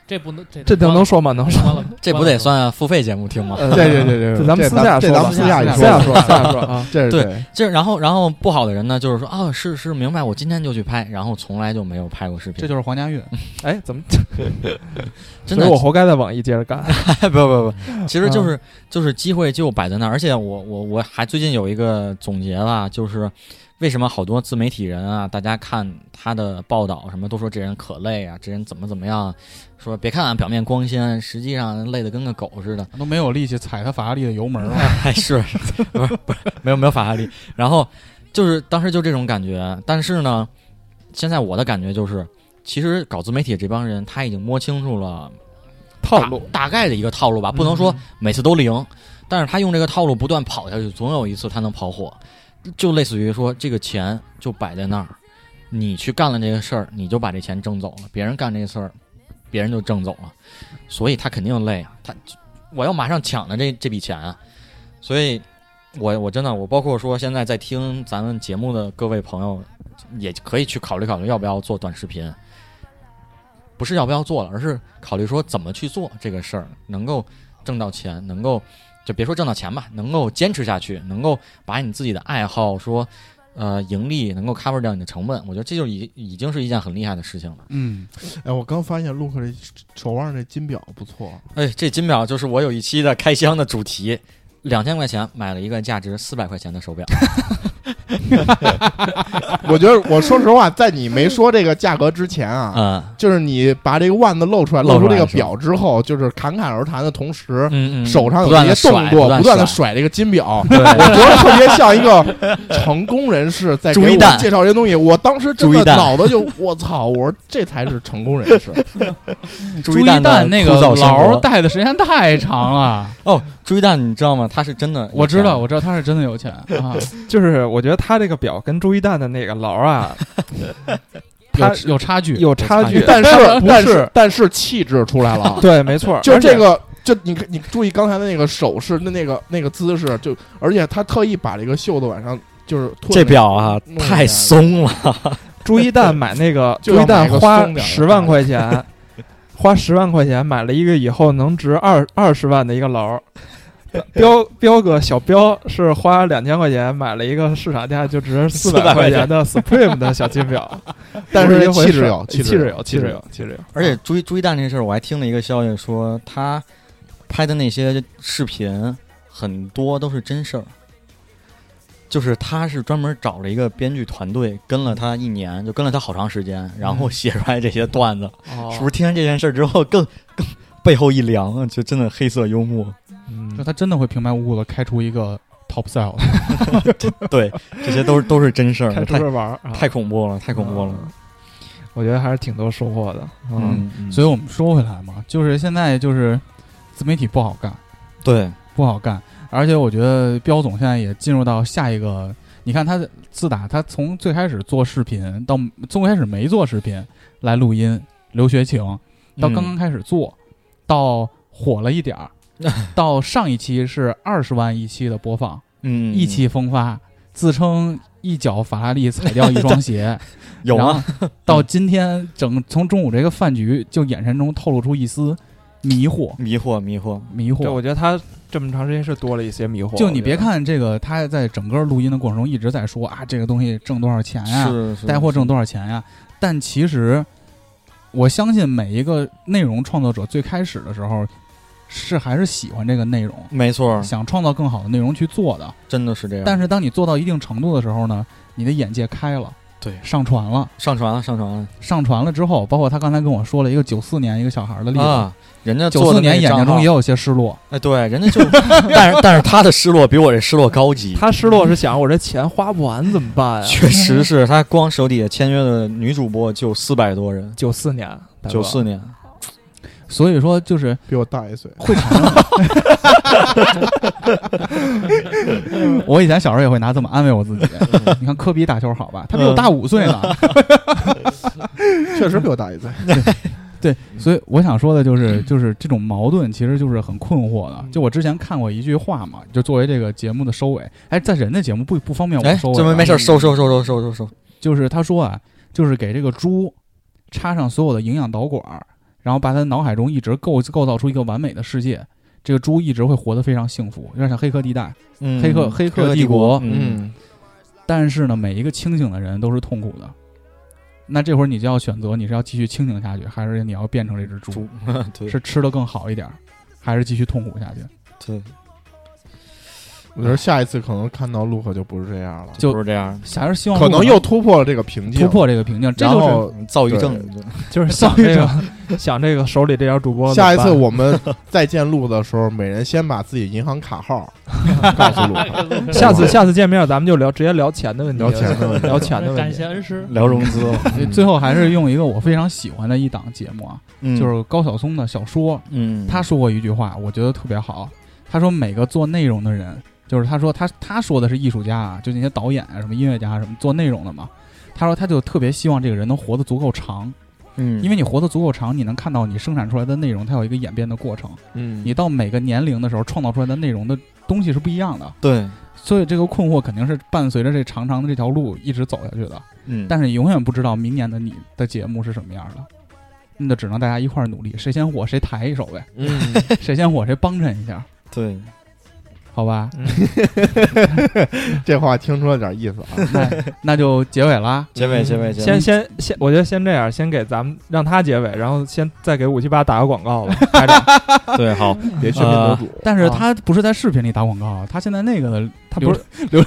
G: 这不能这
E: 这都能说
G: (laughs)
E: 吗？能说？
G: 关了，
D: 这不得算付费节目听吗？
E: 对
F: 对对对对，
E: 这咱们
F: 嗯这
E: 私下
F: 这
E: 说
F: 咱
E: 吧
F: 们私下里
E: 私 (laughs) 下
F: 说
E: 说，
F: 吧
E: 私下 (laughs) 说啊。
F: 这是
D: 对这然后然后不好的人呢，就是说啊、是是明白，我今天就去拍，然后从来就没有拍过视频，
B: 这就是黄
D: (laughs)
B: 家韵。
E: 哎，怎么？
D: 真
E: 所
D: 的
E: 以我活该在网易接着干。
D: 不不不，其实就是、就是机会就摆在那儿，而且我我我还最近有一个总结吧，就是为什么好多自媒体人啊，大家看他的报道什么都说这人可累啊，这人怎么怎么样，说别看啊表面光鲜，实际上累得跟个狗似的，
B: 都没有力气踩他法拉利的油门了。
D: (laughs) 哎，是，不是不是，没有没有法拉利。然后就是当时就这种感觉，但是呢，现在我的感觉就是，其实搞自媒体这帮人他已经摸清楚了
E: 套
D: 大
E: 路，
D: 大概的一个套路吧，啊不能
G: 嗯
D: 说每次都零，但是他用这个套路不断跑下去，总有一次他能跑火，就类似于说这个钱就摆在那儿，你去干了这个事儿，你就把这钱挣走了，别人干这个事儿，别人就挣走了，所以他肯定累啊，他我要马上抢了这这笔钱啊，所以我我真的我包括说现在在听咱们节目的各位朋友，也可以去考虑考虑要不要做短视频。不是要不要做了，而是考虑说怎么去做这个事儿，能够挣到钱，能够就别说挣到钱吧，能够坚持下去，能够把你自己的爱好说呃盈利，能够 cover 掉你的成本，我觉得这就已已经是一件很厉害的事情了。
B: 嗯，
F: 哎，我刚发现陆克这手腕上这金表不错，
D: 哎，这金表就是我有一期的开箱的主题，两千块钱买了一个价值四百块钱的手表，
F: (laughs) 我觉得我说实话，在你没说这个价格之前啊，
D: (laughs) 嗯
F: 就是你把这个腕子露出来，
D: 露出来
F: 露出这个
D: 是吧
F: 表之后，就是侃侃而谈的同时，
D: 嗯嗯，
F: 手上
D: 不
F: 有
D: 断
F: 一
D: 的
F: 些动作，不断
D: 断
F: 的
D: 地。
F: 甩这个金表，
D: 对，
F: 我觉得特别像一个 (laughs) 成功人士在给
D: 朱一
F: 我
D: 蛋
F: 介绍这些东西。我当时真
D: 朱
F: 的
D: 一蛋
F: 脑子就我操，我说这才是成功人士。
D: 朱
B: 一
D: 一
B: 嗯蛋那
D: 那
B: 个劳带的时间太长了，
D: (laughs) 哦，朱一蛋，你知道吗？他是真的，
B: 我知道，我知道他是真的有钱啊，
D: (laughs)
E: 就是我觉得他这个表跟朱一蛋的那个劳啊
B: 有
E: 他
B: 有差距，
E: (laughs) 有差距，
F: 但是
E: 不
F: 但
E: 是？
F: 但是气质出来了，
E: 对，没错，
F: 就
E: 而且
F: 这个。就你看，你注意刚才的那个手势，那那个那个姿势，就而且他特意把这个袖子往上就是拓
D: 这
F: 那个
D: 表啊
F: 弄一下
D: 太松了，
E: 朱一蛋买那个
F: 就
E: 朱
F: 要
E: 一蛋
F: 买个松
E: 花
F: 点儿的
E: 十万块钱，花十万块钱买了一个以后能值二二十万的一个劳。彪彪哥小彪是花两千块钱买了一个市场价就值四百
D: 400
E: 块
D: 块
E: 钱
D: 钱
E: 的 Supreme 的小金表，
F: 但是
E: 不一
F: 这
E: 回
F: 气
E: 事
F: 质
E: 儿
F: 有
E: 气
F: 气
E: 质
F: 质
E: 有
F: 有
E: 气
F: 气
E: 质
F: 质
E: 有
F: 有
E: 气质有，
D: 而
B: 啊
D: 且朱一朱一蛋这事儿，我还听了一个消息说，他拍的那些视频很多都是真事儿，就是他是专门找了一个编剧团队跟了他一年，就跟了他好长时间，然
B: 嗯
D: 后写出来这些段子，
B: 哦
D: 是不是？听完这件事儿之后更更背后一凉，就真的黑色
B: (laughs)
D: 幽默，
B: 就
E: 嗯，
B: 他真的会平白无故的开出一个 top
D: (laughs)
B: sale，
D: 对，这些都是都是真事
E: 开
D: 儿，
E: 出
D: 太
E: 去玩儿啊
D: 太恐怖了，太恐怖
B: 啊
D: 了，
E: 嗯我觉得还是挺多收获的，嗯，
D: 嗯，嗯
B: 所以我们说回来嘛，就是现在就是自媒体不好干，
D: 对，
B: 不好干，而且我觉得彪总现在也进入到下一个，你看他自打他从最开始做视频到从开始没做视频来录音《留学情》，
D: 嗯
B: 到刚刚开始做，到火了一点
D: (laughs)
B: 儿，到上一期是二十万一期的播放，
D: 嗯，
B: 意气风发，自称一脚法拉利踩掉一双鞋，
D: (laughs) 有
B: 然
D: 啊，
B: 后到今天整从中午这个饭局就眼神中透露出一丝迷惑，
D: 迷惑迷惑，
B: 迷
E: 对，
B: 惑。
E: 我觉得他这么长时间是多了一些迷惑，
B: 就
E: 我
B: 你
E: 觉
B: 别
E: 得，
B: 看这个，他在整个录音的过程中一直在说啊，这个东西挣多少钱哎呀、
D: 是是
B: 带货挣
D: 是
B: 多少钱呀、但其实，我相信每一个内容创作者最开始的时候，是还是喜欢这个内容，
D: 没错，
B: 想创造更好的内容去做的。
D: 真的是这样。
B: 但是当你做到一定程度的时候呢，你的眼界开了，
D: 对
B: 上传了，
D: 上传了，上传了
B: 上传了之后，包括他刚才跟我说了一个九四年一个小孩的例子，
D: 啊！人家
B: 九
D: 做
B: 四、
D: 的那
B: 年
D: 个
B: 眼
D: 账
B: 睛中
D: 号
B: 也有些失落，
D: 哎，对，人家就，但是但是他的失落比我这失落高级，
E: 他失落是想我这钱花不完怎么办啊呀？
D: 确
B: 嗯
D: 实是他光手底下签约的女主播就四百多人，
E: 九四年，大哥
D: 九
E: (laughs)
D: 四年，
B: 所以说就是
F: 比我大一岁。
B: 会产生。 (laughs) 我以前小时候也会拿这么安慰我自己。
D: 嗯
B: (laughs) 你看科比打球好吧，他比我大五岁呢。
F: 确实比我大一岁。
B: 对， (laughs) 所以我想说的就是，
D: 嗯
B: 就是这种矛盾其实就是很困惑的。就我之前看过一句话嘛，就作为这个节目的收尾，哎，在人的节目不不方便我
D: 哎，
B: 收尾
D: 这
B: 吧，
D: 没没事儿，收收收收收收收，
B: 就是他说啊，就是给这个猪插上所有的营养导管儿，然后把它脑海中一直构构造出一个完美的世界，这个猪一直会活得非常幸福，有点像黑客地带。
D: 嗯，
B: 黑客黑
D: 黑
B: 客
D: 客
B: 帝
D: 国
B: 国，
D: 嗯，
B: 但是呢，每一个清醒的人都是痛苦的。那这会儿你就要选择，你是要继续清醒下去，还是你要变成这只猪？
D: 主对
B: 是吃的更好一点儿，还是继续痛苦下去？
D: 对，
F: 我觉得下一次可能看到陆克就不是这样了，
B: 就
D: 不是这样
B: 还是希望
F: 可能
B: 陆
F: 又突破了这个瓶颈，
B: 突破这个瓶颈，这
F: 然
B: 就是
F: 后
D: 的，躁郁症，
E: 就是
B: 躁
E: 想
B: 郁 (laughs)
E: 这个，哎想这个手里这条主播。
F: 下一次我们再见陆的时候，每人先把自己银行卡号告
G: 嗯
F: 诉陆克。
E: 下次下次见面，咱们就聊直接聊钱的问题，
F: 聊钱的问题
E: 聊钱的问
G: 感
E: 题
G: 谢。恩师，
D: 聊融资了，
B: 最后还是用一个我非常喜欢的一档节目啊，
D: 嗯
B: (laughs) 就是高晓松的小说。
D: 嗯，
B: 他说过一句话，我觉得特别好。他说每个做内容的人，就是他说他他说的是艺术家啊，就那些导演啊、什么音乐家啊、什么做内容的嘛。他说他就特别希望这个人能活得足够长，
D: 嗯，
B: 因为你活得足够长，你能看到你生产出来的内容它有一个演变的过程。
F: 嗯
B: 你到每个年龄的时候，创造出来的内容的东西是不一样的，
D: 对，
B: 所以这个困惑肯定是伴随着这长长的这条路一直走下去的。
D: 嗯，
B: 但是你永远不知道明年的你的节目是什么样的，那就只能大家一
D: (laughs)
B: 块儿努力，谁先火谁抬一手呗，
F: 嗯，
B: 谁先火谁帮衬一下。
D: 对，
B: 好吧？
F: 这话听出了点意思
B: (laughs)
F: 啊。
D: (laughs)
B: 那就结尾啦。
D: 结尾结尾结尾，
E: 先先先，我觉得先这样，先给咱们让他结尾，然后先再给五七八打个广 (laughs) 告吧。台长
D: 对好，
F: 别全民博主，
B: 但是
D: 啊
B: 他不是在视频里打广告，他现在那个的，他不是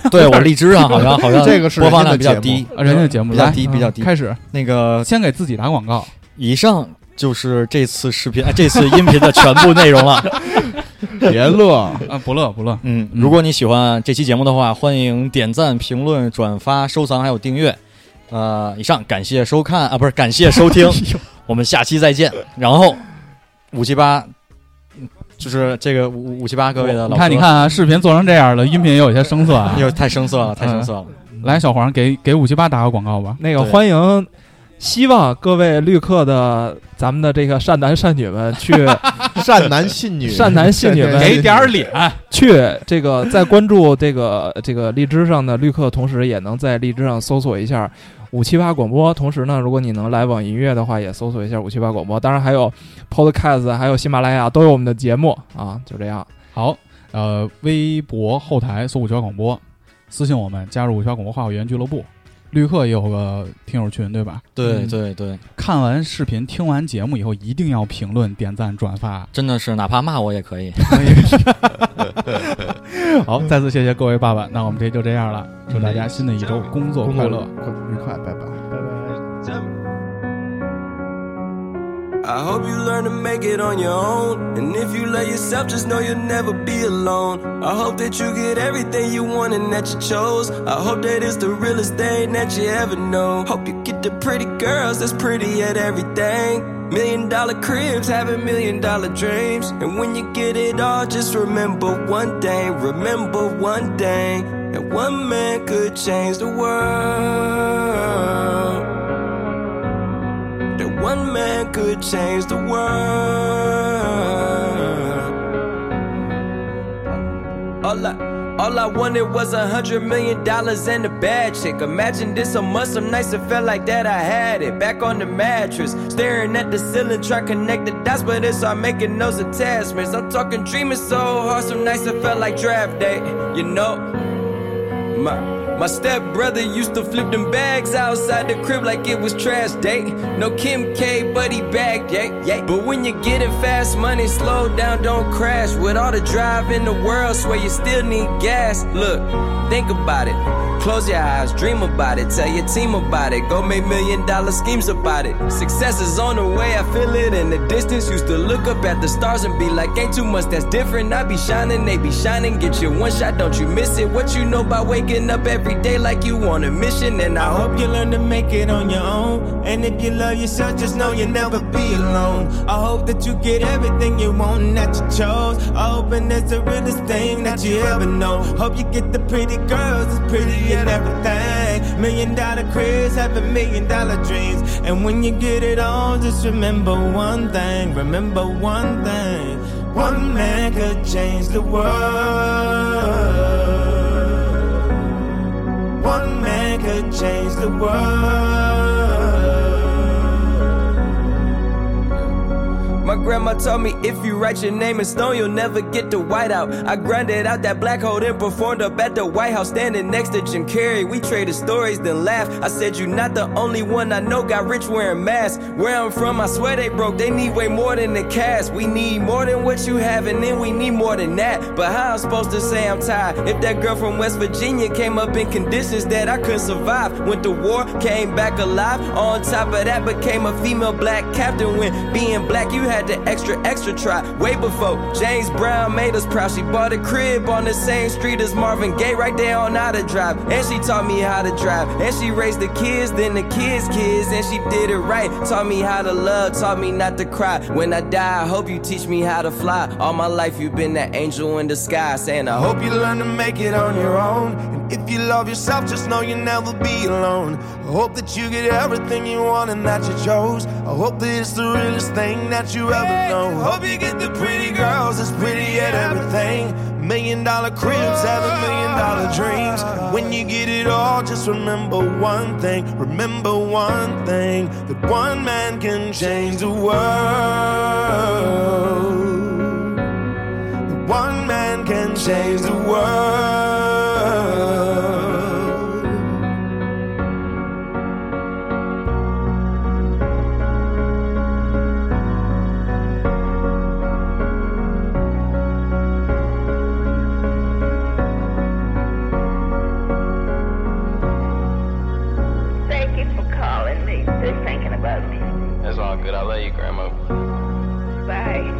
D: 对我荔枝上好像
B: (laughs)
D: 好像
F: 这个是
D: 播放量
F: 人
D: 比
F: 家
D: 较
F: 的节
D: 低，
F: 目
B: 啊人家的节目
D: 比较
B: 来
D: 低
B: 嗯
D: 比较低
B: 开始
D: 那个
B: 先给自己打广
D: (laughs)
B: 告，
D: 以上就是这次视频、哎、 (laughs) 这次音频的全部内容
B: (laughs)
D: 了。
F: 别乐，
B: 啊，不乐不乐，
D: 嗯，
B: 嗯
D: 如果你喜欢这期节目的话，欢迎点赞、评论、转发、收藏还有订阅。呃，以上感谢收看啊，不是感谢
B: (laughs)
D: 收
B: 哎
D: 听，我们下期再见。然后五七八，就是这个五五七八各位的
B: 你
D: 老
B: 看
D: 哥哎
B: 你，看啊，视频做成这样了，音频也有些生涩
D: (laughs)
B: 啊。
D: 又太生涩了，太生涩了。
B: 来，小黄给给五七八打个广告吧。
E: 那个
D: 对
E: 欢迎，希望各位绿客的咱们的这个善男善女们去 (laughs)
F: 善男信女，
E: 善男信
F: (laughs)
E: 女们
F: 善男信
B: 给点儿脸，
E: 去这个在关注这个这个荔枝上的绿客，同时也能在荔枝上搜索一下五七八广播。同时呢，如果你能来网易音乐的话，也搜索一下五七八广播。当然还有 Podcast，还有喜马拉雅都有我们的节目啊。就这样，
B: 好，呃，微博后台搜五七八广播，私信我们加入五七八广播话务员俱乐部。绿客也有个听友群，对吧？
D: 对
B: 嗯
D: 对对，
B: 看完视频、听完节目以后，一定要评论、点赞、转发。
D: 真的是哪怕骂我也可以。
B: 好，再次谢谢各位爸爸，那我们这就这样了，祝大家新的一周工作
F: 工
B: 快
F: 作
B: 乐。
F: 愉快，拜拜。
I: I hope you learn to make it on your own. And if you love yourself, just know you'll never be alone. I hope that you get everything you want and that you chose. I hope that it's the realest thing that you ever know. Hope you get the pretty girls that's pretty at everything. Million dollar cribs, having million dollar dreams. And when you get it all, just remember one thing. Remember one thing. That one man could change the world that one man could change the world. All I, all I wanted was a hundred million dollars and a bad chick. Imagine this on must some nights it felt like that I had it. Back on the mattress, staring at the ceiling, trying to connect the dots, but it's all making those attachments. I'm talking dreaming so hard, some nights it felt like draft day. You know, my my stepbrother used to flip them bags outside the crib like it was trash day. No Kim K, buddy bag, yeah, yeah. But when you're getting fast money, slow down, don't crash. With all the drive in the world, swear you still need gas. Look, think about it. Close your eyes, dream about it. Tell your team about it. Go make million dollar schemes about it. Success is on the way, I feel it in the distance. Used to look up at the stars and be like, ain't too much that's different. I be shining, they be shining. Get your one shot, don't you miss it. What you know about waking up every day like you on a mission. And I
H: I
I: hope
H: hope you learn to make it on your own. And if you love yourself, just know you'll never be alone. I hope that you get everything you want and that you chose. I hope and that's the realest thing that you ever know. Hope you get the pretty girls, it's pretty at everything. Million dollar careers, having million dollar dreams. And when you get it all, just remember one thing. Remember one thing. One man could change the world. One man could change the world.
I: My grandma told me if you write your name in stone, you'll never get the whiteout. I grinded out that black hole, then performed up at the White House, standing next to Jim Carrey. We traded stories, then laughed. I said, You're not the only one I know got rich wearing masks. Where I'm from, I swear they broke. They need way more than the cash. We need more than what you have, and then we need more than that. But how I'm supposed to say I'm tired if that girl from West Virginia came up in conditions that I couldn't survive? Went to war, came back alive. On top of that, became a female black captain when being black, you had the extra, extra try. Way before James Brown made us proud, she bought a crib on the same street as Marvin Gaye, right there on how to drive. And she taught me how to drive. And she raised the kids, then the kids' kids. And she did it right. Taught me how to love, taught me not to cry. When I die, I hope you teach me how to fly. All my life, you've been that angel in the sky, saying, I
H: I
I: hope.
H: hope you learn to make it on your own. And if you love yourself, just know you'll never be alone. I hope that you get everything you want and that you chose. I hope that it's the realest thing that you ever know. Hope you get the pretty girls that's pretty at everything. Million dollar cribs, have a million dollar dreams. When you get it all, just remember one thing. Remember one thing that one man can change the world. One man can
J: change the world.
K: Thank you for calling me. They're thinking about me.
I: It's all good. I love you, Grandma.
K: Bye.